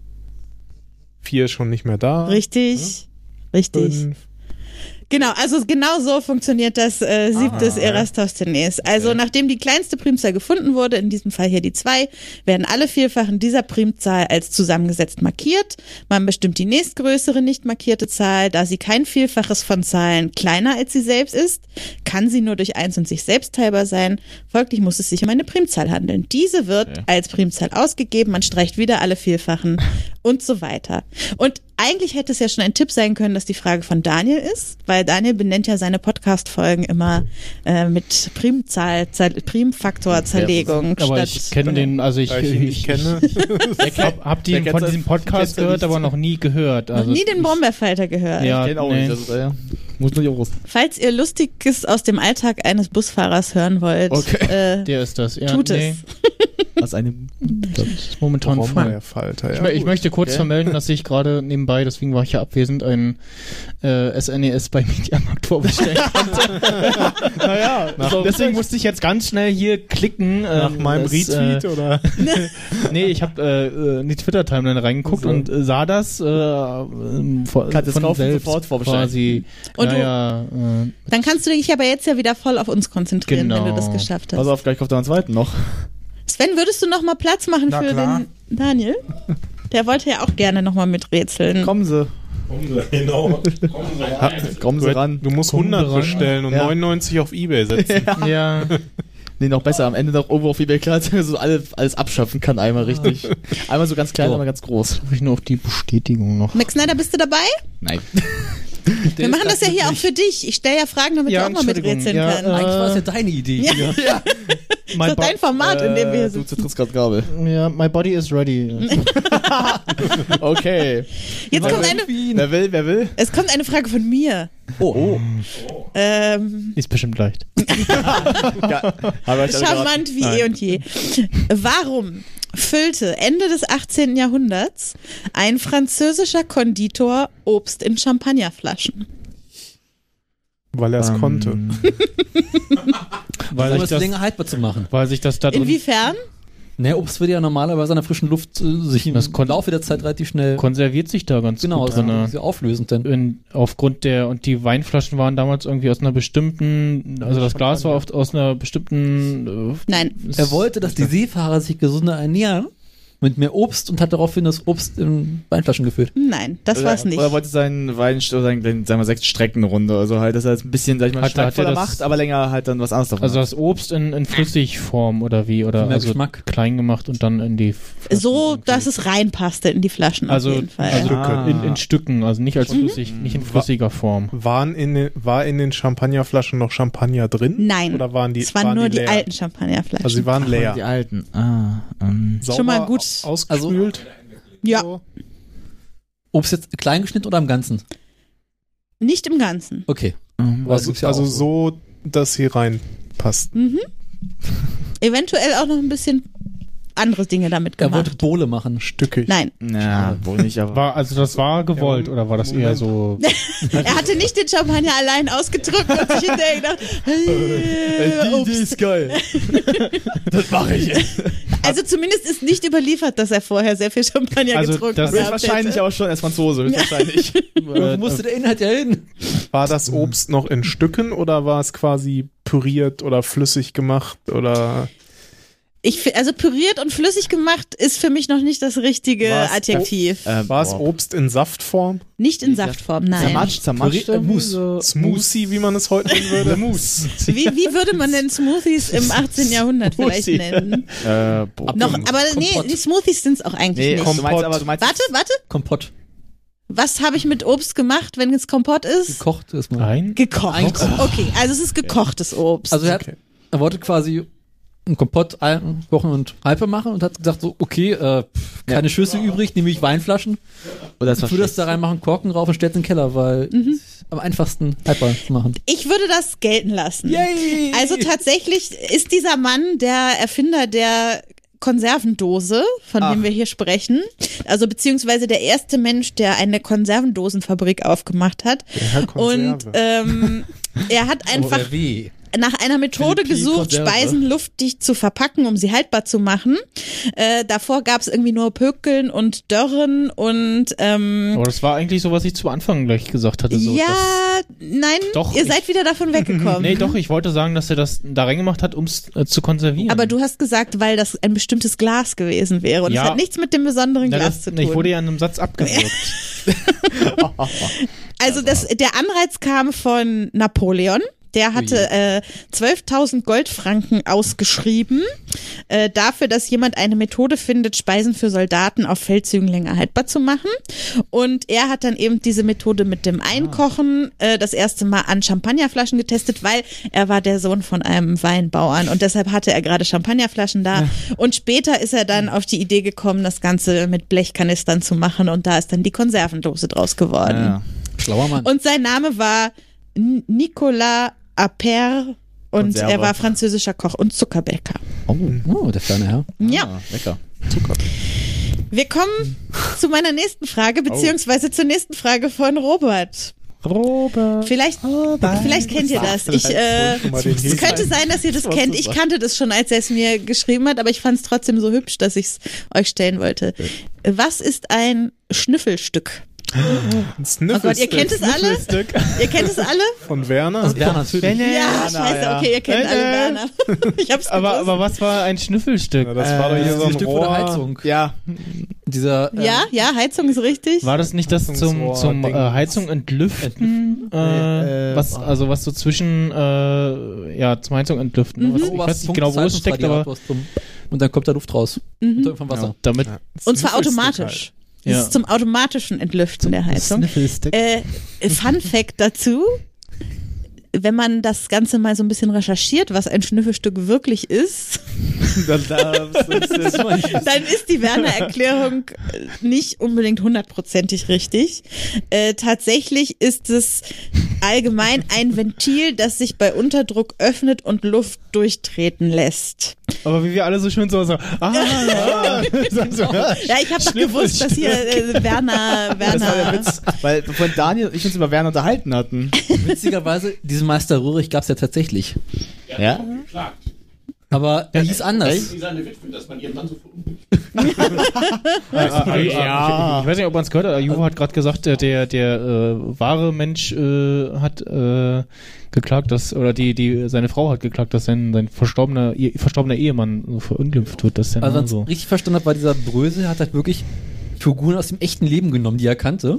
[SPEAKER 5] 4 ist schon nicht mehr da.
[SPEAKER 3] Richtig. Richtig.
[SPEAKER 5] Fünf.
[SPEAKER 3] Genau, also genau so funktioniert das äh, Sieb des Erastosthenes. Also nachdem die kleinste Primzahl gefunden wurde, in diesem Fall hier die zwei, werden alle Vielfachen dieser Primzahl als zusammengesetzt markiert. Man bestimmt die nächstgrößere nicht markierte Zahl, da sie kein Vielfaches von Zahlen kleiner als sie selbst ist, kann sie nur durch eins und sich selbst teilbar sein. Folglich muss es sich um eine Primzahl handeln. Diese wird als Primzahl ausgegeben, man streicht wieder alle Vielfachen und so weiter. Und eigentlich hätte es ja schon ein Tipp sein können, dass die Frage von Daniel ist, weil Daniel benennt ja seine Podcast-Folgen immer äh, mit Primzahl, Zahl, Primfaktor-Zerlegung.
[SPEAKER 2] Aber
[SPEAKER 3] statt-
[SPEAKER 2] ich kenne den, also ich,
[SPEAKER 5] Da ich ihn nicht [laughs] kenne.
[SPEAKER 2] ich hab, hab die
[SPEAKER 4] kennt's
[SPEAKER 2] von
[SPEAKER 4] als-
[SPEAKER 2] diesem Podcast
[SPEAKER 4] kennt's als
[SPEAKER 2] gehört,
[SPEAKER 4] nicht.
[SPEAKER 2] aber noch nie gehört. Also
[SPEAKER 3] nie den Bomberfighter gehört.
[SPEAKER 2] Ja.
[SPEAKER 4] Ich kenn auch
[SPEAKER 2] nee.
[SPEAKER 4] nicht. Also, ja. Muss nicht auch raus.
[SPEAKER 3] Falls ihr Lustiges aus dem Alltag eines Busfahrers hören wollt, äh,
[SPEAKER 2] Der ist das. [laughs] Ja,
[SPEAKER 3] tut
[SPEAKER 2] nee,
[SPEAKER 3] es.
[SPEAKER 4] Was eine.
[SPEAKER 2] Das ist momentan frei.
[SPEAKER 5] Bomberfalter,
[SPEAKER 2] Ich,
[SPEAKER 5] ja.
[SPEAKER 2] mö- ich möchte kurz
[SPEAKER 4] okay.
[SPEAKER 2] vermelden, dass ich gerade nebenbei, deswegen war ich ja abwesend, ein äh, SNES bei Mediamarkt
[SPEAKER 4] [laughs]
[SPEAKER 2] vorbestellen konnte. naja, deswegen musste ich jetzt ganz schnell hier klicken.
[SPEAKER 5] Nach
[SPEAKER 3] ähm,
[SPEAKER 5] meinem Retweet oder?
[SPEAKER 2] Äh, nee, ich habe äh, äh, in die Twitter-Timeline reingeguckt und äh, sah das äh, ähm, vor,
[SPEAKER 4] Kannst es
[SPEAKER 2] von
[SPEAKER 4] kaufen,
[SPEAKER 2] selbst
[SPEAKER 4] sofort vorbestellen.
[SPEAKER 2] quasi.
[SPEAKER 3] Und du-
[SPEAKER 2] naja, äh,
[SPEAKER 3] dann kannst du dich aber jetzt ja wieder voll auf uns konzentrieren,
[SPEAKER 2] Genau.
[SPEAKER 3] wenn du das geschafft hast.
[SPEAKER 4] Pass auf, gleich kommt er einen zweiten noch.
[SPEAKER 3] Sven, würdest du noch mal Platz machen
[SPEAKER 6] Na
[SPEAKER 3] für
[SPEAKER 6] klar.
[SPEAKER 3] den
[SPEAKER 6] [laughs]
[SPEAKER 3] Daniel? Der wollte ja auch gerne nochmal miträtseln.
[SPEAKER 4] Kommen Sie.
[SPEAKER 6] Genau.
[SPEAKER 4] Ha, kommen Sie ran.
[SPEAKER 5] Du musst 100 bestellen und
[SPEAKER 4] Ja.
[SPEAKER 5] 99 auf Ebay
[SPEAKER 3] [laughs]
[SPEAKER 5] setzen.
[SPEAKER 2] Ja.
[SPEAKER 4] Nee, noch besser. Am Ende noch irgendwo auf eBay klar, [laughs] so alle, alles abschaffen kann einmal [laughs] richtig. Einmal so ganz klein,
[SPEAKER 7] So.
[SPEAKER 4] einmal ganz groß.
[SPEAKER 2] Habe ich nur auf die Bestätigung noch.
[SPEAKER 3] Max Snyder, bist du dabei?
[SPEAKER 4] [laughs] Nein.
[SPEAKER 3] Wir machen das ja hier auch für dich. Ich stelle ja Fragen, damit
[SPEAKER 2] Ja,
[SPEAKER 3] du auch mal
[SPEAKER 2] Entschuldigung.
[SPEAKER 3] miträtseln
[SPEAKER 2] Ja,
[SPEAKER 3] kannst.
[SPEAKER 2] äh,
[SPEAKER 7] Eigentlich war es ja deine Idee.
[SPEAKER 3] Ja.
[SPEAKER 7] hier.
[SPEAKER 3] das ist doch dein Format, in dem wir hier
[SPEAKER 4] Äh, Du
[SPEAKER 3] sitzen.
[SPEAKER 4] zertrittst gerade Gabel.
[SPEAKER 2] Ja, my body is ready.
[SPEAKER 7] [laughs]
[SPEAKER 3] [laughs]
[SPEAKER 4] Okay.
[SPEAKER 3] Jetzt kommt eine,
[SPEAKER 4] wer will, wer will?
[SPEAKER 3] es kommt eine Frage von mir.
[SPEAKER 7] Oh,
[SPEAKER 3] Ähm,
[SPEAKER 2] Ist bestimmt leicht.
[SPEAKER 4] Ja. Aber ich
[SPEAKER 3] charmant wie eh und je. Warum füllte Ende des 18. Jahrhunderts ein französischer Konditor Obst in Champagnerflaschen?
[SPEAKER 5] Weil er es konnte.
[SPEAKER 2] Weil
[SPEAKER 7] um
[SPEAKER 2] sich
[SPEAKER 7] es
[SPEAKER 2] das,
[SPEAKER 7] länger haltbar zu machen.
[SPEAKER 2] weil sich das da drin
[SPEAKER 3] Inwiefern?
[SPEAKER 7] Naja, Obst wird ja normalerweise an der frischen Luft äh, sich im
[SPEAKER 2] Das kon-
[SPEAKER 7] Laufe der Zeit relativ schnell
[SPEAKER 2] konserviert sich da ganz
[SPEAKER 7] genau,
[SPEAKER 2] gut drin. ne?
[SPEAKER 7] also ist ja auflösend denn.
[SPEAKER 2] in, aufgrund der, und die Weinflaschen waren damals irgendwie aus einer bestimmten, also das Glas war oft aus einer bestimmten.
[SPEAKER 3] Nein.
[SPEAKER 2] Äh,
[SPEAKER 7] Er wollte, dass die Seefahrer sich gesünder ernähren mit mehr Obst und hat daraufhin das Obst in Weinflaschen gefüllt.
[SPEAKER 3] Nein, das war's nicht.
[SPEAKER 4] Oder wollte seinen Wein, oder seinen, sagen wir mal, sechs Streckenrunde, also halt, dass er jetzt ein bisschen, sag ich mal,
[SPEAKER 2] Hat-
[SPEAKER 4] stark
[SPEAKER 2] hat er
[SPEAKER 4] voller
[SPEAKER 2] das-
[SPEAKER 4] macht, aber länger halt dann was anderes davon
[SPEAKER 2] Also
[SPEAKER 4] hat.
[SPEAKER 2] das Obst in, in Flüssigform oder wie? Oder
[SPEAKER 7] Mehr
[SPEAKER 2] also
[SPEAKER 7] Geschmack.
[SPEAKER 2] klein gemacht und dann in die. Flaschen
[SPEAKER 3] so,
[SPEAKER 2] irgendwie.
[SPEAKER 3] dass es reinpasste in die Flaschen
[SPEAKER 2] also,
[SPEAKER 3] auf jeden Fall.
[SPEAKER 2] also
[SPEAKER 4] Ah.
[SPEAKER 2] in, in Stücken, also
[SPEAKER 7] Mhm.
[SPEAKER 2] nicht als flüssig, nicht in flüssiger Form.
[SPEAKER 5] Waren in den, war in den Champagnerflaschen noch Champagner drin?
[SPEAKER 3] Nein.
[SPEAKER 5] Oder waren die,
[SPEAKER 3] es waren, nur die,
[SPEAKER 5] leer?
[SPEAKER 3] alten Champagnerflaschen.
[SPEAKER 5] Also sie waren leer.
[SPEAKER 4] Die alten. Ah, ähm.
[SPEAKER 5] Sauber
[SPEAKER 3] Schon mal gut. Also,
[SPEAKER 5] au- Ausgespült.
[SPEAKER 3] ja,
[SPEAKER 5] So.
[SPEAKER 7] Obst jetzt klein geschnitten oder im Ganzen?
[SPEAKER 3] nicht im Ganzen.
[SPEAKER 7] Okay.
[SPEAKER 4] ähm,
[SPEAKER 7] Aber es
[SPEAKER 5] Also,
[SPEAKER 7] gibt's ja
[SPEAKER 5] also
[SPEAKER 7] auch.
[SPEAKER 5] so, dass sie reinpasst.
[SPEAKER 3] Mhm. Eventuell auch noch ein bisschen andere Dinge damit
[SPEAKER 7] Er
[SPEAKER 3] gemacht.
[SPEAKER 7] wollte Bohle machen.
[SPEAKER 5] Stückig.
[SPEAKER 3] Nein,
[SPEAKER 4] Na, wohl nicht, aber.
[SPEAKER 2] War, also das war gewollt
[SPEAKER 5] Ja,
[SPEAKER 2] oder war das eher
[SPEAKER 5] Moment.
[SPEAKER 2] so?
[SPEAKER 3] er hatte nicht den Champagner allein ausgedrückt und sich hinterher gedacht, äh, Obst.
[SPEAKER 4] ist geil.
[SPEAKER 3] [laughs]
[SPEAKER 4] das mache ich.
[SPEAKER 3] Also zumindest ist nicht überliefert, dass er vorher sehr viel Champagner
[SPEAKER 2] Also
[SPEAKER 3] getrunken
[SPEAKER 2] das
[SPEAKER 3] hat.
[SPEAKER 2] ist
[SPEAKER 4] Das [laughs] ist wahrscheinlich aber schon erst Franzose, wahrscheinlich.
[SPEAKER 7] Wo musste der Inhalt ja hin?
[SPEAKER 5] War das Obst noch in Stücken oder war es quasi püriert oder flüssig gemacht oder
[SPEAKER 3] Ich, fi- also püriert und flüssig gemacht ist für mich noch nicht das richtige
[SPEAKER 4] Oh.
[SPEAKER 5] Was?
[SPEAKER 3] Adjektiv.
[SPEAKER 4] Ähm,
[SPEAKER 5] war es Obst in Saftform?
[SPEAKER 3] Nicht in Saftform, nein.
[SPEAKER 4] Zermatscht, zermatscht.
[SPEAKER 7] Püri- äh, Mousse.
[SPEAKER 5] Smoothie, wie man es heute
[SPEAKER 3] [laughs]
[SPEAKER 5] nennen würde? Mousse.
[SPEAKER 3] Wie, wie würde man denn Smoothies
[SPEAKER 4] [laughs]
[SPEAKER 3] im 18. Jahrhundert vielleicht
[SPEAKER 4] Smoothie.
[SPEAKER 3] nennen?
[SPEAKER 4] Äh, boah.
[SPEAKER 3] Noch,
[SPEAKER 7] Kompott.
[SPEAKER 3] aber nee,
[SPEAKER 7] Kompott.
[SPEAKER 3] die Smoothies sind es auch eigentlich
[SPEAKER 4] Nee,
[SPEAKER 3] nicht.
[SPEAKER 4] du meinst aber, du meinst.
[SPEAKER 3] Warte, warte.
[SPEAKER 7] Kompott.
[SPEAKER 3] Was habe ich mit Obst gemacht, wenn es Kompott ist?
[SPEAKER 7] Gekocht ist mal.
[SPEAKER 2] Nein.
[SPEAKER 3] Gekocht.
[SPEAKER 7] Eingekocht.
[SPEAKER 3] Okay, also es ist gekochtes Obst.
[SPEAKER 7] Also er, hat, er wollte quasi einen Kompott ein- kochen und Halpe machen und hat gesagt so, okay, äh, pff, keine Schüsse übrig, nehme ich Weinflaschen,
[SPEAKER 4] Oder oh, das war
[SPEAKER 7] tu das da reinmachen, Korken rauf und stell's in den Keller, weil ist am einfachsten haltbar zu machen.
[SPEAKER 3] ich würde das gelten lassen. Also tatsächlich ist dieser Mann der Erfinder der Konservendose, von dem wir hier sprechen. Also beziehungsweise der erste Mensch, der eine Konservendosenfabrik aufgemacht hat.
[SPEAKER 5] Herr Konserve.
[SPEAKER 3] Und ähm, er hat einfach
[SPEAKER 7] weh.
[SPEAKER 3] nach einer Methode
[SPEAKER 7] Philippi
[SPEAKER 3] gesucht,
[SPEAKER 7] Konserve.
[SPEAKER 3] Speisen luftdicht zu verpacken, um sie haltbar zu machen. Äh, davor gab es irgendwie nur Pökeln und Dörren und ähm,
[SPEAKER 2] Aber das war eigentlich so, was ich zu Anfang gleich gesagt hatte. So, dass-
[SPEAKER 3] ja, nein,
[SPEAKER 2] Also Doch,
[SPEAKER 3] ihr
[SPEAKER 2] ich-
[SPEAKER 3] seid wieder davon weggekommen.
[SPEAKER 2] Nee, doch, ich wollte sagen, dass er das da reingemacht hat, um es äh, zu konservieren.
[SPEAKER 3] Aber du hast gesagt, weil das ein bestimmtes Glas gewesen wäre. Und
[SPEAKER 2] Ja.
[SPEAKER 3] es hat nichts mit dem besonderen
[SPEAKER 2] Na,
[SPEAKER 3] Glas
[SPEAKER 2] das,
[SPEAKER 3] zu
[SPEAKER 2] Ich
[SPEAKER 3] tun.
[SPEAKER 2] wurde ja in einem Satz
[SPEAKER 3] [laughs]
[SPEAKER 2] abgewürgt.
[SPEAKER 3] also das, der Anreiz kam von Napoleon. Der hatte äh, 12.000 Goldfranken ausgeschrieben äh, dafür, dass jemand eine Methode findet, Speisen für Soldaten auf Feldzügen länger haltbar zu machen. Und er hat dann eben diese Methode mit dem Einkochen äh, das erste Mal an Champagnerflaschen getestet, weil er war der Sohn von einem Weinbauern und deshalb hatte er gerade Champagnerflaschen da. Und später ist er dann auf die Idee gekommen, das Ganze mit Blechkanistern zu machen und da ist dann die Konservendose draus geworden.
[SPEAKER 4] Ja.
[SPEAKER 7] Schlauer Mann.
[SPEAKER 3] Und sein Name war N- Nicolas Appert und
[SPEAKER 4] Konserve.
[SPEAKER 3] er war französischer Koch und Zuckerbäcker.
[SPEAKER 7] oh, der kleine Herr.
[SPEAKER 3] Ja,
[SPEAKER 4] Ah, [laughs] lecker.
[SPEAKER 5] Ah.
[SPEAKER 3] wir kommen zu meiner nächsten Frage,
[SPEAKER 5] Oh.
[SPEAKER 3] beziehungsweise zur nächsten Frage von Robert.
[SPEAKER 5] Robert.
[SPEAKER 3] Vielleicht, vielleicht kennt ihr das. Ich, äh,
[SPEAKER 5] Schon mal den
[SPEAKER 3] es
[SPEAKER 5] Hinweis.
[SPEAKER 3] könnte sein, dass ihr das kennt. Ich kannte das schon, als er es mir geschrieben hat, aber ich fand es
[SPEAKER 5] Äh.
[SPEAKER 3] trotzdem so hübsch, dass ich es euch stellen wollte. Was ist ein Schnüffelstück?
[SPEAKER 5] Ein
[SPEAKER 3] Oh Gott, ihr kennt es alle?
[SPEAKER 5] Stück
[SPEAKER 3] Ihr kennt es Also alle?
[SPEAKER 5] von Werner.
[SPEAKER 7] Werner natürlich.
[SPEAKER 3] Ja, scheiße, okay, ihr kennt
[SPEAKER 2] Äh,
[SPEAKER 3] alle
[SPEAKER 2] äh.
[SPEAKER 3] Werner. [laughs] Ich hab's
[SPEAKER 2] Aber,
[SPEAKER 3] gewusst.
[SPEAKER 2] aber was war ein Schnüffelstück?
[SPEAKER 5] Ja, das war
[SPEAKER 3] äh,
[SPEAKER 5] doch hier so ein
[SPEAKER 7] Dieses Stück von der
[SPEAKER 5] Rohr.
[SPEAKER 7] Heizung.
[SPEAKER 4] Ja,
[SPEAKER 7] Dieser, äh,
[SPEAKER 3] ja, ja, Heizung ist richtig.
[SPEAKER 2] Äh, War das nicht das zum,
[SPEAKER 5] Heizungsrohr-
[SPEAKER 2] zum äh,
[SPEAKER 5] Ding.
[SPEAKER 2] Heizung entlüften?
[SPEAKER 3] Mhm.
[SPEAKER 2] Äh,
[SPEAKER 4] äh,
[SPEAKER 2] was, also was so zwischen, äh, ja, zum Heizung entlüften.
[SPEAKER 3] Mhm.
[SPEAKER 2] ne? Was, ich weiß nicht genau, wo es steckt, aber
[SPEAKER 7] Und dann kommt da Luft raus. Und dann vom Wasser.
[SPEAKER 2] ja, damit,
[SPEAKER 3] Und zwar
[SPEAKER 5] Schnüffelstück
[SPEAKER 3] automatisch.
[SPEAKER 2] Ja.
[SPEAKER 3] Das ist zum automatischen Entlüften der Heizung.
[SPEAKER 2] Schnüffelstück.
[SPEAKER 3] Äh, Fun Fact dazu. Wenn man das Ganze mal so ein bisschen recherchiert, was ein Schnüffelstück wirklich ist,
[SPEAKER 4] [laughs]
[SPEAKER 3] dann ist die Werner-Erklärung äh, nicht unbedingt hundertprozentig richtig. Äh, tatsächlich ist es allgemein ein Ventil, das sich bei Unterdruck öffnet und Luft durchtreten lässt.
[SPEAKER 2] aber wie wir alle so schön so [laughs] sagen, ah, [laughs] ja, so, ja.
[SPEAKER 3] Ja, ich habe doch gewusst, dass hier
[SPEAKER 4] [laughs]
[SPEAKER 3] äh, Werner, Werner.
[SPEAKER 4] das war der Witz, weil von Daniel und ich uns über Werner unterhalten hatten.
[SPEAKER 7] Witzigerweise, diesen Meister Röhrig gab es ja tatsächlich.
[SPEAKER 4] Ja?
[SPEAKER 7] Aber er hieß anders.
[SPEAKER 4] Ah,
[SPEAKER 7] Ah.
[SPEAKER 2] Ich weiß nicht, ob man es gehört hat, aber Juhu hat gerade gesagt, äh, der, der äh, wahre Mensch äh, hat äh, geklagt, dass, oder die, die, seine Frau hat geklagt, dass sein, sein verstorbener, ihr, verstorbener Ehemann so verunglimpft wird. Das ist ja
[SPEAKER 7] Also, wenn
[SPEAKER 2] nur
[SPEAKER 7] ich
[SPEAKER 2] so.
[SPEAKER 7] richtig verstanden habe, war dieser Brösel hat halt wirklich Figuren aus dem echten Leben genommen, die er kannte.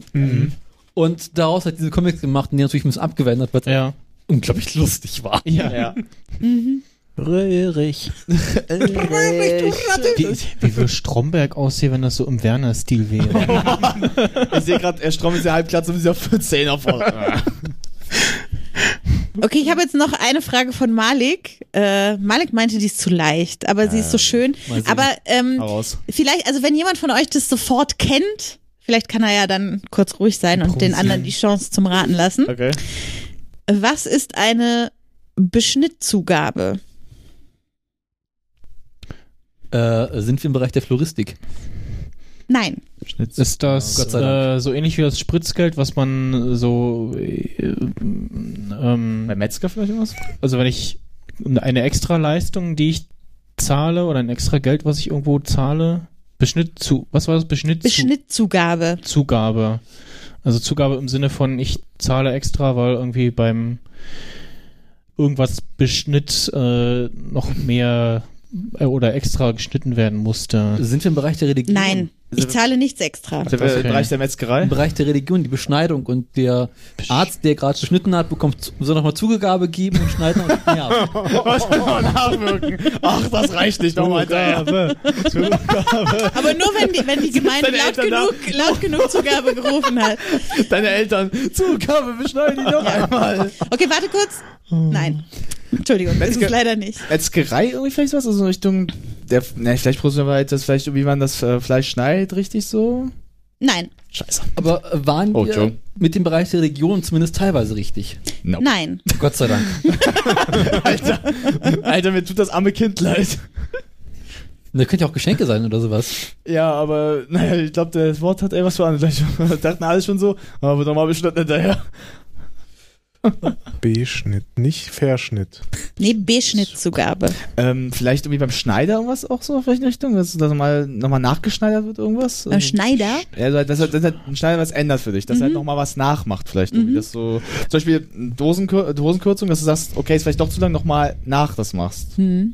[SPEAKER 7] Und daraus hat diese Comics gemacht, und die natürlich ein bisschen abgewendet, weil es
[SPEAKER 2] Ja.
[SPEAKER 7] unglaublich lustig war.
[SPEAKER 2] Ja. ja. Röhrig. Wie, wie würde Stromberg aussehen, wenn das so im Werner-Stil wäre?
[SPEAKER 4] Ich sehe gerade, er strömt ja halb glatt so mit dieser 14er vor. [laughs]
[SPEAKER 3] Okay, ich habe jetzt noch eine Frage von Malik. Äh, Malik meinte, die ist zu leicht, aber sie
[SPEAKER 4] Äh,
[SPEAKER 3] ist so schön.
[SPEAKER 7] mal sehen.
[SPEAKER 3] Aber ähm,
[SPEAKER 4] Raus.
[SPEAKER 3] vielleicht, also wenn jemand von euch das sofort kennt, vielleicht kann er ja dann kurz ruhig sein und den anderen die Chance zum Raten lassen.
[SPEAKER 4] Okay.
[SPEAKER 3] Was ist eine Beschnittzugabe?
[SPEAKER 7] Äh, sind wir im Bereich der Floristik?
[SPEAKER 3] Nein.
[SPEAKER 2] Ist
[SPEAKER 7] Gott
[SPEAKER 2] das
[SPEAKER 7] sei Dank.
[SPEAKER 2] äh, so ähnlich wie das Spritzgeld, was man so. Äh, ähm,
[SPEAKER 4] Bei Metzger vielleicht was?
[SPEAKER 2] also wenn ich eine extra Leistung, die ich zahle oder ein extra Geld, was ich irgendwo zahle, Beschnitt zu, was war das? Beschnitt,
[SPEAKER 3] Beschnittzugabe.
[SPEAKER 2] zu, Zugabe. Also Zugabe im Sinne von, ich zahle extra, weil irgendwie beim irgendwas Beschnitt äh, noch mehr äh, oder extra geschnitten werden musste.
[SPEAKER 7] Sind wir im Bereich der Religion?
[SPEAKER 3] Nein.
[SPEAKER 4] Oh.
[SPEAKER 3] Ich zahle nichts
[SPEAKER 4] [laughs]
[SPEAKER 3] extra.
[SPEAKER 4] Der
[SPEAKER 2] Okay.
[SPEAKER 4] Im Bereich der Metzgerei?
[SPEAKER 7] Im Bereich der Religion, die Beschneidung und der Arzt, der gerade geschnitten hat, bekommt, zu- soll nochmal Zugabe geben und schneiden und ja.
[SPEAKER 4] [laughs] Ach, das reicht nicht. Nochmal hinterher.
[SPEAKER 3] Aber nur wenn die,
[SPEAKER 4] [laughs]
[SPEAKER 3] wenn die Gemeinde
[SPEAKER 4] Deine
[SPEAKER 3] laut
[SPEAKER 4] Eltern da.
[SPEAKER 3] genug, laut genug Zugabe gerufen hat.
[SPEAKER 4] Deine Eltern. Zugabe, beschneiden die noch einmal. Hm.
[SPEAKER 3] Okay, warte kurz. Nein. Entschuldigung, das ist
[SPEAKER 4] Metzger-
[SPEAKER 3] es leider nicht.
[SPEAKER 4] Metzgerei irgendwie vielleicht was? Also in Richtung der, ne, vielleicht produzieren wir halt das, vielleicht irgendwie man das äh, Fleisch schneidet, richtig so?
[SPEAKER 3] Nein.
[SPEAKER 4] [laughs] Scheiße.
[SPEAKER 7] Aber äh, waren
[SPEAKER 4] Oh,
[SPEAKER 7] wir
[SPEAKER 4] Entschuldigung.
[SPEAKER 7] mit dem Bereich der Religion zumindest teilweise richtig?
[SPEAKER 3] Nein.
[SPEAKER 7] Gott sei Dank.
[SPEAKER 4] Alter, mir tut das arme Kind leid.
[SPEAKER 7] Das könnte ja auch Geschenke sein oder sowas.
[SPEAKER 4] Ja, aber naja, ich glaube, das Wort hat ey was für eine [laughs] Gleich. Dachten alle schon so, aber nochmal beschnitten hinterher.
[SPEAKER 5] B-Schnitt, nicht Verschnitt.
[SPEAKER 3] Nee, Beschnittzugabe.
[SPEAKER 4] Ähm, vielleicht irgendwie beim Schneider irgendwas auch so, vielleicht in Richtung, dass da nochmal noch mal nachgeschneidert wird, irgendwas?
[SPEAKER 3] Beim Äh, Schneider?
[SPEAKER 4] Ja, also halt, dass halt, dass halt ein Schneider was ändert für dich, dass er halt nochmal was nachmacht, vielleicht. irgendwie, Dass so, zum Beispiel Dosenkür Dosenkürzung, dass du sagst, okay, ist vielleicht doch zu lang, nochmal nach das machst. Ne,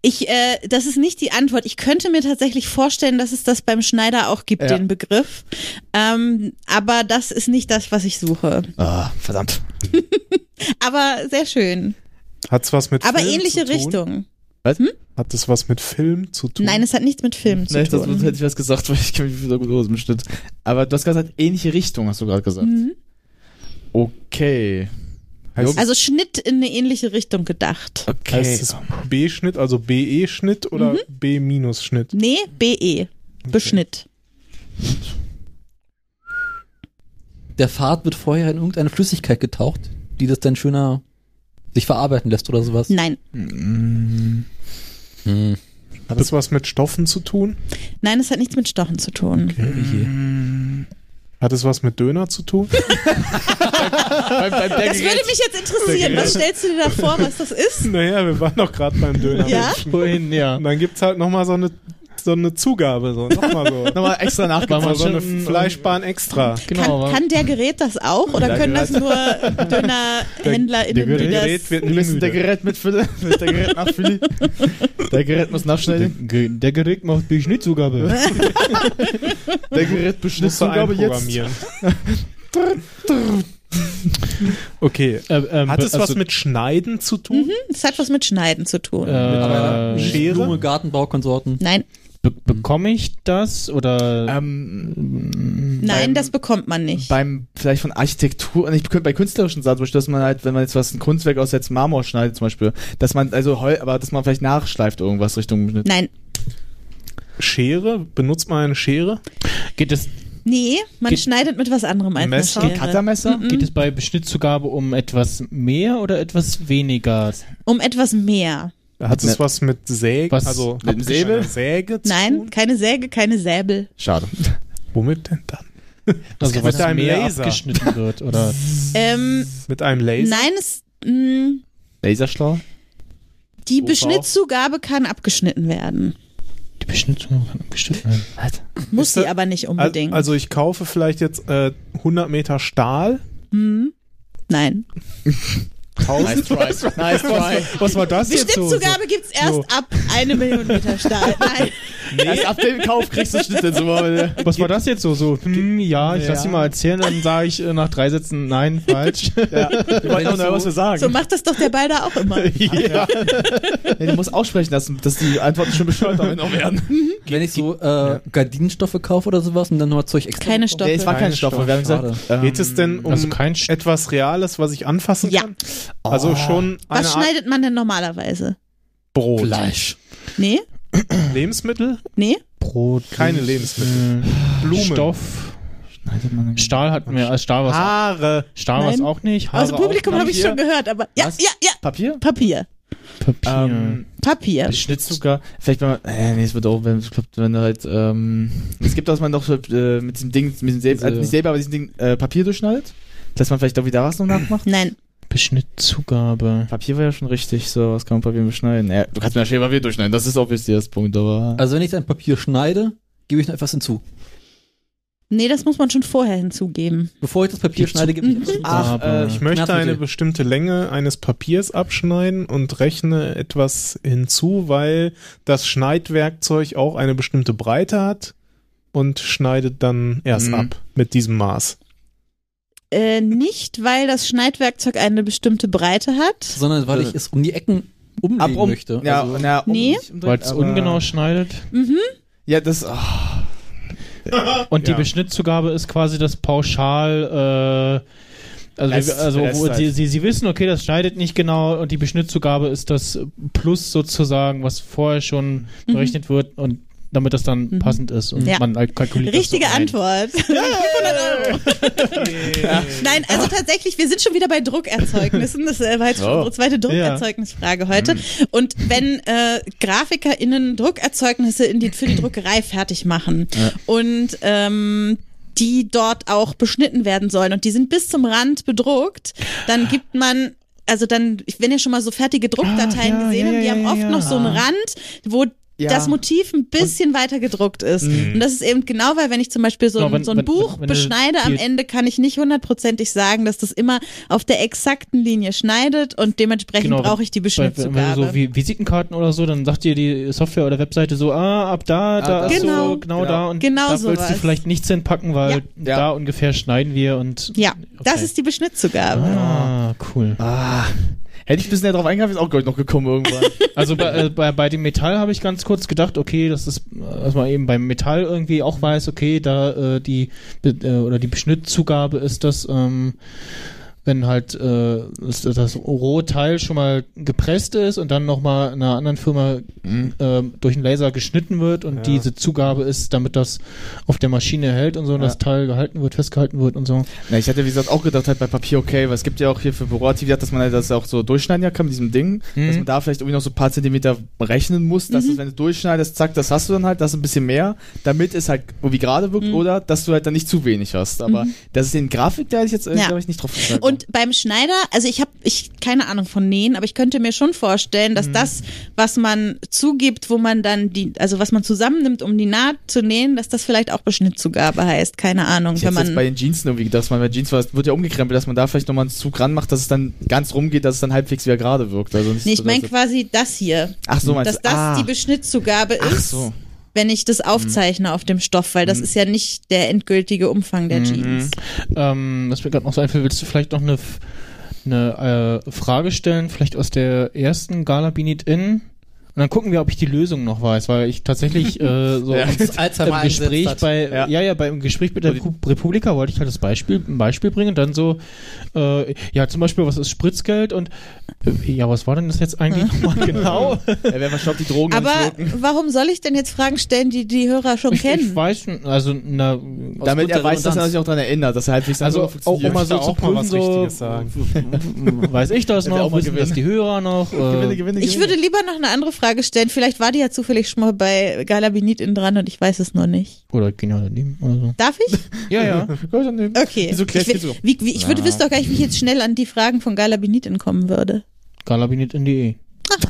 [SPEAKER 3] Ich, äh, das ist nicht die Antwort. Ich könnte mir tatsächlich vorstellen, dass es das beim Schneider auch gibt,
[SPEAKER 4] Ja.
[SPEAKER 3] den Begriff. Ähm, aber das ist nicht das, was ich suche.
[SPEAKER 4] Ah, verdammt.
[SPEAKER 3] [laughs] Aber sehr schön.
[SPEAKER 5] Hat's was mit
[SPEAKER 3] Aber
[SPEAKER 5] Film zu
[SPEAKER 3] ähnliche
[SPEAKER 5] tun?
[SPEAKER 3] Richtung.
[SPEAKER 5] Hat das was mit Film zu tun?
[SPEAKER 3] Nein, es hat nichts mit Film zu
[SPEAKER 4] Nein, das halt
[SPEAKER 3] tun.
[SPEAKER 4] hätte ich was gesagt, [laughs] weil ich kenne mich wieder gut aus im Schnitt. Aber du hast gesagt, ähnliche Richtung, hast du gerade gesagt. Okay.
[SPEAKER 5] heißt,
[SPEAKER 3] also Schnitt in eine ähnliche Richtung gedacht.
[SPEAKER 4] Okay.
[SPEAKER 5] heißt es B-Schnitt, also BE-Schnitt oder
[SPEAKER 3] Mhm.
[SPEAKER 5] B-Schnitt?
[SPEAKER 3] Nee, BE. Beschnitt.
[SPEAKER 7] Der Pfad wird vorher in irgendeine Flüssigkeit getaucht, die das dann schöner sich verarbeiten lässt oder sowas.
[SPEAKER 3] Nein.
[SPEAKER 5] Hat das was mit Stoffen zu tun?
[SPEAKER 3] Nein, es hat nichts mit Stochen zu tun.
[SPEAKER 5] Hat es was mit Döner
[SPEAKER 3] [laughs]
[SPEAKER 5] zu tun?
[SPEAKER 3] Das würde mich jetzt interessieren. Was stellst du dir da vor, was das ist?
[SPEAKER 5] naja, wir waren doch gerade beim Döner.
[SPEAKER 3] Ja?
[SPEAKER 2] Vorhin, ja.
[SPEAKER 5] Und dann gibt's halt nochmal so eine, so eine Zugabe, so nochmal [laughs] so.
[SPEAKER 4] Nochmal extra
[SPEAKER 5] Mach mal
[SPEAKER 4] nachgemacht.
[SPEAKER 5] so eine
[SPEAKER 2] schon-
[SPEAKER 5] Fleischbahn extra.
[SPEAKER 2] Genau,
[SPEAKER 3] kann,
[SPEAKER 2] aber
[SPEAKER 3] kann der Gerät das auch oder
[SPEAKER 4] Der
[SPEAKER 3] können das
[SPEAKER 5] genau.
[SPEAKER 3] nur DönerhändlerInnen, die das.
[SPEAKER 5] wird
[SPEAKER 4] Wir müssen der Gerät mit, mit der Gerät nachfüllen. Der Gerät muss
[SPEAKER 2] der,
[SPEAKER 4] nachschneiden.
[SPEAKER 2] Ge- der Gerät macht die [laughs] Schnittzugabe.
[SPEAKER 4] Der Gerät beschnitt
[SPEAKER 5] Musst du
[SPEAKER 4] Zugabe jetzt.
[SPEAKER 5] [laughs] einprogrammieren. okay.
[SPEAKER 2] Ähm, ähm,
[SPEAKER 5] Hat es
[SPEAKER 2] also,
[SPEAKER 5] was mit Schneiden zu tun?
[SPEAKER 3] Es hat was mit Schneiden zu tun.
[SPEAKER 2] Äh,
[SPEAKER 5] Schere?
[SPEAKER 7] Blume, Gartenbau, Konsorten.
[SPEAKER 3] Nein,
[SPEAKER 2] be bekomme ich das oder
[SPEAKER 4] Ähm,
[SPEAKER 5] Hm.
[SPEAKER 3] nein,
[SPEAKER 4] beim-
[SPEAKER 3] das bekommt man nicht.
[SPEAKER 4] beim, vielleicht von Architektur, ich könnte bei künstlerischen Sachen, zum Beispiel, dass man halt, wenn man jetzt was, ein Kunstwerk aus jetzt Marmor schneidet, zum Beispiel, dass man, also, Heu, aber dass man vielleicht nachschleift irgendwas Richtung Schnitt.
[SPEAKER 3] Nein,
[SPEAKER 5] Schere? Benutzt man eine Schere?
[SPEAKER 2] geht es,
[SPEAKER 3] nee, man
[SPEAKER 2] Geht-
[SPEAKER 3] schneidet mit was anderem als einer
[SPEAKER 5] Messer?
[SPEAKER 3] Schere.
[SPEAKER 4] Cuttermesser?
[SPEAKER 2] geht es bei Beschnittzugabe um etwas mehr oder etwas weniger?
[SPEAKER 3] Um etwas mehr.
[SPEAKER 5] Hat es was mit Säge?
[SPEAKER 2] Was?
[SPEAKER 5] Also
[SPEAKER 4] Mit dem
[SPEAKER 5] habt ihr
[SPEAKER 4] Säbel?
[SPEAKER 5] eine Säge zu
[SPEAKER 3] Nein,
[SPEAKER 5] tun?
[SPEAKER 3] keine Säge, keine Säbel.
[SPEAKER 4] Schade.
[SPEAKER 5] Womit denn dann?
[SPEAKER 2] Also
[SPEAKER 5] mit
[SPEAKER 2] was
[SPEAKER 5] deinem
[SPEAKER 2] mehr
[SPEAKER 5] Laser.
[SPEAKER 2] abgeschnitten wird
[SPEAKER 4] [laughs]
[SPEAKER 2] oder
[SPEAKER 3] Ähm,
[SPEAKER 5] Mit einem Laser?
[SPEAKER 3] nein, es, mh,
[SPEAKER 4] Laserschlau?
[SPEAKER 3] die
[SPEAKER 5] OV.
[SPEAKER 3] Beschnittzugabe kann abgeschnitten werden.
[SPEAKER 2] die Beschnittzugabe kann abgeschnitten werden?
[SPEAKER 3] Muss
[SPEAKER 5] Ist
[SPEAKER 3] sie
[SPEAKER 5] das-
[SPEAKER 3] aber nicht
[SPEAKER 5] Al-
[SPEAKER 3] unbedingt.
[SPEAKER 5] Also ich kaufe vielleicht jetzt äh, 100 Meter Stahl.
[SPEAKER 3] nein.
[SPEAKER 8] Nice try. Nice try.
[SPEAKER 5] Was war das jetzt so?
[SPEAKER 3] Beschnittzugabe gibt's erst
[SPEAKER 5] so.
[SPEAKER 3] ab eine Million Meter Stahl. Nein.
[SPEAKER 4] Erst ab dem Kauf kriegst du Schnitt dazu, aber
[SPEAKER 2] Was war das jetzt so? So, hm, ja, ich
[SPEAKER 5] Ja.
[SPEAKER 2] lass sie mal erzählen, dann sage ich äh, nach drei Sätzen nein, falsch.
[SPEAKER 4] ich wollte auch noch was wir
[SPEAKER 2] [laughs]
[SPEAKER 4] sagen.
[SPEAKER 3] So macht das doch der Ball da auch immer.
[SPEAKER 4] Nee, du musst aussprechen lassen, dass die Antworten schon bescheuert am Ende auch werden.
[SPEAKER 7] Wenn ich so äh, Gardinenstoffe kaufe oder sowas und dann nochmal Zeug extra.
[SPEAKER 3] Keine Stoffe.
[SPEAKER 4] Nee, es war
[SPEAKER 5] Keine
[SPEAKER 4] kein Stoff.
[SPEAKER 5] Stoffe.
[SPEAKER 4] Wir haben gesagt, ähm,
[SPEAKER 5] Geht es denn um
[SPEAKER 2] Also kein Sch
[SPEAKER 5] etwas Reales, was ich anfassen
[SPEAKER 3] Ja.
[SPEAKER 5] kann? Also schon eine
[SPEAKER 3] Was
[SPEAKER 5] Art
[SPEAKER 3] schneidet man denn normalerweise?
[SPEAKER 5] Brot.
[SPEAKER 7] Fleisch.
[SPEAKER 3] Nee?
[SPEAKER 5] Lebensmittel?
[SPEAKER 3] Nee?
[SPEAKER 2] Brot.
[SPEAKER 5] Keine Lebensmittel. Blumen.
[SPEAKER 2] Stoff.
[SPEAKER 4] Schneidet man denn-
[SPEAKER 2] Stahl hatten wir, äh, Stahl war
[SPEAKER 5] Haare.
[SPEAKER 2] Stahl war's
[SPEAKER 3] Nein.
[SPEAKER 2] auch nicht.
[SPEAKER 3] Aus dem
[SPEAKER 2] Haare auch
[SPEAKER 3] Also Publikum
[SPEAKER 2] nicht.
[SPEAKER 3] habe ich schon gehört, aber ja,
[SPEAKER 4] Was?
[SPEAKER 3] ja, ja.
[SPEAKER 4] Papier?
[SPEAKER 3] Papier.
[SPEAKER 2] Papier.
[SPEAKER 4] Ähm,
[SPEAKER 3] Papier.
[SPEAKER 4] Schnittzucker, vielleicht wenn man, äh, nee, es wird auch, wenn, ich glaub, wenn du halt, ähm, es gibt, dass man doch so, äh, mit diesem Ding, mit diesem selben, also nicht selber, aber diesem Ding, äh, Papier durchschneidet, dass man vielleicht auch wieder was noch nachmacht.
[SPEAKER 3] Nein.
[SPEAKER 2] Beschnittzugabe.
[SPEAKER 4] Papier war ja schon richtig, so, was kann man Papier beschneiden? Ja, du kannst mir ja schnell Papier durchschneiden, das ist obviously das Punkt, aber.
[SPEAKER 7] Also wenn ich dann Papier schneide, gebe ich noch etwas hinzu.
[SPEAKER 3] Nee, das muss man schon vorher hinzugeben.
[SPEAKER 7] Bevor ich das Papier
[SPEAKER 2] Die
[SPEAKER 7] schneide, gebe ich
[SPEAKER 3] Mhm.
[SPEAKER 7] etwas hinzu.
[SPEAKER 4] Ach, äh,
[SPEAKER 5] Ich möchte
[SPEAKER 7] Schmerzmittel.
[SPEAKER 5] eine bestimmte Länge eines Papiers abschneiden und rechne etwas hinzu, weil das Schneidwerkzeug auch eine bestimmte Breite hat und schneidet dann erst
[SPEAKER 4] Mhm.
[SPEAKER 5] ab mit diesem Maß.
[SPEAKER 3] Äh, nicht, weil das Schneidwerkzeug eine bestimmte Breite hat.
[SPEAKER 7] Sondern weil ich es um die Ecken umlegen
[SPEAKER 4] ab um,
[SPEAKER 7] möchte.
[SPEAKER 4] ja,
[SPEAKER 7] also,
[SPEAKER 4] na, um,
[SPEAKER 3] Nee.
[SPEAKER 4] nicht umdrehen,
[SPEAKER 2] Weil es
[SPEAKER 4] aber-
[SPEAKER 2] ungenau schneidet.
[SPEAKER 3] Mhm.
[SPEAKER 4] Ja, das, oh,
[SPEAKER 2] Und
[SPEAKER 5] Ja.
[SPEAKER 2] die Beschnittzugabe ist quasi das Pauschal. Äh, also,
[SPEAKER 4] Rest-
[SPEAKER 2] also wo,
[SPEAKER 4] Restzeit.
[SPEAKER 2] sie, sie, sie wissen, okay, das schneidet nicht genau und die Beschnittzugabe ist das Plus sozusagen, was vorher schon berechnet wird und damit das dann passend ist und
[SPEAKER 3] Mhm. Ja.
[SPEAKER 2] man halt kalkuliert. das
[SPEAKER 3] Richtige
[SPEAKER 2] so ein.
[SPEAKER 3] Antwort. 500 Euro. [laughs] Nein, also tatsächlich, wir sind schon wieder bei Druckerzeugnissen. Das äh, war jetzt schon
[SPEAKER 4] Oh.
[SPEAKER 3] unsere zweite Druckerzeugnisfrage heute. Und wenn äh, GrafikerInnen Druckerzeugnisse in die, für die Druckerei fertig machen und ähm, die dort auch beschnitten werden sollen und die sind bis zum Rand bedruckt,
[SPEAKER 2] Ah.
[SPEAKER 3] dann gibt man also dann, wenn ihr schon mal so fertige Druckdateien
[SPEAKER 2] Ah, ja,
[SPEAKER 3] gesehen
[SPEAKER 2] ja,
[SPEAKER 3] habt, die
[SPEAKER 2] ja,
[SPEAKER 3] haben
[SPEAKER 2] ja,
[SPEAKER 3] oft
[SPEAKER 2] ja.
[SPEAKER 3] noch so einen Rand, wo
[SPEAKER 4] Ja.
[SPEAKER 3] das Motiv ein bisschen weiter gedruckt ist. Und das ist eben genau, weil wenn ich zum Beispiel so,
[SPEAKER 2] Mhm. Genau,
[SPEAKER 3] ein-
[SPEAKER 2] wenn-
[SPEAKER 3] so ein
[SPEAKER 2] wenn-
[SPEAKER 3] Buch
[SPEAKER 2] wenn- wenn du
[SPEAKER 3] beschneide am
[SPEAKER 2] die-
[SPEAKER 3] Ende, kann ich nicht hundertprozentig sagen, dass das immer auf der exakten Linie schneidet und dementsprechend
[SPEAKER 2] Genau, wenn-
[SPEAKER 3] brauche ich die
[SPEAKER 2] Bei, wenn man
[SPEAKER 3] Beschnittzugabe.
[SPEAKER 2] so wie Visitenkarten oder so, dann sagt dir die Software oder Webseite so, ah, ab da, da
[SPEAKER 4] das-
[SPEAKER 2] ist
[SPEAKER 3] Genau.
[SPEAKER 2] so, genau,
[SPEAKER 4] Genau.
[SPEAKER 2] da und
[SPEAKER 3] Genau
[SPEAKER 2] da willst du
[SPEAKER 3] sowas.
[SPEAKER 2] vielleicht nichts hinpacken, weil
[SPEAKER 3] Ja.
[SPEAKER 4] Ja.
[SPEAKER 2] da ungefähr schneiden wir und
[SPEAKER 3] ja, das
[SPEAKER 2] Okay.
[SPEAKER 3] ist die Beschnittzugabe.
[SPEAKER 2] Ah, cool.
[SPEAKER 4] ah, hätte ich ein bisschen näher drauf eingreifen, ist auch, glaube ich, noch gekommen irgendwann.
[SPEAKER 2] Also bei, äh, bei, bei dem Metall habe ich ganz kurz gedacht, okay, das ist, äh, dass man eben beim Metall irgendwie auch weiß, okay, da äh, die be- äh, oder die Beschnittzugabe ist das, ähm, wenn halt äh, das, das rohe Teil schon mal gepresst ist und dann nochmal einer anderen Firma ähm, durch einen Laser geschnitten wird und
[SPEAKER 5] Ja.
[SPEAKER 2] diese Zugabe ist, damit das auf der Maschine hält und so, und
[SPEAKER 4] Ja.
[SPEAKER 2] das Teil gehalten wird, festgehalten wird und so.
[SPEAKER 4] Na, ich hatte, wie gesagt, auch gedacht, halt bei Papier okay, weil es gibt ja auch hier für Büroaktiv, dass man halt das auch so durchschneiden ja kann mit diesem Ding,
[SPEAKER 3] Mhm.
[SPEAKER 4] dass man da vielleicht irgendwie noch so ein paar Zentimeter rechnen muss, dass es, wenn du durchschneidest, zack, das hast du dann halt, das ist ein bisschen mehr, damit es halt
[SPEAKER 3] Mhm.
[SPEAKER 4] irgendwie gerade wirkt oder dass du halt dann nicht zu wenig hast. Aber das ist in Grafik, da hätte ich jetzt,
[SPEAKER 3] Ja.
[SPEAKER 4] ja. glaube ich, nicht drauf
[SPEAKER 3] Und Und beim Schneider, also ich habe ich keine Ahnung von Nähen, aber ich könnte mir schon vorstellen,
[SPEAKER 4] Mhm.
[SPEAKER 3] dass das, was man zugibt, wo man dann die, also was man zusammennimmt, um die Naht zu nähen, dass das vielleicht auch Beschnittzugabe heißt. Keine Ahnung,
[SPEAKER 4] Ich
[SPEAKER 3] wenn
[SPEAKER 4] hätte jetzt bei
[SPEAKER 3] man.
[SPEAKER 4] den Jeans irgendwie gedacht, dass man bei Jeans was, wird ja umgekrempelt, dass man da vielleicht nochmal einen Zug ranmacht, dass es dann ganz rumgeht, dass es dann halbwegs wieder gerade wirkt. Also nicht
[SPEAKER 3] Nee, ich
[SPEAKER 4] so,
[SPEAKER 3] meine
[SPEAKER 4] dass-
[SPEAKER 3] quasi das hier.
[SPEAKER 4] Ach so, meinst
[SPEAKER 3] Dass
[SPEAKER 4] du?
[SPEAKER 3] das
[SPEAKER 4] ah,
[SPEAKER 3] die Beschnittzugabe
[SPEAKER 4] Ach
[SPEAKER 3] ist,
[SPEAKER 4] so. Mhm.
[SPEAKER 3] wenn ich das aufzeichne auf dem Stoff, weil das ist ja nicht der endgültige Umfang
[SPEAKER 4] Mhm.
[SPEAKER 3] der Jeans.
[SPEAKER 2] Ähm, was mir gerade noch so einfällt, willst du vielleicht noch eine, F- eine äh, Frage stellen, vielleicht aus der ersten Gala Binit In? Und dann gucken wir, ob ich die Lösung noch weiß, weil ich
[SPEAKER 4] [laughs]
[SPEAKER 2] tatsächlich äh, so im
[SPEAKER 7] Alzheimer
[SPEAKER 2] Gespräch bei,
[SPEAKER 4] Ja.
[SPEAKER 2] ja, ja, beim Gespräch mit der Pu- Republika wollte ich halt das Beispiel, ein Beispiel bringen und dann so, äh, ja, zum Beispiel, was ist Spritzgeld und, äh, ja, was war denn das jetzt
[SPEAKER 4] [laughs]
[SPEAKER 2] eigentlich nochmal genau?
[SPEAKER 4] Ja, wenn man schaut, die Drogen
[SPEAKER 3] Aber
[SPEAKER 4] entwirken.
[SPEAKER 3] warum soll ich denn jetzt Fragen stellen, die die Hörer
[SPEAKER 4] [laughs]
[SPEAKER 3] schon
[SPEAKER 2] Ich, ich
[SPEAKER 3] kennen?
[SPEAKER 2] weiß, also, na,
[SPEAKER 4] damit
[SPEAKER 7] Grund der
[SPEAKER 4] er weiß, dass er
[SPEAKER 7] Redundanz.
[SPEAKER 4] sich auch daran erinnert, dass er halt halbwegs
[SPEAKER 2] Also,
[SPEAKER 4] dann so
[SPEAKER 2] auch um mal so
[SPEAKER 5] Ich
[SPEAKER 2] zu
[SPEAKER 5] möchte auch mal
[SPEAKER 2] prüfen,
[SPEAKER 5] was
[SPEAKER 2] so,
[SPEAKER 5] Richtiges sagen.
[SPEAKER 2] weiß ich das
[SPEAKER 4] Wenn wir auch
[SPEAKER 2] noch,
[SPEAKER 4] mal
[SPEAKER 2] wissen das die Hörer noch? Äh,
[SPEAKER 4] [laughs] Gewinne, gewinne,
[SPEAKER 3] Ich würde lieber noch eine andere Frage stellen. Vielleicht war die ja zufällig schon mal bei Galabinit in dran und ich weiß es noch nicht.
[SPEAKER 2] Oder genau daneben oder so.
[SPEAKER 3] Darf
[SPEAKER 4] [laughs]
[SPEAKER 3] ich?
[SPEAKER 2] Ja, ja.
[SPEAKER 3] Okay.
[SPEAKER 4] Wieso klärst
[SPEAKER 3] ich will-
[SPEAKER 4] du so?
[SPEAKER 3] wie, wie, ich würde wissen doch gar nicht, wie ich jetzt schnell an die Fragen von Galabinit in kommen würde.
[SPEAKER 2] Galabinit in die E.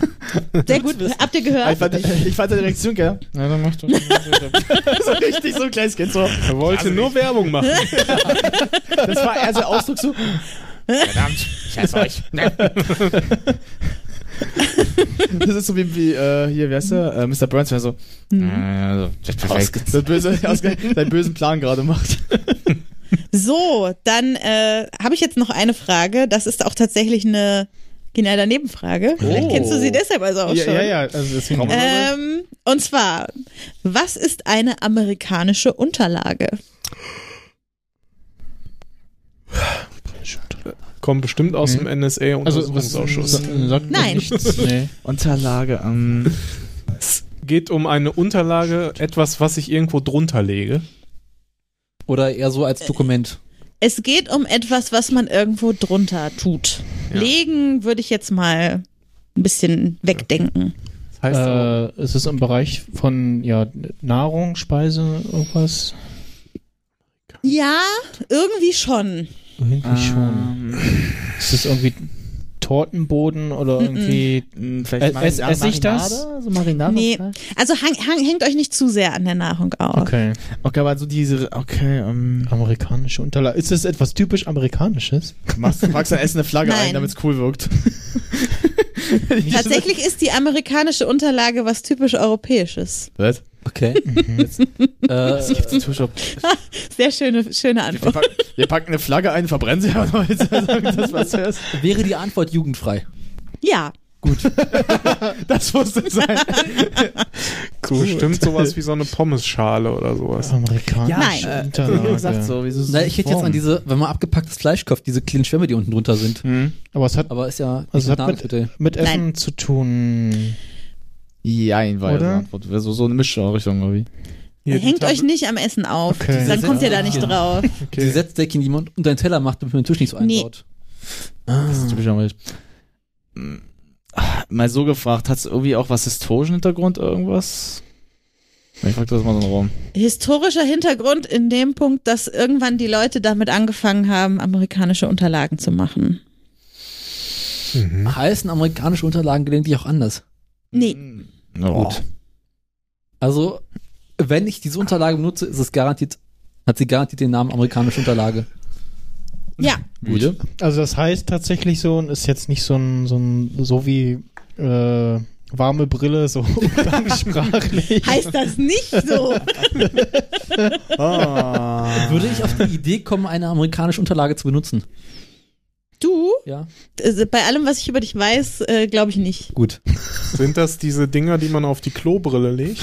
[SPEAKER 4] [laughs]
[SPEAKER 3] Sehr gut. Habt ihr
[SPEAKER 4] [laughs] Ich
[SPEAKER 3] gehört?
[SPEAKER 4] fand, ich, ich fand deine Reaktion geil. [laughs]
[SPEAKER 2] Ja, dann mach doch. das
[SPEAKER 4] So richtig, so ein kleines Kind. So.
[SPEAKER 5] Er wollte
[SPEAKER 4] Also
[SPEAKER 5] nur Werbung machen.
[SPEAKER 4] Das war eher so ein Ausdruck so. Verdammt, scheiß
[SPEAKER 5] [laughs]
[SPEAKER 4] euch. Das ist so wie, wie äh, hier, wie heißt der? Äh, Mr. Burns, der so.
[SPEAKER 3] Hm.
[SPEAKER 4] Mhm.
[SPEAKER 2] [laughs]
[SPEAKER 4] Äh, böse, ausge deinen bösen Plan gerade macht.
[SPEAKER 3] So, dann äh, habe ich jetzt noch eine Frage. Das ist auch tatsächlich eine genial daneben Frage.
[SPEAKER 4] Oh.
[SPEAKER 3] Vielleicht kennst du sie deshalb also auch
[SPEAKER 5] ja,
[SPEAKER 3] schon.
[SPEAKER 5] ja, ja, also deswegen.
[SPEAKER 2] äh,
[SPEAKER 3] Ähm, und zwar, was ist eine amerikanische Unterlage?
[SPEAKER 5] Kommt bestimmt aus
[SPEAKER 2] Mhm.
[SPEAKER 5] dem NSA-Untersuchungsausschuss.
[SPEAKER 2] sagt
[SPEAKER 3] Nein.
[SPEAKER 2] Nichts.
[SPEAKER 4] [laughs]
[SPEAKER 2] Nee.
[SPEAKER 4] Unterlage. Ähm,
[SPEAKER 5] es geht um eine Unterlage, etwas, was ich irgendwo drunter lege.
[SPEAKER 7] Oder eher so als Dokument.
[SPEAKER 3] Es geht um etwas, was man irgendwo drunter tut. Legen würde ich jetzt mal ein bisschen wegdenken.
[SPEAKER 5] Das heißt auch,
[SPEAKER 2] Äh, es ist im Bereich von ja, Nahrung, Speise, irgendwas.
[SPEAKER 3] Ja, irgendwie schon.
[SPEAKER 4] ähm,
[SPEAKER 2] Irgendwie schon. Ah. Ist es irgendwie Tortenboden oder irgendwie.
[SPEAKER 4] Ähm,
[SPEAKER 2] Ä-
[SPEAKER 4] vielleicht Marin-
[SPEAKER 2] ess- esse ich das?
[SPEAKER 4] Marinade? So Marinade?
[SPEAKER 3] Nee. Also hang, hang, hängt euch nicht zu sehr an der Nahrung auf.
[SPEAKER 2] Okay.
[SPEAKER 4] Okay, aber so diese. Okay, ähm.
[SPEAKER 2] Amerikanische Unterlage. Ist es etwas typisch Amerikanisches?
[SPEAKER 4] Machst, packst dein Essen eine Flagge
[SPEAKER 3] Nein.
[SPEAKER 4] ein, damit es
[SPEAKER 3] [laughs]
[SPEAKER 4] cool wirkt.
[SPEAKER 3] Tatsächlich ist die amerikanische Unterlage was typisch europäisches.
[SPEAKER 4] Was?
[SPEAKER 7] Okay. äh,
[SPEAKER 3] Sehr schöne, schöne Antwort.
[SPEAKER 4] Wir packen eine Flagge ein, verbrennen sie aber heute. [laughs] Das, was wir essen.
[SPEAKER 7] wäre die Antwort jugendfrei?
[SPEAKER 3] Ja.
[SPEAKER 4] das musste sein.
[SPEAKER 5] bestimmt sowas wie so eine Pommesschale oder sowas.
[SPEAKER 2] Amerikanische
[SPEAKER 3] Nein.
[SPEAKER 2] Unterlage.
[SPEAKER 4] Äh, [laughs] so, wieso
[SPEAKER 7] Na, ich hätte jetzt
[SPEAKER 2] Form.
[SPEAKER 7] an diese, wenn man abgepacktes Fleisch kauft, diese kleinen Schwämme, die unten drunter sind.
[SPEAKER 2] Aber es hat,
[SPEAKER 7] Aber ist ja
[SPEAKER 2] also es
[SPEAKER 7] nicht
[SPEAKER 2] hat
[SPEAKER 7] Nahrungsmittel.
[SPEAKER 2] mit, mit Essen
[SPEAKER 3] Nein.
[SPEAKER 2] zu tun.
[SPEAKER 4] Ja, ein war ja so
[SPEAKER 2] Oder?
[SPEAKER 4] eine Antwort. Wäre So, so eine Mischrichtung irgendwie.
[SPEAKER 5] Hier, die
[SPEAKER 3] Hängt
[SPEAKER 5] Tab-
[SPEAKER 3] euch nicht am Essen auf.
[SPEAKER 2] Okay.
[SPEAKER 3] Dann kommt ihr da
[SPEAKER 7] Ah.
[SPEAKER 3] nicht drauf.
[SPEAKER 7] Okay. Diese Setzdeckchen, die man unter den Teller macht, damit man den Tisch nicht so
[SPEAKER 3] Nee.
[SPEAKER 7] einbaut.
[SPEAKER 4] Das ist typisch amerikanisch. Hm. Ah, Mal so gefragt, hat es irgendwie auch was historischen Hintergrund, irgendwas? Ich frag das mal so in den Raum.
[SPEAKER 3] Historischer Hintergrund in dem Punkt, dass irgendwann die Leute damit angefangen haben, amerikanische Unterlagen zu machen.
[SPEAKER 7] Heißen amerikanische Unterlagen gelegentlich auch anders.
[SPEAKER 3] Nee,
[SPEAKER 4] Na gut.
[SPEAKER 7] Also, wenn ich diese Unterlage benutze, ist es garantiert, hat sie garantiert den Namen amerikanische Unterlage.
[SPEAKER 3] ja.
[SPEAKER 4] Müde?
[SPEAKER 2] Also das heißt tatsächlich so, und ist jetzt nicht so ein, so, ein, so wie äh, warme Brille, so [laughs] umgangssprachlich.
[SPEAKER 3] Heißt das nicht so?
[SPEAKER 7] Würde ich auf die Idee kommen, eine amerikanische Unterlage zu benutzen?
[SPEAKER 3] Du?
[SPEAKER 7] Ja.
[SPEAKER 3] Also Bei allem, was ich über dich weiß, äh, glaube ich nicht.
[SPEAKER 7] Gut.
[SPEAKER 5] Sind das diese Dinger, die man auf die Klobrille legt?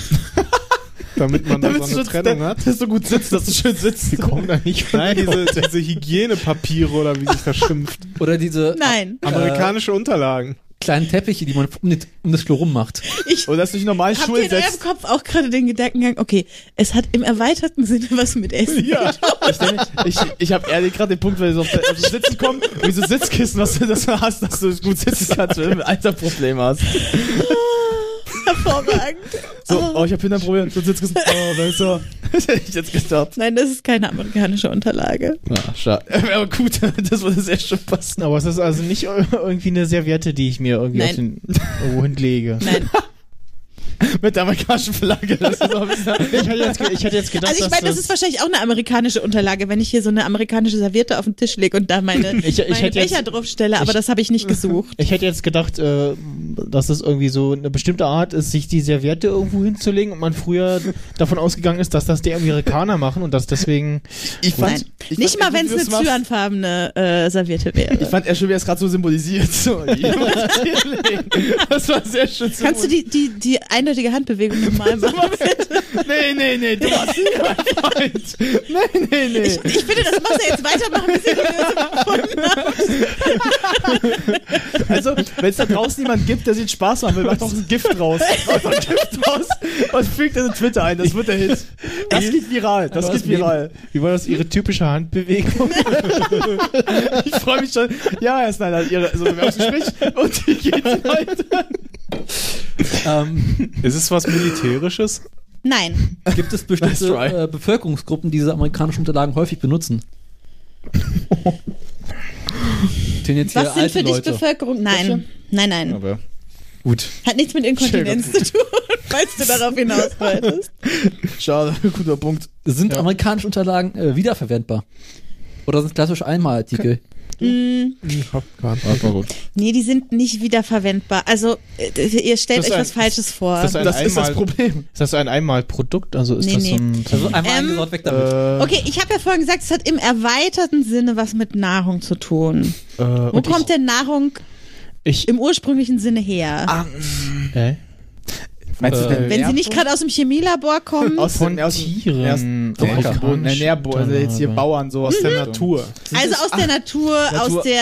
[SPEAKER 5] Damit man da so eine Trennung hat?
[SPEAKER 4] dass du gut sitzt, dass du schön sitzt. Die kommen da nicht
[SPEAKER 5] Nein, diese, diese Hygienepapiere oder wie sich das schimpft.
[SPEAKER 7] Oder diese äh,
[SPEAKER 3] Nein.
[SPEAKER 5] Amerikanische Unterlagen.
[SPEAKER 7] kleinen Teppiche, die man um, den, um das Klo rummacht.
[SPEAKER 3] Ich
[SPEAKER 4] Oder dass du dich normal in
[SPEAKER 3] habt
[SPEAKER 4] Schuhe
[SPEAKER 3] ihr in eurem
[SPEAKER 4] setzt.
[SPEAKER 3] Kopf auch gerade den Gedankengang, okay, es hat im erweiterten Sinne was mit Essen.
[SPEAKER 4] Ja, ich, denke, ich, ich habe ehrlich gerade den Punkt, weil du so auf, auf so Sitzen kommst, wie so Sitzkissen, was du das hast, dass du gut sitzen kannst, wenn du ein Alterproblem hast.
[SPEAKER 3] [laughs] Hervorragend.
[SPEAKER 4] So, oh, ich habe Hinternprobleme. So sitzt gesagt, oh, [laughs] besser. hätte ich jetzt gestoppt.
[SPEAKER 3] Nein, das ist keine amerikanische Unterlage.
[SPEAKER 4] Ah, schade. [laughs] Aber gut, das würde sehr schön passen.
[SPEAKER 2] Aber es ist also nicht irgendwie eine Serviette, die ich mir irgendwie
[SPEAKER 3] Nein.
[SPEAKER 2] auf den irgendwo hinlege.
[SPEAKER 3] Nein.
[SPEAKER 4] [laughs] Mit der amerikanischen Flagge. Das ist auch ein bisschen
[SPEAKER 2] [laughs] Ich hätte jetzt, ge- ich hätte jetzt gedacht,
[SPEAKER 3] also ich
[SPEAKER 2] dass
[SPEAKER 3] meine, [laughs] das ist wahrscheinlich auch eine amerikanische Unterlage, wenn ich hier so eine amerikanische Serviette auf den Tisch lege und da meine, [laughs]
[SPEAKER 2] Ich- ich
[SPEAKER 3] meine
[SPEAKER 2] hätte jetzt-
[SPEAKER 3] Becher draufstelle, aber
[SPEAKER 2] ich-
[SPEAKER 3] das habe ich nicht gesucht.
[SPEAKER 2] Ich hätte jetzt gedacht, äh, dass es irgendwie so eine bestimmte Art ist, sich die Serviette irgendwo hinzulegen und man früher davon ausgegangen ist, dass das die Amerikaner machen und dass deswegen.
[SPEAKER 4] Ich
[SPEAKER 3] Nein.
[SPEAKER 4] ich
[SPEAKER 3] nicht mal,
[SPEAKER 4] fand-
[SPEAKER 3] wenn es eine
[SPEAKER 4] das war-
[SPEAKER 3] zyanfarbene äh, Serviette
[SPEAKER 4] Ich
[SPEAKER 3] wäre.
[SPEAKER 4] fand er schön, wie er es gerade so symbolisiert. So,
[SPEAKER 2] [laughs]
[SPEAKER 4] das war sehr schön zu
[SPEAKER 3] Kannst du die, die, die eindeutige Handbewegung [laughs] nochmal machen?
[SPEAKER 4] Nee, nee, nee, du warst nicht mein
[SPEAKER 3] [laughs]
[SPEAKER 4] Freund. Nee, nee, nee.
[SPEAKER 3] Ich, ich finde, das muss er jetzt weitermachen, bis er die Lösung gefunden hat.
[SPEAKER 4] Also, wenn es da draußen jemanden gibt, der sich Spaß machen will, macht doch ein
[SPEAKER 2] [laughs]
[SPEAKER 4] Gift raus. Einfach ein Gift raus und fügt das in Twitter ein. Das wird der Hit. Das geht viral. Das geht viral.
[SPEAKER 2] Wie war das ihre typische Handbewegung?
[SPEAKER 4] [laughs] Ich freue mich schon. Ja, Herr Snyder, hat ihre, also, so Bewerbungsgespräch und die geht weiter.
[SPEAKER 7] ähm,
[SPEAKER 5] Ist es was Militärisches?
[SPEAKER 3] Nein.
[SPEAKER 7] gibt es
[SPEAKER 4] Nice
[SPEAKER 7] bestimmte
[SPEAKER 4] try.
[SPEAKER 7] äh, Bevölkerungsgruppen, die diese amerikanischen Unterlagen häufig benutzen? Tendenziell
[SPEAKER 3] Was sind
[SPEAKER 7] alte
[SPEAKER 3] für dich
[SPEAKER 7] Leute.
[SPEAKER 3] Bevölkerung? Nein. Nein, nein.
[SPEAKER 4] Aber
[SPEAKER 3] Hat nichts mit Inkontinenz zu tun, [laughs] falls du darauf hinaus wolltest.
[SPEAKER 4] schade, guter Punkt.
[SPEAKER 7] Sind amerikanische Unterlagen äh, wiederverwendbar? Oder sind es klassisch Einmalartikel?
[SPEAKER 3] Mm,
[SPEAKER 4] Das war gut.
[SPEAKER 3] nee, die sind nicht wiederverwendbar. Also, äh, ihr stellt
[SPEAKER 2] Das
[SPEAKER 3] euch
[SPEAKER 2] ist
[SPEAKER 3] was
[SPEAKER 2] ein-
[SPEAKER 3] Falsches vor.
[SPEAKER 2] das ist ein-
[SPEAKER 4] Das ist das
[SPEAKER 2] Einmal-
[SPEAKER 4] Problem.
[SPEAKER 2] Ist das ein Einmalprodukt? Also ist
[SPEAKER 3] Nee,
[SPEAKER 2] das
[SPEAKER 3] nee.
[SPEAKER 2] so ein.
[SPEAKER 7] Also einmal
[SPEAKER 3] Ähm,
[SPEAKER 7] eingesaut, weg damit.
[SPEAKER 3] Okay, ich habe ja vorhin gesagt, es hat im erweiterten Sinne was mit Nahrung zu tun.
[SPEAKER 2] Äh,
[SPEAKER 3] Wo
[SPEAKER 2] und
[SPEAKER 3] kommt denn Nahrung
[SPEAKER 2] ich, ich,
[SPEAKER 3] im ursprünglichen Sinne her?
[SPEAKER 2] äh,
[SPEAKER 4] Meinst
[SPEAKER 7] du, der
[SPEAKER 3] Wenn sie nicht gerade aus dem Chemielabor kommen,
[SPEAKER 4] aus
[SPEAKER 2] von
[SPEAKER 4] den, aus den
[SPEAKER 2] Tieren.
[SPEAKER 4] ersten
[SPEAKER 2] Vom
[SPEAKER 4] auf dem Boden,
[SPEAKER 2] amerikanischen
[SPEAKER 4] nee, nee, Bo- also jetzt hier
[SPEAKER 2] Unterlagen.
[SPEAKER 4] Bauern, so aus der Natur. Äh,
[SPEAKER 3] also aus der Natur,
[SPEAKER 4] Natur-
[SPEAKER 3] aus der.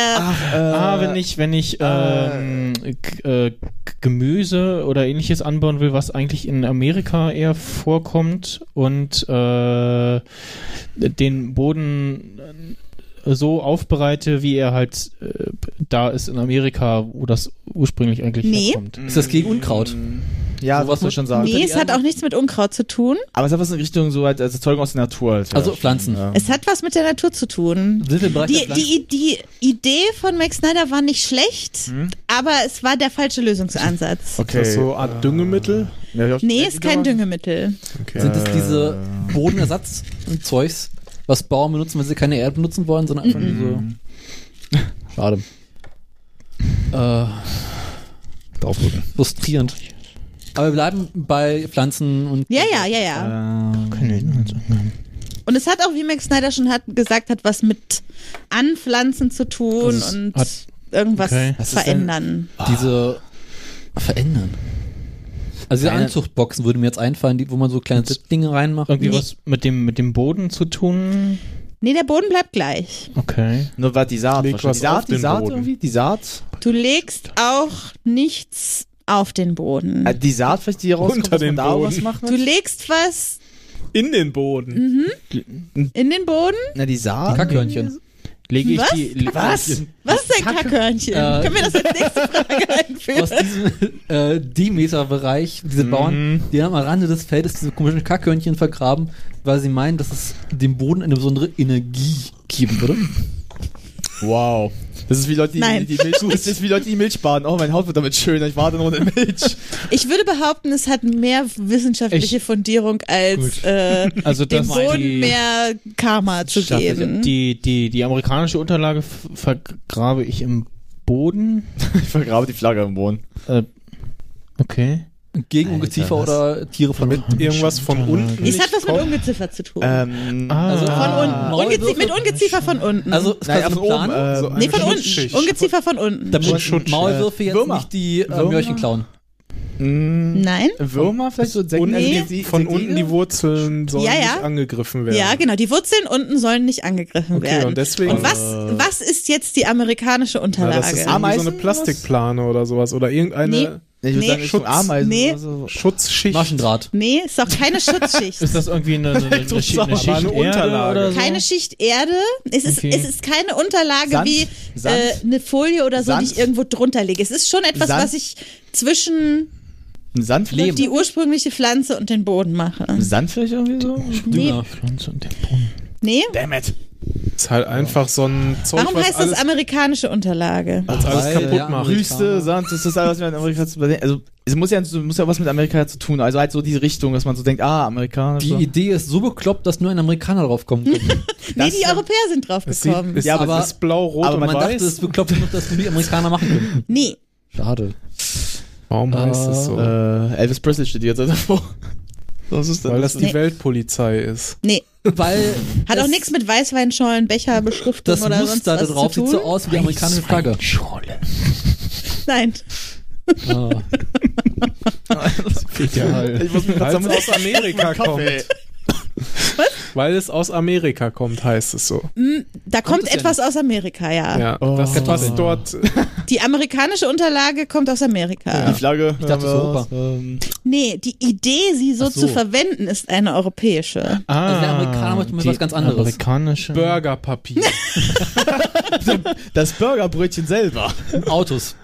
[SPEAKER 2] Ah, wenn ich, wenn ich
[SPEAKER 4] äh,
[SPEAKER 2] ähm, g- äh, g- Gemüse oder ähnliches anbauen will, was eigentlich in Amerika eher vorkommt und äh, den Boden äh, so aufbereite, wie er halt äh, da ist in Amerika, wo das ursprünglich eigentlich
[SPEAKER 3] Nee.
[SPEAKER 2] herkommt.
[SPEAKER 7] Ist das gegen Unkraut?
[SPEAKER 4] Ja,
[SPEAKER 7] Sowas
[SPEAKER 4] was du
[SPEAKER 7] muss-
[SPEAKER 4] schon sagen.
[SPEAKER 3] Nee, es hat auch nichts mit Unkraut zu tun.
[SPEAKER 4] Aber es hat was in Richtung so halt, also Zeugung aus der Natur halt.
[SPEAKER 7] Also Pflanzen.
[SPEAKER 4] Ja.
[SPEAKER 3] Es hat was mit der Natur zu tun.
[SPEAKER 7] Sind wir im Bereich der
[SPEAKER 3] Die,
[SPEAKER 7] Pflanzen?
[SPEAKER 3] die, die Idee von Max Snyder war nicht schlecht, aber es war der falsche Lösungsansatz.
[SPEAKER 5] Ist das so eine Art Düngemittel?
[SPEAKER 4] Ja, ich auch-
[SPEAKER 3] Nee, ist kein Düngemittel.
[SPEAKER 7] Sind es diese Bodenersatzzeugs, was Bauern benutzen, wenn sie keine Erde benutzen wollen, sondern einfach nur so. Schade. Äh,
[SPEAKER 4] Draufdrücken.
[SPEAKER 7] frustrierend. Aber wir bleiben bei Pflanzen und.
[SPEAKER 3] Ja, ja, ja, ja. Und es hat auch, wie Max Snyder schon hat, gesagt hat, was mit Anpflanzen zu tun
[SPEAKER 2] Das ist-
[SPEAKER 3] und
[SPEAKER 2] hat-
[SPEAKER 3] irgendwas
[SPEAKER 2] okay.
[SPEAKER 4] Was ist
[SPEAKER 3] verändern.
[SPEAKER 7] Diese. Verändern. Also diese
[SPEAKER 4] Eine-
[SPEAKER 7] Anzuchtboxen würden mir jetzt einfallen, die, wo man so kleine Dinge reinmacht.
[SPEAKER 2] Irgendwie
[SPEAKER 3] Nee.
[SPEAKER 2] was mit dem, mit dem Boden zu tun?
[SPEAKER 3] Nee, der Boden bleibt gleich.
[SPEAKER 2] Okay.
[SPEAKER 4] Nur war die Saat.
[SPEAKER 5] Leg
[SPEAKER 4] wahrscheinlich.
[SPEAKER 5] was
[SPEAKER 4] Die
[SPEAKER 5] auf
[SPEAKER 4] Saat, die
[SPEAKER 5] den
[SPEAKER 4] Saat
[SPEAKER 5] Boden.
[SPEAKER 4] irgendwie? Die Saat?
[SPEAKER 3] Du legst auch nichts auf den Boden.
[SPEAKER 4] Äh, Die Saat vielleicht, die hier rauskommt,
[SPEAKER 5] Unter
[SPEAKER 4] dass man
[SPEAKER 5] den
[SPEAKER 4] da
[SPEAKER 5] Boden.
[SPEAKER 4] was macht?
[SPEAKER 3] Du legst was
[SPEAKER 5] In den
[SPEAKER 3] Mhm.
[SPEAKER 5] Boden.
[SPEAKER 3] in den Boden?
[SPEAKER 4] Na, die Saat.
[SPEAKER 7] Kackhörnchen.
[SPEAKER 2] Lege ich
[SPEAKER 3] Was?
[SPEAKER 2] die. le-
[SPEAKER 4] Was?
[SPEAKER 3] Was ist denn Kackhörnchen?
[SPEAKER 7] Äh.
[SPEAKER 3] Können wir das als nächste Frage einführen?
[SPEAKER 7] Aus diesem [laughs] äh, Demeter-Bereich, diese Bauern, die haben am Rande des Feldes diese komischen Kackhörnchen vergraben, weil sie meinen, dass es dem Boden eine besondere Energie geben würde.
[SPEAKER 4] Wow. Das ist wie Leute, die,
[SPEAKER 3] Nein.
[SPEAKER 4] die Milch, das ist wie Leute, die Milch baden. Oh, mein Haut wird damit schöner. Ich warte nur ohne Milch.
[SPEAKER 3] Ich würde behaupten, es hat mehr wissenschaftliche Fundierung als äh,
[SPEAKER 2] Also
[SPEAKER 3] dem
[SPEAKER 2] das
[SPEAKER 3] Boden
[SPEAKER 2] die-
[SPEAKER 3] mehr Karma zu
[SPEAKER 2] Staffel.
[SPEAKER 3] geben.
[SPEAKER 2] Die, die, die amerikanische Unterlage f- vergrabe ich im Boden.
[SPEAKER 4] Ich vergrabe die Flagge im Boden.
[SPEAKER 2] Äh, okay.
[SPEAKER 7] Gegen Ungeziefer
[SPEAKER 4] was?
[SPEAKER 7] oder Tiere von
[SPEAKER 5] Mit irgendwas von unten.
[SPEAKER 3] es hat
[SPEAKER 5] nicht
[SPEAKER 3] was mit
[SPEAKER 5] kommt.
[SPEAKER 3] Ungeziffer zu tun.
[SPEAKER 4] Ähm,
[SPEAKER 7] Also
[SPEAKER 3] von
[SPEAKER 7] Ah.
[SPEAKER 3] unten.
[SPEAKER 7] Neue
[SPEAKER 3] Ungezie
[SPEAKER 7] Würfel-
[SPEAKER 3] mit Ungeziefer von unten.
[SPEAKER 7] Also es ist
[SPEAKER 4] naja,
[SPEAKER 7] quasi
[SPEAKER 4] von
[SPEAKER 7] ein Plan,
[SPEAKER 4] oben. Äh,
[SPEAKER 5] So
[SPEAKER 3] nee,
[SPEAKER 5] eine
[SPEAKER 3] von unten.
[SPEAKER 5] Schicht.
[SPEAKER 3] Ungeziefer von unten.
[SPEAKER 7] damit
[SPEAKER 5] Schutzschild.
[SPEAKER 7] Maulwürfe jetzt
[SPEAKER 4] Würmer.
[SPEAKER 7] nicht die äh,
[SPEAKER 4] Würmer?
[SPEAKER 7] Mörchen klauen.
[SPEAKER 4] mh,
[SPEAKER 3] Nein?
[SPEAKER 4] Würmer vielleicht so Insekten?
[SPEAKER 5] Unten-
[SPEAKER 4] also die-
[SPEAKER 5] Von
[SPEAKER 4] Insekten-
[SPEAKER 5] unten die Wurzeln sollen
[SPEAKER 3] Ja, ja.
[SPEAKER 5] nicht angegriffen werden.
[SPEAKER 3] Ja, genau. Die Wurzeln unten sollen nicht angegriffen
[SPEAKER 5] Okay,
[SPEAKER 3] werden.
[SPEAKER 5] und deswegen-
[SPEAKER 3] was, was ist jetzt die amerikanische
[SPEAKER 5] Na, das ist
[SPEAKER 3] Unterlage?
[SPEAKER 5] irgendwie so
[SPEAKER 4] Ameisen
[SPEAKER 5] eine Plastikplane oder sowas oder irgendeine
[SPEAKER 4] Ich würde
[SPEAKER 3] Nee.
[SPEAKER 4] sagen, Richtung
[SPEAKER 5] Schutz.
[SPEAKER 4] Ameisen
[SPEAKER 3] Nee.
[SPEAKER 4] oder so.
[SPEAKER 5] Schutzschicht.
[SPEAKER 7] Maschendraht.
[SPEAKER 3] nee, ist doch
[SPEAKER 2] [laughs]
[SPEAKER 3] keine Schutzschicht.
[SPEAKER 2] Ist das irgendwie eine, eine, eine, Schi- eine Schicht
[SPEAKER 5] Aber eine
[SPEAKER 2] Erde
[SPEAKER 5] Unterlage.
[SPEAKER 2] oder so?
[SPEAKER 3] keine Schicht Erde. Es ist,
[SPEAKER 2] Also Okay.
[SPEAKER 3] es ist keine Unterlage
[SPEAKER 4] Sand,
[SPEAKER 3] wie
[SPEAKER 4] Sand,
[SPEAKER 3] äh, eine Folie oder so,
[SPEAKER 4] Sand.
[SPEAKER 3] die ich irgendwo drunter lege. Es ist schon etwas,
[SPEAKER 4] Sand.
[SPEAKER 3] was ich zwischen
[SPEAKER 4] Eine Sandfläche?
[SPEAKER 3] Durch die ursprüngliche Pflanze und den Boden mache.
[SPEAKER 4] Eine Sandfläche irgendwie so?
[SPEAKER 7] Dünger.
[SPEAKER 3] Nee?
[SPEAKER 4] Hm. Damn it.
[SPEAKER 5] Ist halt einfach so ein Zeug,
[SPEAKER 3] Warum
[SPEAKER 5] was
[SPEAKER 3] heißt
[SPEAKER 5] alles,
[SPEAKER 3] das amerikanische Unterlage?
[SPEAKER 5] was alles
[SPEAKER 7] Weil
[SPEAKER 5] kaputt
[SPEAKER 7] der
[SPEAKER 5] macht.
[SPEAKER 7] Amerikaner-
[SPEAKER 4] Wüste, Sand, das ist alles, was mit Amerika zu Also, es muss ja, es muss ja was mit Amerika zu tun. Also halt so die Richtung, dass man so denkt, ah, Amerikaner.
[SPEAKER 7] Die
[SPEAKER 4] so.
[SPEAKER 7] Idee ist so bekloppt, dass nur ein Amerikaner draufkommen kann.
[SPEAKER 3] Nee,
[SPEAKER 4] das-
[SPEAKER 3] die Europäer sind drauf
[SPEAKER 5] Es sieht,
[SPEAKER 3] gekommen.
[SPEAKER 5] es,
[SPEAKER 4] Ja, aber-
[SPEAKER 5] es ist blau, rot
[SPEAKER 4] aber
[SPEAKER 5] und
[SPEAKER 7] Man dachte,
[SPEAKER 5] weiß.
[SPEAKER 7] es ist bekloppt genug, dass nur die Amerikaner machen können.
[SPEAKER 3] Nee.
[SPEAKER 7] Schade.
[SPEAKER 5] Warum heißt es so?
[SPEAKER 4] Äh, Elvis Presley steht jetzt davor. Das ist
[SPEAKER 5] Weil das die
[SPEAKER 3] Nee. [laughs]
[SPEAKER 5] Weltpolizei ist.
[SPEAKER 3] Nee.
[SPEAKER 7] Weil
[SPEAKER 3] Hat
[SPEAKER 7] das-
[SPEAKER 3] auch nichts mit Weißweinschollen, Becher, Beschriftung
[SPEAKER 7] das
[SPEAKER 3] oder sonst
[SPEAKER 7] Muster da
[SPEAKER 3] was
[SPEAKER 7] drauf
[SPEAKER 3] zu
[SPEAKER 7] sieht
[SPEAKER 3] tun.
[SPEAKER 7] so aus wie die amerikanische Flagge.
[SPEAKER 3] Nein.
[SPEAKER 7] Ah.
[SPEAKER 2] halt.
[SPEAKER 5] Egal.
[SPEAKER 4] Ich muss mir
[SPEAKER 5] Weil
[SPEAKER 4] grad
[SPEAKER 5] es aus [laughs] Amerika kommt. Weil es aus Amerika kommt, heißt es so.
[SPEAKER 3] Hm, Da kommt,
[SPEAKER 7] es ja
[SPEAKER 3] etwas aus Amerika, ja.
[SPEAKER 5] Ja, das ist was dort.
[SPEAKER 3] Die amerikanische Unterlage kommt aus Amerika.
[SPEAKER 4] Die Flagge. Ich
[SPEAKER 7] dachte, das ist Europa.
[SPEAKER 3] Nee, die Idee, sie so,
[SPEAKER 7] Ach so.
[SPEAKER 3] zu verwenden, ist eine europäische.
[SPEAKER 4] Ah,
[SPEAKER 7] Also der Amerikaner möchte mal
[SPEAKER 4] die
[SPEAKER 7] was ganz anderes.
[SPEAKER 4] Amerikanische.
[SPEAKER 5] Burgerpapier.
[SPEAKER 4] das Burgerbrötchen selber.
[SPEAKER 7] Autos.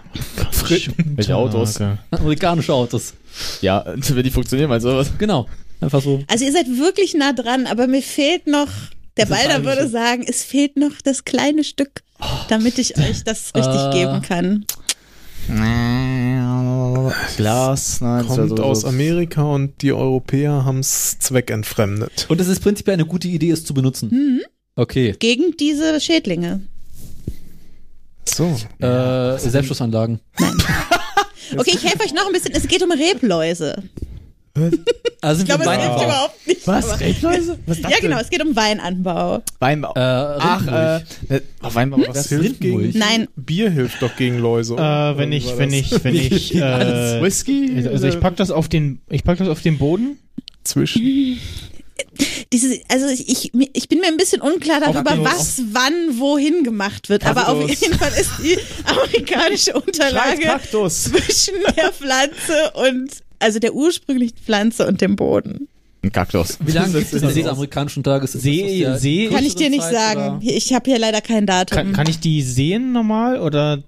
[SPEAKER 4] Welche Autos?
[SPEAKER 7] Amerikanische Autos.
[SPEAKER 4] Ja, wenn die funktionieren, also was?
[SPEAKER 7] Genau. Einfach so.
[SPEAKER 3] Also ihr seid wirklich nah dran, aber mir fehlt noch, der
[SPEAKER 7] Das ist
[SPEAKER 3] Balder
[SPEAKER 7] eigentlich-
[SPEAKER 3] würde sagen, es fehlt noch das kleine Stück,
[SPEAKER 7] Oh,
[SPEAKER 3] damit ich euch das richtig
[SPEAKER 7] Äh.
[SPEAKER 3] geben kann.
[SPEAKER 4] Äh, Glas, nein, das
[SPEAKER 5] kommt
[SPEAKER 4] war so-
[SPEAKER 5] aus
[SPEAKER 4] so-
[SPEAKER 5] Amerika und die Europäer haben es zweckentfremdet.
[SPEAKER 7] Und es ist prinzipiell eine gute Idee, es zu benutzen.
[SPEAKER 4] Mhm.
[SPEAKER 7] Okay.
[SPEAKER 3] Gegen diese Schädlinge.
[SPEAKER 5] So.
[SPEAKER 7] Äh, Selbstschussanlagen.
[SPEAKER 3] Okay, ich helfe euch noch ein bisschen. Es geht um Rebläuse.
[SPEAKER 7] Also
[SPEAKER 3] Ich glaube, es hilft
[SPEAKER 7] Weinbau.
[SPEAKER 3] überhaupt nicht.
[SPEAKER 4] Was? Rebläuse? Was
[SPEAKER 3] Ja, genau, es geht um Weinanbau.
[SPEAKER 4] Weinbau.
[SPEAKER 7] Äh,
[SPEAKER 4] Ach, äh, ne, oh, Weinbau.
[SPEAKER 5] Was
[SPEAKER 4] Was?
[SPEAKER 5] hilft
[SPEAKER 7] Rindenmulch.
[SPEAKER 5] gegen
[SPEAKER 3] Nein,
[SPEAKER 5] Bier hilft doch gegen Läuse.
[SPEAKER 9] Äh, wenn ich, wenn ich, wenn ich,
[SPEAKER 4] [laughs]
[SPEAKER 7] Gegen alles.
[SPEAKER 9] äh,
[SPEAKER 4] Whisky?
[SPEAKER 9] also ich pack das auf den, ich pack das auf den Boden.
[SPEAKER 5] zwischen
[SPEAKER 3] Dieses, also ich, ich, ich bin mir ein bisschen unklar darüber,
[SPEAKER 9] Auf-
[SPEAKER 3] was wann wohin gemacht wird. Aber auf jeden
[SPEAKER 7] [laughs]
[SPEAKER 3] Fall ist die amerikanische Unterlage
[SPEAKER 4] Kaktus.
[SPEAKER 3] zwischen der Pflanze und also der ursprünglichen Pflanze und dem Boden.
[SPEAKER 4] Ein Kaktus.
[SPEAKER 7] Wie lange gibt es diese amerikanischen Tage? Ist das aus
[SPEAKER 9] Sehe,
[SPEAKER 7] der
[SPEAKER 9] sehe,
[SPEAKER 3] Kann ich dir nicht
[SPEAKER 7] Zeit,
[SPEAKER 3] sagen.
[SPEAKER 7] oder?
[SPEAKER 3] Ich habe hier leider kein Datum.
[SPEAKER 9] kann, kann ich die sehen normal oder?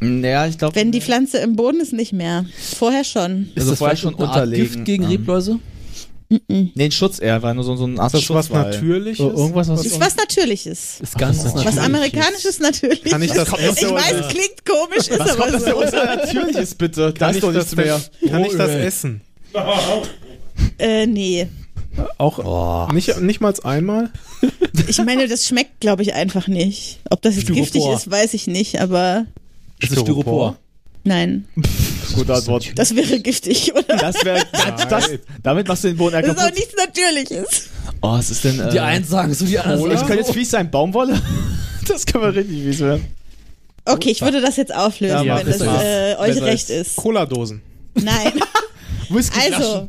[SPEAKER 4] Ja, ich glaube.
[SPEAKER 3] Wenn die Pflanze im Boden ist, nicht mehr. Vorher schon.
[SPEAKER 4] ist das also vorher schon
[SPEAKER 7] eine Art
[SPEAKER 4] unterlegen.
[SPEAKER 7] Gift gegen
[SPEAKER 4] Ähm,
[SPEAKER 7] Rebläuse?
[SPEAKER 4] Nee, ein Schutz eher, war nur so, so ein Ast
[SPEAKER 5] das ist was Natürliches.
[SPEAKER 4] Oh,
[SPEAKER 9] So irgendwas, was
[SPEAKER 7] um-
[SPEAKER 3] Ist was Natürliches.
[SPEAKER 7] Ist ganz natürlich.
[SPEAKER 3] Was Amerikanisches natürlich.
[SPEAKER 5] Kann ich das
[SPEAKER 3] ich
[SPEAKER 5] essen?
[SPEAKER 3] weiß,
[SPEAKER 5] oder-
[SPEAKER 3] es klingt komisch, ist aber
[SPEAKER 4] Was
[SPEAKER 3] so.
[SPEAKER 4] ja unser Natürliches, bitte. Da
[SPEAKER 5] Kann
[SPEAKER 4] ist
[SPEAKER 5] ich
[SPEAKER 4] doch
[SPEAKER 5] das
[SPEAKER 4] nichts mehr. Oh,
[SPEAKER 5] denn- Kann ich das essen?
[SPEAKER 3] Äh, nee.
[SPEAKER 5] Auch nicht, nicht mal einmal?
[SPEAKER 3] Ich meine, das schmeckt, glaube ich, einfach nicht. Ob das jetzt
[SPEAKER 7] Styropor.
[SPEAKER 3] giftig ist, weiß ich nicht, aber
[SPEAKER 7] Es ist Styropor.
[SPEAKER 3] nein.
[SPEAKER 4] Gute Antwort.
[SPEAKER 3] Das wäre giftig, oder?
[SPEAKER 4] Das wäre. [laughs] Das, damit machst du den Boden eher
[SPEAKER 3] Das ist auch
[SPEAKER 4] kaputt.
[SPEAKER 3] nichts Natürliches.
[SPEAKER 4] Oh, was ist denn. Äh,
[SPEAKER 7] Die einen sagen so, die anderen
[SPEAKER 4] Cola? Ich
[SPEAKER 7] sagen
[SPEAKER 4] kann
[SPEAKER 7] so.
[SPEAKER 4] jetzt fies sein. Baumwolle? [laughs] Das kann man richtig fies werden.
[SPEAKER 3] Okay, ich würde das jetzt auflösen,
[SPEAKER 4] Ja,
[SPEAKER 3] wenn
[SPEAKER 4] mach
[SPEAKER 3] das
[SPEAKER 4] das mal.
[SPEAKER 3] äh, euch
[SPEAKER 4] Besser
[SPEAKER 3] recht ist.
[SPEAKER 5] Cola-Dosen.
[SPEAKER 3] Nein.
[SPEAKER 4] Whisky
[SPEAKER 3] Also,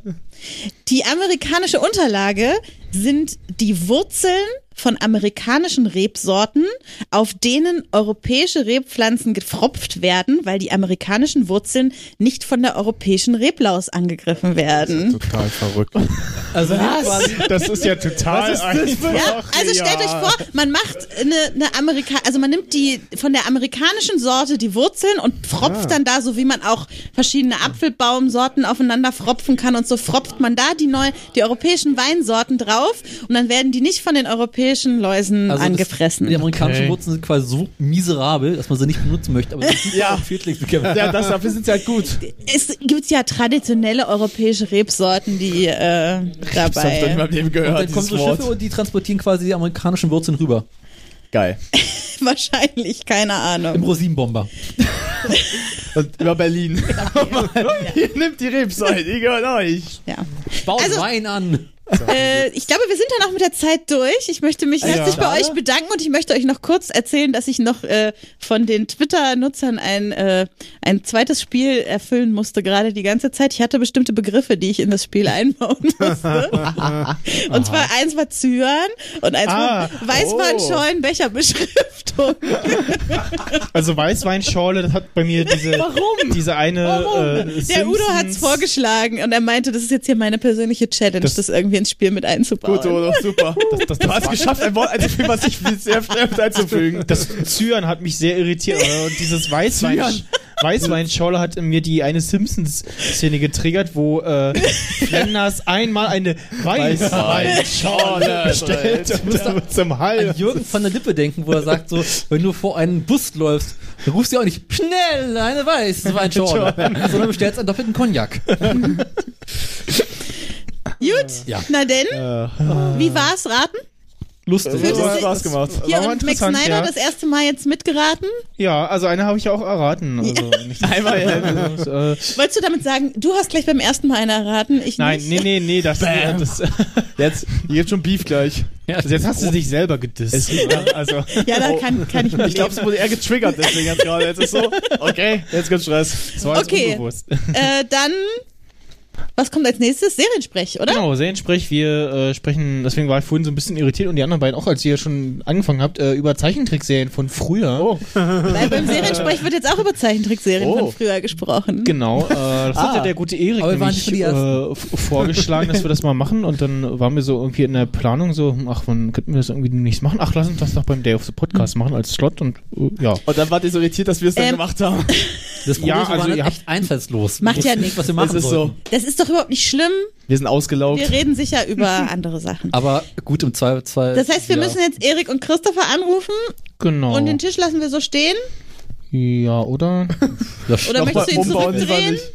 [SPEAKER 3] die amerikanische Unterlage sind die Wurzeln von amerikanischen Rebsorten, auf denen europäische Rebpflanzen gepfropft werden, weil die amerikanischen Wurzeln nicht von der europäischen Reblaus angegriffen werden.
[SPEAKER 5] Total verrückt.
[SPEAKER 7] Also quasi
[SPEAKER 9] Das ist ja total einfach.
[SPEAKER 3] Ja, also stellt euch vor, man macht eine, eine Amerika, also man nimmt die von der amerikanischen Sorte die Wurzeln und pfropft dann da, so wie man auch verschiedene Apfelbaumsorten aufeinander fropfen kann und so fropft man da die neu, die europäischen Weinsorten drauf und dann werden die nicht von den europäischen Läusen
[SPEAKER 7] Also das-
[SPEAKER 3] angefressen.
[SPEAKER 7] Die amerikanischen Wurzeln sind quasi so miserabel, dass man sie nicht benutzen möchte, aber sie
[SPEAKER 4] [laughs]
[SPEAKER 7] sind
[SPEAKER 4] Ja.
[SPEAKER 7] auch Schädlingsbekämpfung.
[SPEAKER 4] Ja, das, dafür sind sie halt gut.
[SPEAKER 3] es gibt ja traditionelle europäische Rebsorten, die äh,
[SPEAKER 4] Das habe ich doch nicht in
[SPEAKER 3] dabei.
[SPEAKER 4] meinem Leben gehört.
[SPEAKER 7] Dann kommen so
[SPEAKER 4] dieses
[SPEAKER 7] Schiffe
[SPEAKER 4] Wort.
[SPEAKER 7] und die transportieren quasi die amerikanischen Wurzeln rüber.
[SPEAKER 4] Geil.
[SPEAKER 3] [laughs] Wahrscheinlich, keine
[SPEAKER 7] Im
[SPEAKER 3] Ahnung.
[SPEAKER 7] Rosinenbomber.
[SPEAKER 4] Und über Berlin. Ihr nimmt die Rebseite, die gehört euch.
[SPEAKER 3] Ja.
[SPEAKER 7] Baut
[SPEAKER 3] Also-
[SPEAKER 7] Wein an.
[SPEAKER 3] Äh, ich glaube, wir sind dann auch mit der Zeit durch. Ich möchte mich herzlich bei euch bedanken und ich möchte euch noch kurz erzählen, dass ich noch äh, von den Twitter-Nutzern ein, äh, ein zweites Spiel erfüllen musste, gerade die ganze Zeit. Ich hatte bestimmte Begriffe, die ich in das Spiel einbauen musste. und zwar eins war Zyan und eins
[SPEAKER 9] Ah,
[SPEAKER 3] war Weißweinschollen, Becherbeschriftung.
[SPEAKER 9] Also Weißweinschorle, das hat bei mir diese, diese eine. Äh,
[SPEAKER 3] Der Udo
[SPEAKER 9] Simpsons-
[SPEAKER 3] hat's vorgeschlagen und er meinte, das ist jetzt hier meine persönliche Challenge, das, irgendwie ins Spiel mit einzubauen.
[SPEAKER 4] Gut, Udo, super.
[SPEAKER 9] Das, das,
[SPEAKER 4] Du
[SPEAKER 9] das,
[SPEAKER 4] hast geschafft, ein Wort einzufügen, was ich sehr schnell einzufügen. [laughs]
[SPEAKER 9] das Zyan hat mich sehr irritiert. Und dieses Weißwein.
[SPEAKER 4] Zyan.
[SPEAKER 2] Weißweinschorle hat in mir die eine Simpsons-Szene getriggert, wo äh, Flenders einmal eine Weißweinschorle bestellt und dann mit zum
[SPEAKER 7] an
[SPEAKER 2] Hals.
[SPEAKER 7] [laughs] Jürgen von der Lippe denken, wo er sagt so, wenn du vor einen Bus läufst, dann rufst du ja auch nicht schnell eine Weißweinschorle, sondern bestellst einen doppelten Cognac.
[SPEAKER 3] Gut,
[SPEAKER 7] Ja.
[SPEAKER 3] na denn, wie war's raten?
[SPEAKER 10] Lustig.
[SPEAKER 3] Fühlt es
[SPEAKER 10] Hat
[SPEAKER 3] sich-
[SPEAKER 10] Spaß gemacht.
[SPEAKER 3] Hier
[SPEAKER 2] war mal
[SPEAKER 3] und Max
[SPEAKER 2] interessant,
[SPEAKER 3] Snyder
[SPEAKER 2] ja.
[SPEAKER 3] das erste Mal jetzt mitgeraten.
[SPEAKER 2] Ja, also eine habe ich auch erraten. Also nicht einmal. äh,
[SPEAKER 3] Wolltest du damit sagen, du hast gleich beim ersten Mal eine erraten? Ich
[SPEAKER 2] nein,
[SPEAKER 3] nicht.
[SPEAKER 2] nee, nee, nee, das, äh, das
[SPEAKER 4] Jetzt, hier gibt schon Beef gleich. Oh.
[SPEAKER 2] also jetzt hast du dich selber gedisst. Ja, also
[SPEAKER 3] Ja, da kann, kann ich
[SPEAKER 4] Ich
[SPEAKER 3] nicht.
[SPEAKER 4] glaube, es wurde eher getriggert, deswegen jetzt gerade. Jetzt ist so, okay, jetzt gibt's Stress.
[SPEAKER 2] das war jetzt
[SPEAKER 3] Okay.
[SPEAKER 2] unbewusst.
[SPEAKER 3] Äh, dann, was kommt als nächstes? Seriensprech,
[SPEAKER 2] [laughs]
[SPEAKER 3] oder?
[SPEAKER 2] Genau, Serien sprich, wir äh, sprechen, deswegen war ich vorhin so ein bisschen irritiert und die anderen beiden auch, als ihr schon angefangen habt, äh, über Zeichentrickserien von früher. Oh.
[SPEAKER 3] Weil beim Seriensprech wird jetzt auch über Zeichentrickserien
[SPEAKER 4] Oh.
[SPEAKER 3] von früher gesprochen.
[SPEAKER 2] Genau, äh, das hat ja der gute Erik
[SPEAKER 7] Ah. aber wir waren
[SPEAKER 2] nämlich
[SPEAKER 7] nicht die
[SPEAKER 2] äh, f- vorgeschlagen, dass wir das mal machen und dann waren wir so irgendwie in der Planung so, hm, ach, wann könnten wir das irgendwie demnächst machen? Ach, lass uns das doch beim Day of the Podcast
[SPEAKER 7] Mhm.
[SPEAKER 2] machen als Slot und äh, ja.
[SPEAKER 4] Und dann oh, wart ihr so irritiert, dass wir es dann
[SPEAKER 3] Ähm,
[SPEAKER 4] gemacht haben.
[SPEAKER 7] Das Problem
[SPEAKER 2] Ja,
[SPEAKER 7] ist, wir
[SPEAKER 2] also
[SPEAKER 7] waren
[SPEAKER 2] ihr
[SPEAKER 7] halt echt einfallslos. Wir
[SPEAKER 3] Macht ja
[SPEAKER 7] wussten
[SPEAKER 3] nichts.
[SPEAKER 7] was wir machen
[SPEAKER 4] Es ist so,
[SPEAKER 7] sollten.
[SPEAKER 3] Das ist doch überhaupt nicht schlimm.
[SPEAKER 4] wir sind ausgelaugt.
[SPEAKER 3] Wir reden sicher über andere Sachen.
[SPEAKER 7] Aber gut, im Zweifelsfall.
[SPEAKER 3] Das heißt, wir
[SPEAKER 7] ja.
[SPEAKER 3] müssen jetzt Erik und Christopher anrufen
[SPEAKER 2] Genau.
[SPEAKER 3] und den Tisch lassen wir so stehen.
[SPEAKER 2] ja,
[SPEAKER 7] [laughs]
[SPEAKER 2] oder?
[SPEAKER 3] Oder
[SPEAKER 4] Nochmal
[SPEAKER 3] möchtest du ihn
[SPEAKER 4] umbauen, das war
[SPEAKER 3] zurückdrehen?
[SPEAKER 4] nicht-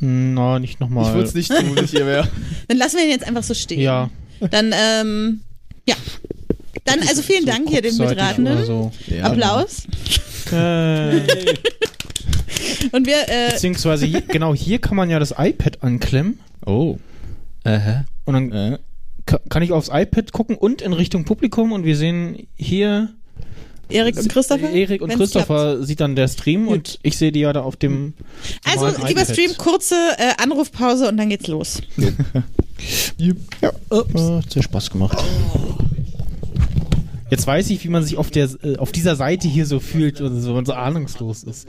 [SPEAKER 2] Na, nicht nochmal.
[SPEAKER 4] Ich würde es nicht tun, nicht hier mehr.
[SPEAKER 3] Dann lassen wir ihn jetzt einfach so stehen.
[SPEAKER 2] Ja.
[SPEAKER 3] Dann, ähm, ja. Dann, also vielen Dank hier den
[SPEAKER 2] kurzzeitig oder
[SPEAKER 7] ne?
[SPEAKER 3] Mitratenden.
[SPEAKER 2] So.
[SPEAKER 3] Applaus.
[SPEAKER 2] Äh,
[SPEAKER 3] Und wir, äh,
[SPEAKER 2] beziehungsweise, hier, genau, hier kann man ja das iPad anklemmen
[SPEAKER 4] Oh.
[SPEAKER 7] Aha.
[SPEAKER 2] und dann ka- kann ich aufs iPad gucken und in Richtung Publikum und wir sehen hier
[SPEAKER 3] Erik und Christopher.
[SPEAKER 2] Erik und
[SPEAKER 3] wenn's
[SPEAKER 2] Christopher sieht dann der Stream und ich sehe die ja da auf dem
[SPEAKER 3] klappt. Also, lieber
[SPEAKER 2] iPad.
[SPEAKER 3] Stream, kurze äh, Anrufpause und dann geht's los.
[SPEAKER 2] Äh, hat sehr Spaß gemacht. Jetzt weiß ich, wie man sich auf der äh, auf dieser Seite hier so fühlt, also, wenn man so ahnungslos ist.